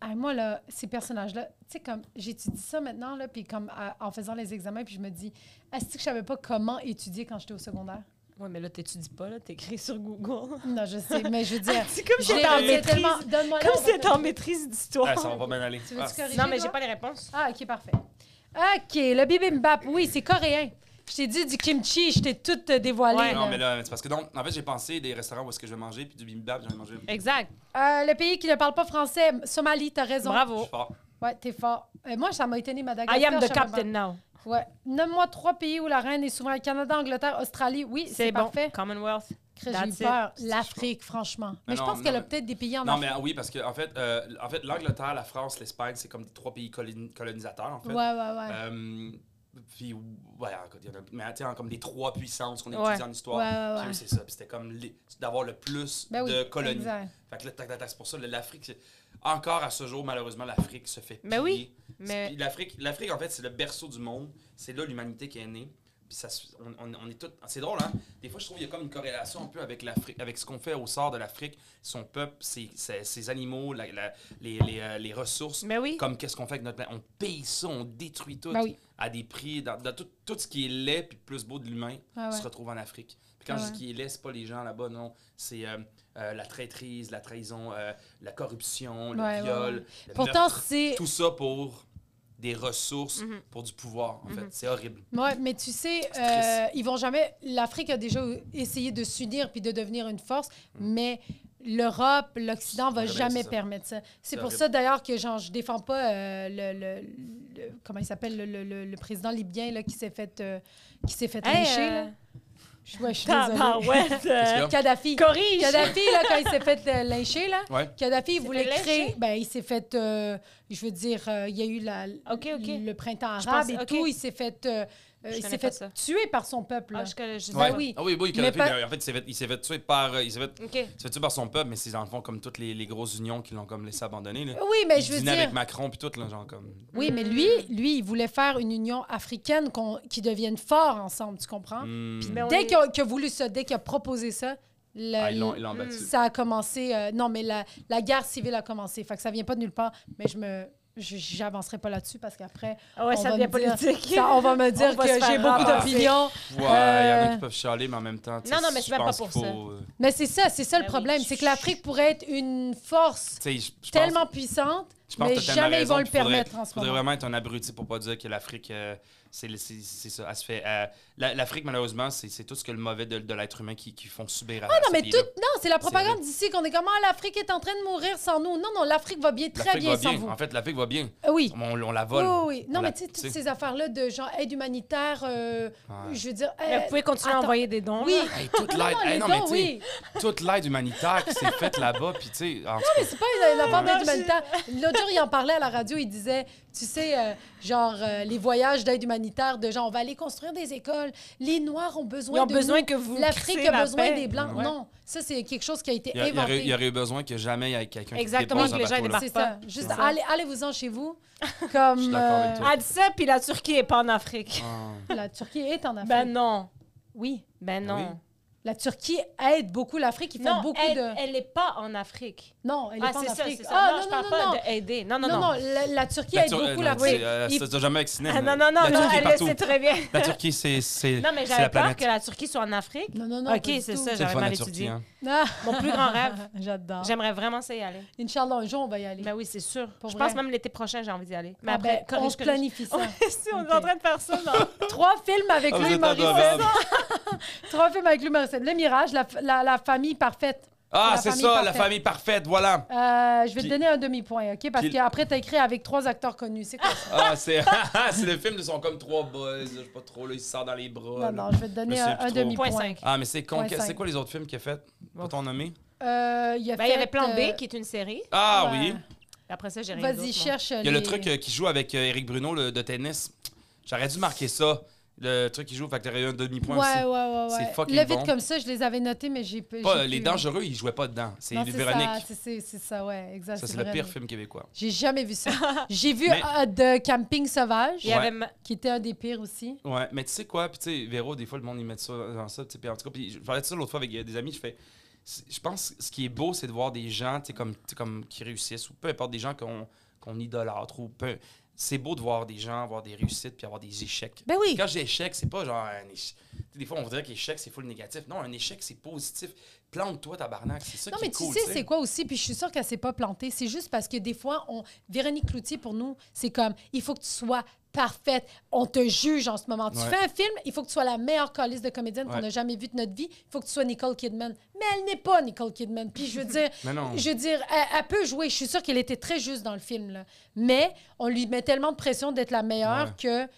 A: Ah, moi, là, ces personnages-là, tu sais, comme j'étudie ça maintenant, là, puis comme à- en faisant les examens, puis je me dis, est-ce que je savais pas comment étudier quand j'étais au secondaire?
B: Ouais, mais là, t'étudies pas, là. T'écris sur Google. <laughs>
A: Non, je sais, mais je veux dire,
B: C'est comme si
A: j'ai
B: t'étais en
A: j'ai
B: maîtrise.
A: tellement- donne-moi là,
B: Comme
A: on
B: si
A: va
B: t'étais en maîtrise d'histoire.
D: Ah, ça va pas bien aller.
A: Tu veux-tu
D: Ah,
A: corriger?
B: Non, mais
A: toi?
B: j'ai pas les réponses.
A: Ah, OK, parfait. OK, le bibimbap, oui, c'est coréen. Je t'ai dit du kimchi, je t'ai tout euh, dévoilé.
B: Ouais.
D: non,
A: là.
D: mais là, c'est parce que donc, en fait, j'ai pensé des restaurants où est-ce que je vais manger, puis du bibimbap, j'en ai mangé.
B: Exact.
A: Euh, le pays qui ne parle pas français, Somalie, t'as raison.
D: Je suis
B: Bravo.
D: fort.
A: Ouais, t'es fort. Euh, moi, ça m'a étonné Madagascar.
B: I am
A: je
B: the
A: savais pas.
B: captain now.
A: Ouais. Nomme-moi trois pays où la reine est souvent Canada, Angleterre, Australie. Oui, c'est
B: C'est bon.
A: parfait.
B: Commonwealth.
A: Chris,
B: That's
A: J'ai eu peur.
B: it.
A: L'Afrique, franchement. Mais
D: Non,
A: je pense
D: non,
A: qu'elle a
D: mais-
A: peut-être des pays en
D: Non, mais
A: Afrique.
D: ah, oui, parce que, en fait, euh, en fait l'Angleterre, la France, l'Espagne, c'est comme des trois pays coloni- colonisateurs, en fait.
A: Ouais, ouais, ouais.
D: Euh, puis, ouais, écoute, il y en a- mais tu sais, comme les trois puissances qu'on
B: Ouais.
D: étudie en histoire.
A: Ouais, ouais,
D: Puis
A: ouais.
D: eux, c'est ça. Puis c'était comme les- d'avoir le plus
A: Ben oui,
D: de colonies.
A: exact.
D: Fait que là, tac, tac, tac, c'est pour ça, le- l'Afrique, c'est- encore à ce jour, malheureusement, l'Afrique se fait
B: Mais oui,
D: piller.
B: mais-
D: Puis L'Afrique, l'Afrique, en fait, c'est le berceau du monde. C'est là l'humanité qui est née. Puis ça, se- on, on- on est tout... C'est drôle, hein? Des fois, je trouve qu'il y a comme une corrélation un peu avec l'Afrique, avec ce qu'on fait au sort de l'Afrique, son peuple, ses, ses- ses animaux, la- la- les, les, euh, les ressources.
B: Mais oui.
D: Comme qu'est-ce qu'on fait avec notre planète? On paye ça, on détruit tout
A: Ben oui.
D: à des prix. Dans, dans tout, tout ce qui est laid puis plus beau de l'humain
A: Ah ouais.
D: se retrouve en Afrique. Puis Puis quand
A: Ah
D: je
A: ouais.
D: dis qu'il est laid, c'est pas les gens là-bas, non. C'est euh, euh, la traîtrise, la trahison, euh, la corruption, le
A: Ouais, ouais,
D: viol,
A: ouais.
D: le
A: Pourtant,
D: meurtre.
A: c'est.
D: tout ça pour des ressources,
B: Mhm.
D: pour du pouvoir, en fait. C'est horrible.
A: Ouais, mais tu sais,
D: C'est
A: euh,
D: triste.
A: ils vont jamais. L'Afrique a déjà essayé de s'unir puis de devenir une force,
D: Mm.
A: mais l'Europe, l'Occident va
D: Ils vont jamais
A: jamais
D: laisser ça.
A: permettre ça. C'est
D: C'est
A: pour
D: horrible.
A: ça d'ailleurs que genre, je défends pas euh, le, le- le- comment il s'appelle le, le- le- le président libyen là qui s'est fait euh, qui s'est fait
B: Hey,
A: lyncher.
B: euh,
A: là. Je- ouais, je suis désolée.
B: tabarouette,
D: qu'il y
B: euh,
D: a?
A: Kadhafi.
B: corrige!
A: Kadhafi là quand il s'est fait euh, lyncher là.
D: Ouais.
A: Kadhafi, il
B: s'est
A: voulait
B: fait lyncher?
A: créer. Ben, il s'est fait. euh, je veux dire, euh, il y a eu la,
B: Ok, ok.
A: le printemps
B: Je
A: arabe
B: pense-
A: et
B: ok.
A: tout. Il s'est fait, euh, euh, il
B: connais
A: s'est
B: pas
A: fait
B: ça.
A: tuer par son peuple.
B: Ah, je connais, je sais
A: Ben
B: pas.
A: oui.
D: Ah oui, oui,
A: Mais
D: Kadhafi,
A: pas-
D: mais en fait, il s'est fait, il s'est fait tuer par. euh, Il s'est fait,
B: OK.
D: il s'est fait tuer par son peuple, mais c'est dans le fond comme toutes les, les grosses unions qui l'ont comme laissé abandonner. Là.
A: Euh, Oui, mais je veux
D: Dîner
A: dire.
D: avec Macron puis tout, là, genre comme.
A: Oui, mais lui, lui, il voulait faire une union africaine qu'on- qui devienne fort ensemble, tu comprends?
D: Hmm.
B: Mais on
A: Dès
B: est-
A: qu'il a, qu'il a voulu ça, dès qu'il a proposé ça, le-
D: Ah, ils l'ont ils l'ont battu.
A: ça a commencé. euh, non, mais la, la guerre civile a commencé. Fait que ça vient pas de nulle part. Mais je me. je- J'avancerai pas là-dessus parce qu'après,
B: Ah ouais,
A: on
B: ça
A: va
B: devient
A: me dire-
B: politique.
A: ça- on va me dire
B: va
A: que
B: se faire
A: j'ai beaucoup
B: ramasser.
A: d'opinions.
D: Ouais, il y en a
A: Euh,
D: qui peuvent chialer, mais en même temps. tu sais,
B: Non, non, mais
D: je
B: c'est même pas
D: pense
B: pour
D: qu'il
B: ça.
D: faut, euh,
A: Mais c'est ça, c'est ça
B: Ben
A: le
B: oui.
A: problème. C'est que l'Afrique pourrait être une force
D: Tu sais, je- je pense-
A: tellement puissante,
D: Je pense
A: mais
D: que t'as tellement
A: jamais ils
D: raison
A: vont le
D: qu'il faudrait-
A: permettre en ce
D: faudrait
A: moment.
D: vraiment être un abruti pour pas dire que l'Afrique, euh, c'est le- c'est c'est ça, elle se fait. euh, la- L'Afrique, malheureusement, c'est c'est tout ce que le mauvais de, de l'être humain qui, qui font subir à, à
A: Ah, Non,
D: ce
A: mais
D: pays-là.
A: tout, non, c'est la propagande
D: vrai.
A: d'ici qu'on est comment l'Afrique est en train de mourir sans nous. Non, non, l'Afrique va bien, très
D: L'Afrique
A: bien
D: va
A: sans
D: bien.
A: vous.
D: En fait, l'Afrique va bien.
A: Euh, oui.
D: On, on la
A: Oui,
D: vole.
A: oui, oui. Non,
D: On
A: mais
D: la-
A: tu sais,
D: tu
A: toutes
D: sais.
A: ces affaires-là de genre aide humanitaire, euh,
D: Ouais.
A: je veux dire.
B: Mais
A: euh,
B: vous pouvez continuer à
A: attends.
B: envoyer des dons.
A: Oui.
B: là.
D: Hey, toute
A: Non,
D: l'aide,
A: non,
D: hey,
A: les
D: non, mais
A: dons,
D: tu sais,
A: oui.
D: toute l'aide humanitaire qui s'est faite là-bas, puis tu sais, en tout cas,
A: C'est pas une, une affaire
D: Ouais.
A: d'aide humanitaire. L'autre jour, il en parlait à la radio, il disait, tu sais, euh, genre, euh, les voyages d'aide humanitaire, de genre, on va aller construire des écoles, les Noirs ont besoin
B: Ils ont
A: de
B: besoin
A: nous.
B: que vous
A: L'Afrique
B: crissez
A: a
B: la
A: besoin
B: paix.
A: des Blancs.
B: Ouais.
A: Non, ça, c'est quelque chose qui a été
D: il y, a- il y aurait-
A: inventé.
D: il y aurait eu besoin que jamais il y ait quelqu'un qui
B: Exactement,
D: dépasse
B: que les
D: un
B: gens
D: bateau, là.
B: débarquent.
A: C'est
B: pas.
A: ça. Juste,
B: C'est ça.
A: allez- allez-vous-en chez vous. Comme.
D: Je suis d'accord avec
A: euh,
D: toi.
B: Elle dit ça, puis la Turquie est pas en Afrique.
D: Ah.
A: La Turquie est en Afrique.
B: Ben non.
A: Oui.
B: Ben
D: Oui.
B: non.
A: La Turquie aide beaucoup l'afrique. Ils font
B: Non,
A: beaucoup
B: elle,
A: de.
B: elle est pas en Afrique.
A: Non, elle est
B: ah,
A: pas en
B: c'est ça,
A: Afrique.
B: c'est ça.
A: Ah,
B: non, je parle pas d'aider. Non, non, non.
A: la, la Turquie
D: La
A: aide
D: Tur- euh,
A: beaucoup
D: non,
A: l'Afrique.
D: c'est- euh,
A: Ils-
D: Ça se dit jamais avec ciné,
B: Ah,
D: mais
B: non, non, non,
D: la
B: non,
D: Turquie est
B: elle le
D: partout.
B: sait très bien.
D: La Turquie, c'est c'est-
B: Non, mais
D: c'est la
B: j'avais peur
D: planète.
B: que la Turquie soit en Afrique.
A: Non, non, non.
B: Ok,
A: pas du
B: c'est
A: tout.
B: ça,
D: C'est le
B: j'aurais
D: fun,
B: mal
D: la
B: étudié.
D: Turquie. hein.
A: Ah,
B: Mon plus grand rêve.
A: <laughs> J'adore.
B: J'aimerais vraiment ça y aller.
A: Inch'Allah, un jour, on va y aller.
B: Ben oui, c'est sûr.
A: Pour
B: je
A: vrai.
B: pense même l'été prochain, j'ai envie d'y aller. Mais
A: Ah
B: après,
A: ben, on se
B: <laughs>
A: planifie ça.
B: si, on
A: Ok.
B: est en train de faire ça. non?
A: Trois films avec
D: Ah, vous
A: lui,
D: êtes
A: Morissette.
D: adorable.
A: Trois films avec lui, Morissette. Le Mirage, la, f- la- la famille parfaite.
D: Ah,
A: La
D: c'est
A: famille
D: ça, la
A: parfaite.
D: famille parfaite, voilà.
A: Euh, je vais te
D: Puis-
A: donner un demi-point, OK? Parce
D: Puis-
A: qu'après, t'as écrit avec trois acteurs connus. C'est quoi ça? <laughs>
D: Ah, c'est <laughs> c'est le film, ils sont comme trois boys, je sais pas trop, là, ils se sortent dans les bras.
A: Non,
D: là.
A: non, je vais te donner
D: sais
A: un,
D: plus
A: un
D: trop.
A: demi-point.
B: Point 5.
D: Ah, mais c'est con.
A: Point
D: que-
A: cinq.
D: C'est quoi les autres films qu'il a fait Pas
B: Ouf.
D: ton nommé
A: Euh, il, a
B: Ben, il y
A: fait,
B: avait Plan
A: euh,
B: B, qui est une série.
D: Ah
A: ouais.
D: oui.
B: Après ça, j'ai rien d'autre,
A: Vas-y,
B: moi.
A: cherche.
D: Il y a le truc euh, qui joue avec euh, Eric Bruno le, de tennis. J'aurais dû marquer ça. Le truc qui joue, fait que t'aurais eu un demi-point
A: Ouais, ouais,
D: aussi.
A: ouais. ouais.
D: C'est fucking
A: Là, vite
D: bon.
A: comme ça, je les avais notés, mais j'ai peu-
D: Pas,
A: j'ai
D: euh, les
A: plus-
D: dangereux, ils jouaient pas dedans. C'est
A: Non, ça,
D: Véronique.
A: c'est- c'est c'est ça, ouais, exact.
D: Ça, c'est
A: c'est
D: le
A: vrai.
D: pire film québécois.
A: J'ai jamais
B: <laughs>
A: vu ça. J'ai vu
D: Mais-
A: euh, de Camping Sauvage,
B: Il y
D: Ouais.
B: avait ma-
A: qui était un des pires aussi.
D: Ouais, mais tu sais quoi, puis tu sais, Véro, des fois, le monde, ils mettent ça dans ça, tu sais, puis en tout cas, puis je parlais de ça l'autre fois avec euh, des amis, je fais, c'est- je pense, que ce qui est beau, c'est de voir des gens, tu sais, comme, tu sais, comme, qui réussissent, ou peu importe, des gens qu'on qu'on idolâtre, ou peu, c'est beau de voir des gens avoir des réussites, puis avoir des échecs.
A: Ben oui.
D: Quand j'ai échec, c'est pas genre un échec. Des fois, on dirait qu'échec, c'est full négatif. Non, un échec, c'est positif. Plante-toi, tabarnak, c'est ça
A: Non,
D: qui
A: mais
D: est
A: tu
D: cool,
A: sais, c'est quoi aussi? Puis je suis sûre qu'elle s'est pas plantée. C'est juste parce que des fois, on... Véronique Cloutier, pour nous, c'est comme il faut que tu sois parfaite. On te juge en ce moment. Tu
D: Ouais.
A: fais un film, il faut que tu sois la meilleure calliste de comédienne qu'on
D: Ouais.
A: a jamais vue de notre vie. Il faut que tu sois Nicole Kidman. Mais elle n'est pas Nicole Kidman. Puis je veux dire,
D: Mais non.
A: je veux dire, elle, elle peut jouer. Je suis sûre qu'elle était très juste dans le film. là. Mais on lui met tellement de pression d'être la meilleure que.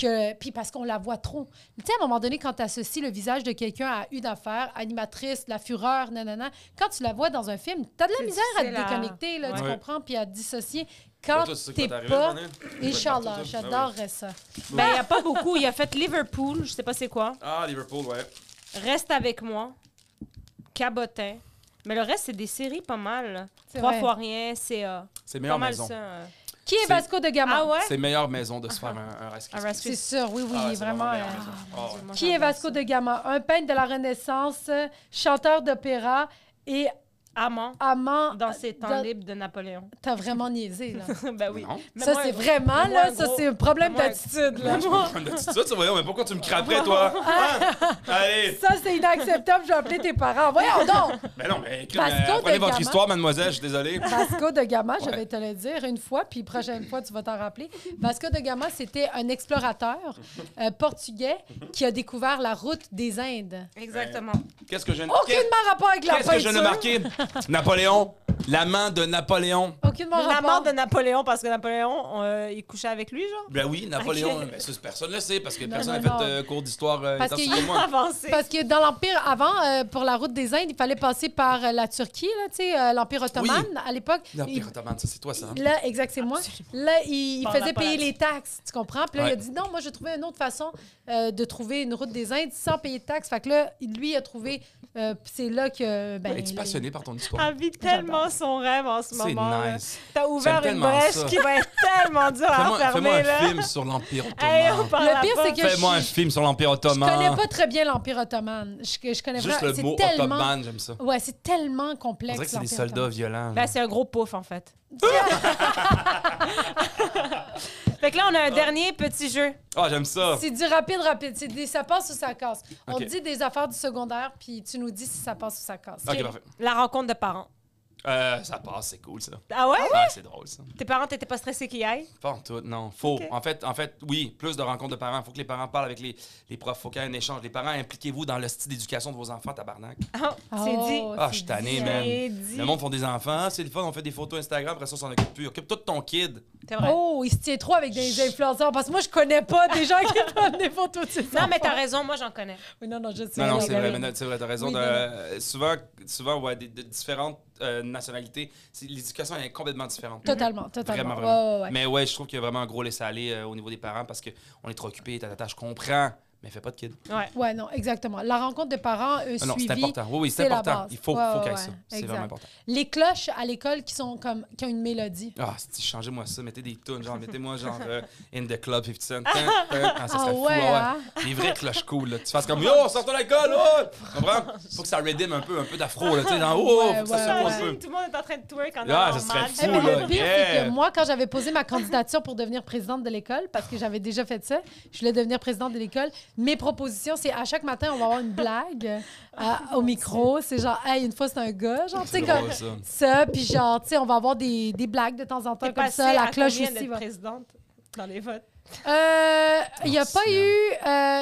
A: Que, puis parce qu'on la voit trop. Tu sais, à un moment donné, quand tu associes le visage de quelqu'un à une affaire, animatrice, la fureur, nanana, quand tu la vois dans un film, t'as de la
B: C'est
A: misère à te
B: difficile à-
A: déconnecter, là, tu
D: Ouais.
A: comprends, puis à te dissocier.
D: Toi,
A: Quand
D: toi, c'est ça qui
A: t'es
D: va t'arriver,
A: pas...
D: Vanessa? Tu vas être partout,
A: Inch'Allah,
D: toi. Ah oui.
A: j'adorerais ça.
B: Ben, il n'y a pas beaucoup. Il a fait Liverpool, je sais pas c'est quoi.
D: Ah, Liverpool, ouais.
B: Reste avec moi. Cabotin. Mais le reste, c'est des séries pas mal. là.
A: C'est
B: Trois
A: vrai.
B: fois rien, c'est euh,
D: C'est
B: pas
D: meilleure
B: mal
D: maison.
B: ça. euh.
A: Qui est
D: C'est-
A: Vasco de Gama?
B: Ah ouais?
D: C'est meilleure maison de se faire
A: Ah.
D: un, un rice
B: Un
D: crispy.
B: rice
A: C'est sûr, oui, oui,
D: Ah ouais,
A: il est
D: c'est
A: vraiment...
D: meilleure
A: euh,
D: maison. Ah ouais.
B: Moi,
A: Qui est
B: j'adore
A: Vasco
B: ça.
A: de Gama? Un peintre de la Renaissance, euh, chanteur d'opéra et
B: amant
A: Amant,
B: dans ses temps
A: dans-
B: libres de
D: <laughs>
B: Napoléon.
A: t'as vraiment niaisé,
B: <laughs>
A: là.
B: ben oui.
D: Non.
B: Mais
A: ça,
B: moi,
A: c'est
B: un gros-
A: vraiment,
B: moi,
A: là,
B: un
A: ça,
B: gros-
A: c'est un problème
B: moi, un-
A: d'attitude, là.
D: <laughs> Comme d'attitude, ça, voyons, mais pourquoi tu me craperais, toi? Hein? Allez!
A: <laughs> Ça, c'est inacceptable, je vais appeler tes parents. Voyons
B: <laughs>
A: donc!
D: Mais non, mais écoute,
A: Parce
D: euh,
A: qu'on
D: prenez
A: est
D: votre
A: gamin.
D: histoire, mademoiselle, je suis désolé.
A: Vasco de Gama, je
D: Ouais.
A: vais te le dire une fois, puis prochaine fois, tu vas t'en rappeler. Vasco de Gama, c'était un explorateur euh, portugais qui a découvert la route des Indes.
B: Exactement.
A: Ben,
D: Qu'est-ce que je ne...
A: Aucunement rapport avec la
D: Qu'est-ce que je ne
A: peinture.
D: marqué? Napoléon. La main de Napoléon.
A: Aucunement
B: La
A: rapport.
B: mort de Napoléon, parce que Napoléon, euh, il couchait avec lui, genre.
D: Ben oui, Napoléon.
B: Ok.
D: Ben, ça, personne ne le sait parce que
A: Non,
D: personne
A: non,
D: n'a fait
A: non.
D: euh, cours d'histoire euh,
A: Parce
D: intensive
A: qu'il- <laughs>
D: comme moi.
B: Avancé.
A: Parce que dans l'Empire, avant, euh, pour la route des Indes, il fallait passer par euh, la Turquie, là, tu sais, euh, l'Empire ottoman, à l'époque.
D: L'Empire
A: Il-
D: ottoman, ça, c'est toi, ça. hein?
A: Là, exact, c'est moi.
B: Absolument.
A: Là, il, il
B: Par la
A: faisait payer
B: palette.
A: les taxes, tu comprends? Puis là, il a
D: Ouais.
A: dit non, moi, j'ai trouvé une autre façon euh, de trouver une route des Indes sans payer de taxes. Fait que là, il- lui, il a trouvé. euh, puis c'est là que. Ben,
D: Es-tu
A: là,
D: passionné par ton histoire?
B: Elle vit tellement son rêve en ce
D: C'est
B: moment. là.
D: nice.
B: T'as ouvert une
D: tellement
B: brèche
D: ça.
B: qui va être
D: <laughs>
B: tellement dure à
D: Fais-moi fais-moi
B: fermer,
D: un
B: là.
D: film sur l'Empire
B: Hey, on
D: ottoman.
B: parle
A: Le pire,
B: pas.
A: c'est que-
D: Fais-moi un
A: je-
D: film sur l'Empire
A: Je connais
D: ottoman.
A: pas très bien l'Empire ottoman. Je, je connais
D: Juste
A: vraiment-
D: le
A: c'est
D: mot
A: tellement-
D: ottoman, j'aime ça.
A: Ouais, c'est tellement
D: On
A: complexe.
D: dirait que c'est des
A: l'Empire
D: soldats
A: ottoman.
D: violents.
B: Ben,
D: là.
B: c'est un gros pouf, en
A: <laughs>
B: fait. Fait que là, on a un dernier petit jeu.
D: Ah, j'aime ça.
A: C'est du rapide, rapide. C'est des, ça passe ou ça casse. On
D: Ok.
A: dit des affaires du secondaire, puis tu nous dis si ça passe ou ça casse.
D: Ok, parfait.
B: La rencontre de parents.
D: Euh, ça passe, c'est cool, ça.
B: Ah ouais?
D: Ouais, c'est drôle, ça.
B: Tes parents, t'étais pas stressé qu'ils y <laughs> aillent?
D: Pas en tout, non. Faux.
B: Ok.
D: En, fait, en fait, oui, plus de rencontres de parents. faut que les parents parlent avec les, les profs. faut qu'il y ait un échange. Les parents, impliquez-vous dans le style d'éducation de vos enfants, tabarnak.
B: Ah, c'est dit.
A: Oh,
D: Ah,
A: c'est
D: je suis tanné,
A: dit,
D: man.
A: hein.
B: C'est dit.
D: Le monde font des enfants, c'est le fun, on fait des photos Instagram, après ça, on s'en occupe plus. Occupe tout ton kid.
B: C'est vrai.
A: Oh, il se tient trop avec des influenceurs parce que moi, je connais pas des gens qui prennent des photos de ces
B: Non, mais
A: enfants.
B: t'as raison, moi, j'en connais.
A: Oui, non, non, je sais.
D: Non, non,
A: oui,
D: c'est
A: oui.
D: vrai, mais non, c'est vrai, t'as raison.
A: Oui,
D: de-
A: non, non.
D: euh, Souvent, souvent ouais, des, de différentes euh, nationalités, c'est- l'éducation elle est complètement différente.
A: Totalement, totalement.
D: Vraiment, vraiment.
A: Ouais, ouais, ouais.
D: Mais ouais, je trouve qu'il y a vraiment un gros laisser-aller euh, au niveau des parents parce qu'on est trop occupé, tata, je comprends, mais fais pas de kid.
B: Ouais.
A: Ouais, non, exactement. La rencontre de parents, eux,
D: Ah non, c'est
A: suivi,
D: important. Oui, oui, c'est
A: c'est la
D: important.
A: base.
D: Il faut,
A: Ouais,
D: faut
A: ouais,
D: qu'il y
A: ouais.
D: ait ça. C'est
A: Exact.
D: vraiment important.
A: Les cloches à l'école qui sont comme qui ont une mélodie.
D: Ah, si, changez-moi ça, mettez des tunes, genre, mettez-moi genre
A: <laughs>
D: euh, In the Club 50 Cent. Tin, tin. Ah, ça
A: Ah
D: serait fou,
A: ouais,
D: ah ouais.
A: hein?
D: Des vrais cloches cool, là. Tu
A: <laughs>
D: fasses comme Yo, sors ton alcool, oh! Tu comprends? Faut que ça redeem un peu, un peu d'afro, là, tu sais, dans Oh,
A: Ouais,
D: faut que ça
A: ouais,
D: se voit
A: ouais.
D: un peu.
B: Imagine, tout le monde est en train de twerk en
D: Ah,
B: allant
D: ça
B: en
D: serait
B: marche.
D: fou,
A: Eh, mais
D: là.
A: le pire, c'est
D: Yeah.
A: que moi, quand j'avais posé ma candidature pour devenir présidente de l'école, parce que j'avais déjà fait ça, je voulais devenir présidente de l'école, mes propositions, c'est à chaque matin, on va avoir une blague
B: Ah,
A: à- au micro. C'est genre, hey, une fois, c'est un gars, genre, tu sais,
D: C'est
A: comme
D: drôle, ça.
A: ça. Puis genre, tu sais, on va avoir des, des blagues de temps en temps
B: T'es
A: comme
B: passée
A: ça. La
B: à
A: cloche
B: combien
A: aussi.
B: d'être
A: va.
B: présidente dans les votes.
A: Euh, Il n'y a
D: Oh,
A: pas eu.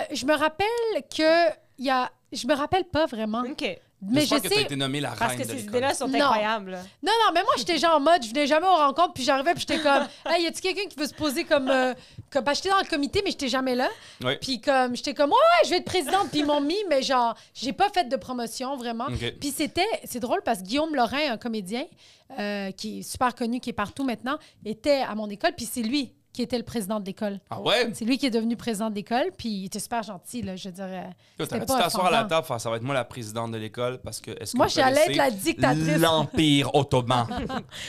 A: euh, je me rappelle que. il Y a, je me rappelle pas vraiment.
B: OK.
A: Mais je
D: je crois que t'as
A: sais.
D: été nommée la
B: Parce
D: reine
B: que
D: de
B: ces
D: l'école.
B: idées-là sont
A: Non.
B: incroyables.
A: Non, non, mais moi, j'étais genre en mode, je venais jamais aux rencontres, puis j'arrivais, puis j'étais
D: <laughs>
A: comme, hey, y a-tu quelqu'un qui veut se poser comme. euh, comme... Parce que j'étais dans le comité, mais j'étais jamais là.
D: Ouais.
A: Puis comme, j'étais comme, ouais, ouais, je vais être présidente, puis ils m'ont mis, mais genre, j'ai pas fait de promotion, vraiment.
D: Ok.
A: Puis c'était, c'est drôle parce que Guillaume Lorrain, un comédien euh, qui est super connu, qui est partout maintenant, était à mon école, puis c'est lui qui était le président de l'école.
D: Ah ouais?
A: C'est lui qui est devenu président de l'école, puis il était super gentil, là, je euh. dirais.
D: Toi,
A: C'était
D: T'aurais dû
A: pas
D: t'asseoir à la
A: offendant.
D: table, faire, ça va être moi la présidente de l'école parce que est-ce que
A: Moi,
D: vous
A: j'allais être la
D: connaissez
A: dictatrice.
D: L'Empire ottoman.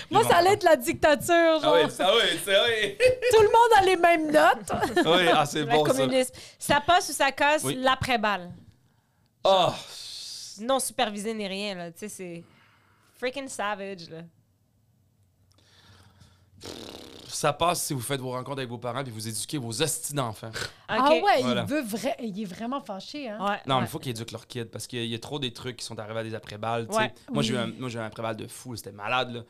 A: Moi, ça allait être la dictature, genre.
D: Ah oui, ça oui, ça oui.
A: Tout le monde a les mêmes notes.
D: Oui, ah, c'est
B: La
D: bon, ça.
B: communisme. Ça. passe ou ça casse
D: Oui.
B: l'après-balle.
D: Ah,
B: Non supervisé ni rien, là. Tu sais, c'est freaking savage, là.
D: ça passe si vous faites vos rencontres avec vos parents et vous éduquez vos hosties d'enfants.
A: Ah ouais,
D: Voilà.
A: il veut vrai, il est vraiment fâché, hein.
B: Ouais,
D: Non, mais
B: ouais.
D: il faut qu'ils éduquent leurs kids parce qu'il y a trop des trucs qui sont arrivés à des après-balles. tu
B: Ouais.
D: sais. Moi, j'ai eu
A: Oui.
D: un, moi, j'ai eu un après-balle de fou, c'était malade, là.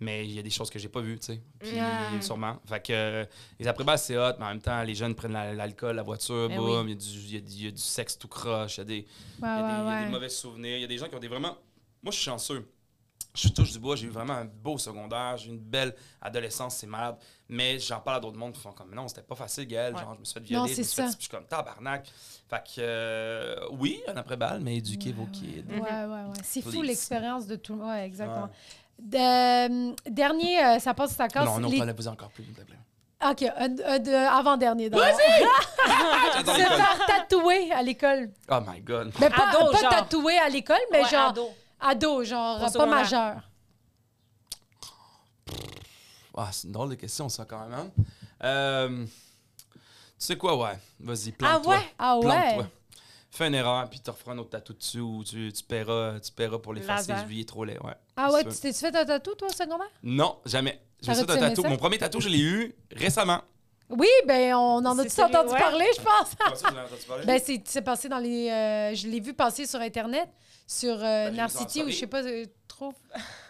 D: Mais il y a des choses que j'ai pas vues, tu sais. Puis,
B: Mm.
D: sûrement. Fait que euh, les après-balles, c'est hot, mais en même temps, les jeunes prennent la- l'alcool, la voiture,
B: Ben
D: boum, il y a du- il y, a du- il y a du sexe tout croche, il y a des.
A: Ah Ouais,
D: Il y, a des, il y a
A: ouais,
D: des
A: ouais.
D: mauvais souvenirs. Il y a des gens qui ont des vraiment. Moi, je suis chanceux. Je suis touche du bois. J'ai eu vraiment un beau secondaire. J'ai eu une belle adolescence. C'est malade. Mais j'en parle à d'autres mondes qui font comme non, c'était pas facile, Gaël.
B: Ouais.
D: Genre, je me suis fait violer.
A: Non,
D: je, me
A: c'est
D: suis fait-
A: ça.
D: puis je suis comme tabarnak. Fait que euh, oui, un après-balle, mais éduquez vos kids.
A: Ouais, ouais, ouais. C'est fou
D: Please.
A: l'expérience de tout le monde. Ouais, exactement.
D: Ouais.
A: De- dernier, euh, ça passe ou ça casse.
D: Non, non,
A: les-
D: pas la poser encore plus, s'il te plaît.
A: OK, un- un de- avant-dernier. d'abord. <laughs>
D: J'adore
A: Se
D: l'école.
A: faire tatouer à l'école.
D: Oh my God.
A: Mais pas,
B: Ado,
A: pas
B: genre.
A: tatouer à l'école, mais
B: Ouais,
A: genre ado,
B: ado.
A: genre
B: Au
A: pas
B: secondaire.
A: majeur.
D: Ah, c'est une drôle de question, ça, quand même. hein? Euh, tu sais quoi, ouais. Vas-y, plante-toi.
A: Ah ouais?
D: Plante-toi. fais une erreur, puis tu referas un autre tatou dessus ou tu, tu paieras, tu paieras pour l'effacer.
B: Laser.
D: Je lui ai trop laid. Ouais.
A: Ah ouais,
D: C'est
A: tu
D: ça.
A: t'es fait un tatou, toi, au secondaire?
D: Non, jamais. Je me suis fait un
A: T'aurais-tu aimé
D: tatou.
A: ça?
D: Mon premier tatou, je l'ai eu <laughs> récemment.
A: Oui, ben on en a
B: C'est
A: tous
B: celui-
A: entendu
B: ouais.
A: parler, je pense.
D: Comment ça, vous en avez entendu parler?
A: Ben, c'est c'est passé dans les. euh, je l'ai vu passer sur Internet, sur euh,
D: Ben, j'ai vu
A: Narcity
D: ça en
A: ou
D: story.
A: je sais pas euh,
D: <laughs>
A: trop.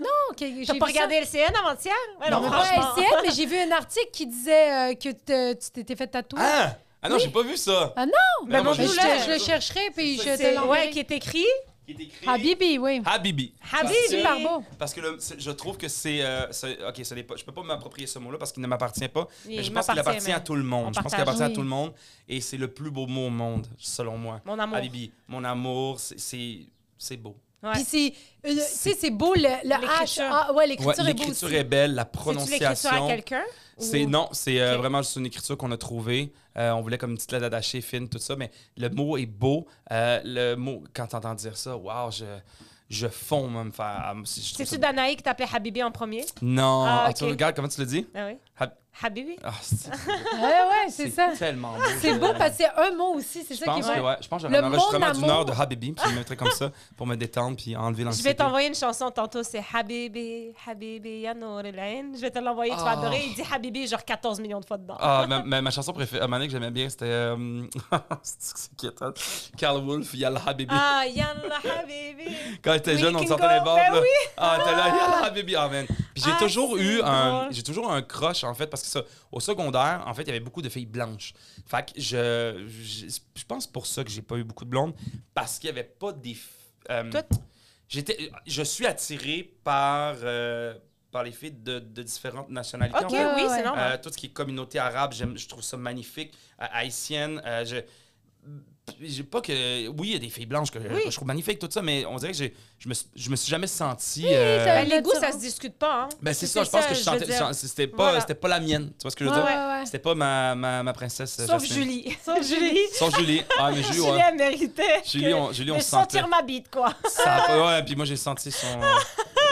A: Non, ok, j'ai
B: T'as
A: vu
B: pas
A: ça.
B: regardé LCN avant-hier? Ouais,
A: Non, mais pas
B: franchement.
A: LCN, mais j'ai vu un article qui disait euh, que te- tu t'étais fait tatouer.
D: Ah! Ah non, j'ai pas vu ça.
A: Ah non!
D: Ben
B: Ben,
D: moi,
A: Ben,
B: montre-nous
A: je,
B: là.
A: te- je le chercherai, puis je
D: C'est-
A: te
B: C'est- Ouais,
A: l'enverrai.
B: qui est écrit
D: Qui est écrit-
A: Habibi, oui.
D: Habibi.
A: C'est
B: Habibi.
A: super beau.
D: Parce que le- c'est- je trouve que c'est. euh, c'est- ok, ça n'est pas, je peux pas m'approprier ce mot-là parce qu'il ne m'appartient pas.
B: Il
D: mais je pense qu'il
B: m'appartient,
D: appartient
B: mais-
D: à tout le monde.
B: on
D: Je pense
B: partage,
D: qu'il appartient à
A: oui.
D: tout le monde. Et c'est le plus beau mot au monde, selon moi.
B: Mon amour.
D: Habibi, mon amour, c'est- c'est c'est beau.
B: Ouais.
A: Puis c'est, une- tu sais, c'est beau le, le H.
B: L'écriture.
A: Ah, ouais, l'écriture
D: Ouais,
A: est beau aussi.
D: L'écriture est belle, la
B: C'est-tu l'écriture à
D: prononciation.
B: quelqu'un?
D: C'est
B: Ou-
D: non, c'est euh,
B: Ok.
D: vraiment juste une écriture qu'on a trouvée. Euh, on voulait comme une petite lettre attachée fine, tout ça, mais le mot est beau. Euh, le mot, quand t'entends dire ça, wow, je, je fonds même faire. ah, si je trouve
B: C'est-tu
D: ça-
B: Danaï qui t'appelait Habibi en premier?
D: Non,
B: Ah,
D: ah, tu
B: ok.
D: regardes comment tu le dis.
B: Ah oui.
D: Hab-
B: Habibi?
D: Ah, c'est-
A: Ouais, ouais, c'est ça.
D: Tellement beau.
A: C'est beau parce que c'est un mot aussi, c'est
D: Je
A: ça qui est
D: pense que
A: beau.
D: ouais, je pense que
A: Le
D: j'aurais un enregistrement
A: monde
D: d'une heure de
A: amour.
D: Habibi, puis je me mettrais comme ça pour me détendre puis enlever
B: Je
D: l'anxiété.
B: vais t'envoyer une chanson tantôt, c'est Habibi, Habibi, ya Nour el Ain. Je vais te l'envoyer, tu vas
D: Oh.
B: adorer. Il dit Habibi genre 14 millions de fois dedans.
D: Ah, ma, ma, ma chanson préférée, à un moment donné que j'aimais bien, c'était. euh, <laughs> c'est c'est qui était- Carl Wolf, Yalla Habibi.
B: Ah, Yalla
D: <laughs>
B: Habibi.
D: Quand j'étais
B: We
D: jeune, on
B: can
D: sortait les
B: go,
D: bars.
B: ben
D: là.
B: oui.
D: Ah, t'es là, Yalla Habibi. Ah, man. Puis j'ai
B: Ah,
D: toujours
B: c'est
D: eu un.
B: drôle.
D: J'ai toujours un crush, en fait, parce que ça, au secondaire, en fait, il y avait beaucoup de filles blanches. Fait que je. Je, je pense pour ça que j'ai pas eu beaucoup de blondes, parce qu'il y avait pas des. f- euh,
B: Toi,
D: J'étais, je suis attiré par, euh, par les filles de, de différentes nationalités. en
B: Ok,
D: fait.
A: ouais,
B: oui,
A: ouais.
B: c'est
D: Euh,
B: normal.
D: tout ce qui est communauté arabe, j'aime, je trouve ça magnifique. Euh, haïtienne, euh, je. J'ai pas que. Oui, il y a des filles blanches que,
B: Oui.
D: que je trouve magnifiques, tout ça, mais on dirait que j'ai, je, me, suis- je me suis jamais senti.
A: t'as-
D: euh,
B: Ben, les goûts, ça
A: Différent.
B: se discute pas. Hein.
D: ben, c'est, ça, je pense que je
B: veux
D: sentais.
B: dire.
D: je- C'était, pas,
B: Voilà.
D: c'était pas la mienne. Tu vois ce que je
A: Ouais,
D: veux
A: ouais,
D: dire?
A: ouais.
D: C'était pas ma, ma, ma princesse. euh,
B: Sauf
D: Jasmine.
B: Julie. Sauf Julie.
D: Sauf Julie. Ah, mais Julie,
B: Julie,
D: ouais.
B: elle méritait.
D: Julie, on, Julie, on
B: Mais
D: se sentait.
B: sentir ma bite, quoi.
D: Ça a pas- ouais, puis moi j'ai senti son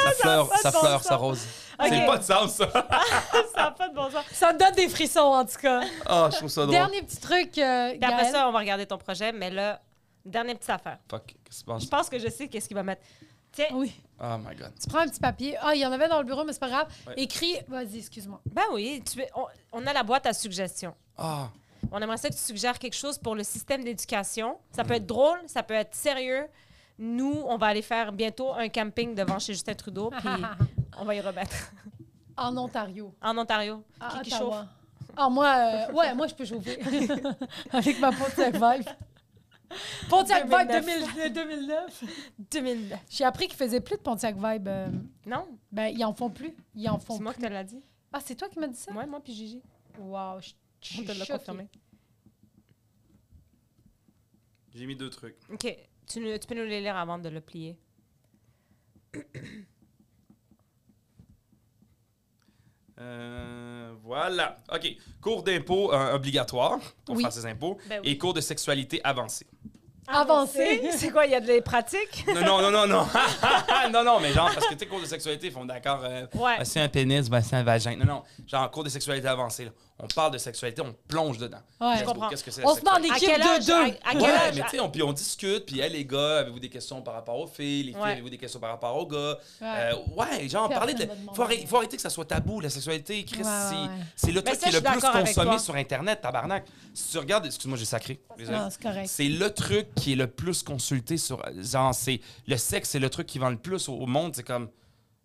D: sa fleur,
B: pas de
D: sa
B: bon
D: fleur,
B: sens.
D: sa rose.
B: Ok.
D: C'est pas de sens ça.
B: <laughs> ça n'a pas de bon sens.
A: Ça me donne des frissons, en tout cas.
D: Ah, je trouve ça drôle.
A: Dernier petit truc, euh,
B: Puis après
A: Gaël.
B: ça, on va regarder ton projet, mais là, dernière petite affaire.
D: Fuck, qu'est-ce qui se passe
B: Je pense que je sais qu'est-ce qu'il va mettre. Tiens,
A: Oui.
D: Oh my god.
A: Tu prends un petit papier. Ah, il y en avait dans le bureau, mais c'est pas grave.
D: Ouais.
A: Écris. Vas-y, excuse-moi.
B: ben oui, tu es- on, on a la boîte à suggestions.
D: Ah,
B: On aimerait ça que tu suggères quelque chose pour le système d'éducation. Ça peut être drôle, ça peut être sérieux. Nous, on va aller faire bientôt un camping devant chez Justin Trudeau, puis on va y remettre.
A: <laughs> En Ontario.
B: En Ontario.
A: À
B: qui
A: Ottawa. Ah, moi, euh, ouais, moi, je peux chauffer. <laughs> Avec ma Pontiac Vibe. Pontiac Vibe
B: 2009.
A: 2000 2009.
B: 2000.
A: J'ai appris qu'ils faisaient plus de Pontiac Vibe. euh,
B: Non,
A: ben, ils en font plus. Ils en font
B: c'est moi qui
A: plus.
B: te l'ai dit.
A: Ah, c'est toi qui m'as dit ça?
B: Moi, moi, puis Gigi.
A: Wow, je je
B: On
A: suis
B: te l'a
A: choquée.
B: confirmé.
D: j'ai mis deux trucs.
B: OK. Tu, nous- tu peux nous les lire avant de le plier.
D: Euh, voilà. OK. Cours d'impôt euh, obligatoire pour
A: Oui.
D: faire ses impôts
B: Ben oui.
D: et cours de sexualité avancée.
A: Avancer.
B: <laughs> C'est quoi, il y a des pratiques?
D: Non, non, non, non, non. <laughs> non, non, mais genre, parce que tu sais, cours de sexualité, ils font d'accord. euh,
B: Ouais.
D: Ben, c'est un pénis, ben, c'est un vagin. Non, non. Genre, cours de sexualité avancée, là. On parle de sexualité, on plonge dedans.
A: Ouais.
D: Let's
A: Je
D: go.
B: comprends.
D: Qu'est-ce que c'est la
A: On se met en
D: sexualité?
B: À quel
A: équipe
B: âge?
A: de deux.
B: À- à quel
D: ouais,
B: âge?
D: mais tu sais, on, puis on discute, puis hey, les gars, avez-vous des questions par rapport aux filles? Les filles,
B: Ouais.
D: avez-vous des questions par rapport aux gars?
A: Ouais.
D: Euh, Ouais,
A: Personne
D: genre, parler de.
A: va demander.
D: Faut, arrêter- faut arrêter que ça soit tabou, la sexualité. Chris,
A: Ouais, ouais,
D: c'est-
A: ouais.
D: c'est le
B: Ben
D: truc
B: ça,
D: qui est
B: je
D: le
B: suis
D: plus
B: d'accord avec
D: consommé
B: toi. Ah,
D: sur Internet, tabarnak. Si tu regardes. Excuse-moi, j'ai sacré. Désolé.
A: Non, c'est correct.
D: C'est le truc qui est le plus consulté sur. Genre, c'est le sexe, c'est le truc qui vend le plus au, au monde. C'est comme.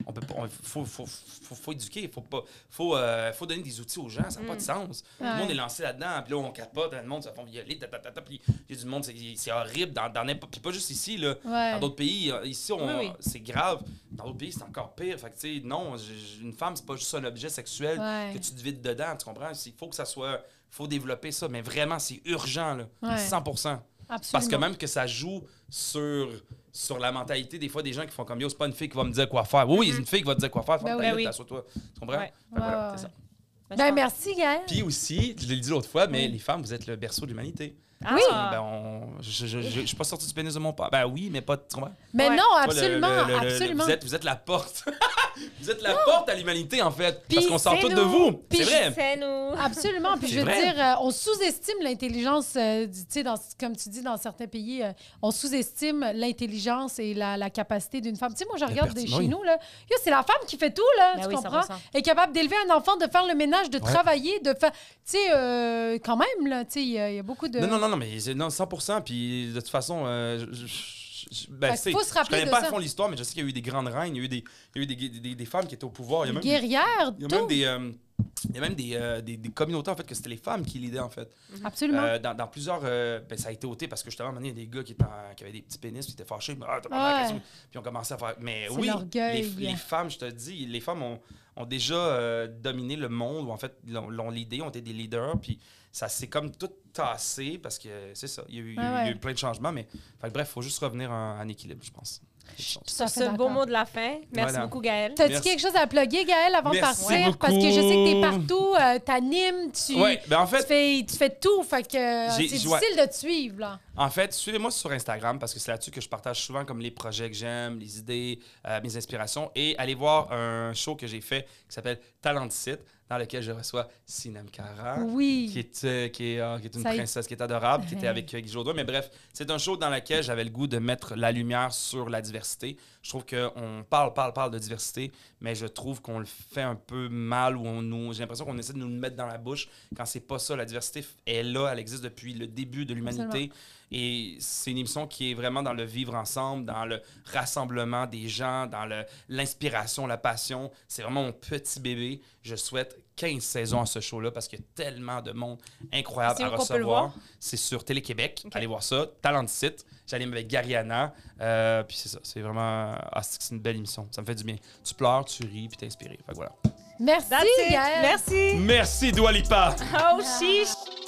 D: On peut pas. on- faut, faut, faut, faut éduquer. Faut pas. Faut, euh, faut donner des outils aux gens. Ça n'a pas de
B: Mm.
D: sens. Tout
B: Ah,
D: le
A: Ouais.
D: monde est lancé là-dedans. Puis là, on capote. Le monde, ça font violer. ta, ta, ta, ta, Puis il y a du monde, c'est- c'est horrible. Dans, dans n'importe. Puis pas juste ici, là.
A: Ouais.
D: Dans d'autres pays, euh, ici, on-
B: Oui, oui.
D: c'est grave. Dans d'autres pays, c'est encore pire. Fait que, tu sais, non, j- j- une femme, c'est pas juste un objet sexuel
A: Ouais.
D: que tu te vides dedans. Tu comprends? Il faut que ça soit. faut développer ça. Mais vraiment, c'est urgent, là.
A: Ouais.
D: 100
A: Absolument.
D: parce que même que ça joue sur, sur la mentalité des fois des gens qui font comme yo, c'est pas une fille qui va me dire quoi faire. Oui, oui, une fille qui va te dire quoi faire. Faut
A: Ben
D: que
A: oui.
D: t'ailles,
B: Ben oui.
D: t'assois-toi. Tu comprends?
B: Ouais.
D: Fait que voilà,
A: Ouais,
D: c'est
A: ouais.
D: ça.
A: Ben, merci, Gaël.
D: Puis aussi, je l'ai dit l'autre fois, mais
A: Oui.
D: les femmes, vous êtes le berceau de l'humanité.
B: Ah.
A: Oui.
D: Ben, on- je, je, je- je suis pas sorti du pénis de mon père. Ben oui, mais pas. Tu comprends?
A: Mais
B: Ouais.
A: non,
D: Pas le-
A: absolument,
D: le- le- le-
A: absolument.
D: vous, êtes, vous êtes la porte. <laughs> Vous êtes la porte à l'humanité, en fait.
A: Puis
D: parce qu'on sort
B: c'est
D: tout de
B: nous.
D: vous. C'est
A: Puis
D: vrai.
B: C'est nous.
A: Ah, Absolument. Puis je
D: C'est
A: veux
D: vrai.
A: dire, euh, on sous-estime l'intelligence, euh, du- tu sais, dans- comme tu dis, dans certains pays, euh, on sous-estime l'intelligence et la, la capacité d'une femme. Tu sais, moi, je regarde des
D: pertinent,
A: chez nous, là. Yo, c'est la femme qui fait tout, là.
B: Ben
A: tu
B: oui,
A: comprends?
B: 100%.
A: Elle est capable d'élever un enfant, de faire le ménage, de
D: Ouais.
A: travailler, de faire. Tu sais, euh, quand même, là, tu sais, il y, a- il y a beaucoup de.
D: Non, non, non, non, mais c'est- non, 100 Puis de toute façon, euh, je- je- je- je- ben,
A: Fait que
D: c'est-
A: faut se
D: je
A: rappeler
D: connais
A: de
D: pas
A: ça.
D: à fond l'histoire, mais je sais qu'il y a eu des grandes reines, il y a eu des, il y a eu des, des- des- des femmes qui étaient au pouvoir. Il y a même, des-
A: Guerrière,
D: il y a
A: tout.
D: même des. euh, il y a même des, euh, des- des communautés, en fait, que c'était les femmes qui l'aidaient, en fait.
A: Absolument.
D: Euh, dans, dans plusieurs. euh, ben, ça a été ôté parce que justement, à un moment donné, il y a des gars qui, étaient en- qui avaient des petits pénis, puis étaient fâchés. Ah, t'as pas
A: Ouais.
D: la question. Puis ont commencé à faire. Mais
A: C'est
D: oui, les,
A: l'orgueil. hein.
D: les femmes, je te dis, les femmes ont, ont déjà euh, dominé le monde, ou en fait, l'ont l'ont l'idée, ont été des leaders, puis ça s'est comme tout tassé parce que euh, c'est ça. Il y a eu, il y a eu-
A: Ouais, ouais.
D: il y a eu plein de changements, mais fait que bref, il faut juste revenir en, en équilibre, je pense.
A: Tout à fait
B: C'est le beau
A: d'accord.
B: mot de la fin. Merci
D: Voilà.
B: beaucoup, Gaëlle.
A: T'as-tu
D: Merci.
A: quelque chose à plugger, Gaël, avant
D: Merci
A: de partir?
D: beaucoup.
A: Parce que je sais que t'es partout, euh, t'animes, tu,
D: Ouais, ben en
A: tu,
D: fait,
A: fais, tu fais tout. Fait que euh, c'est
D: J'ai-
A: difficile
D: ouais.
A: de te suivre, là.
D: En fait, suivez-moi sur Instagram parce que c'est là-dessus que je partage souvent comme les projets que j'aime, les idées, euh, mes inspirations. Et allez voir un show que j'ai fait qui s'appelle Talenticite, dans lequel je reçois Sinem Cara,
A: Oui.
D: qui, est, euh, qui, est, ah, qui est une
A: Ça y-
D: princesse qui est adorable, qui était
A: Hey.
D: avec euh, Guy Jodoin. Mais bref, c'est un show dans lequel j'avais le goût de mettre la lumière sur la diversité. Je trouve qu'on parle, parle, parle de diversité, mais je trouve qu'on le fait un peu mal ou on nous... j'ai l'impression qu'on essaie de nous le mettre dans la bouche quand c'est pas ça. La diversité f- est là, elle existe depuis le début de l'humanité. Et c'est une émission qui est vraiment dans le vivre ensemble, dans le rassemblement des gens, dans le- l'inspiration, la passion. C'est vraiment mon petit bébé. Je souhaite 15 saisons à ce show-là parce qu'il y a tellement de monde incroyable
B: C'est
D: à
B: où qu'on peut le
D: recevoir. C'est sur Télé-Québec. Allez voir ça. Talent de site. J'anime avec Gariana. Euh, puis c'est ça. C'est vraiment. ah, c'est c'est une belle émission. Ça me fait du bien. Tu pleures, tu ris, puis t'es inspiré. Fait que voilà.
A: Merci,
B: That's it.
D: Mm.
A: Gaël.
B: Merci.
D: Merci, Doualipa!
B: Oh, chiche.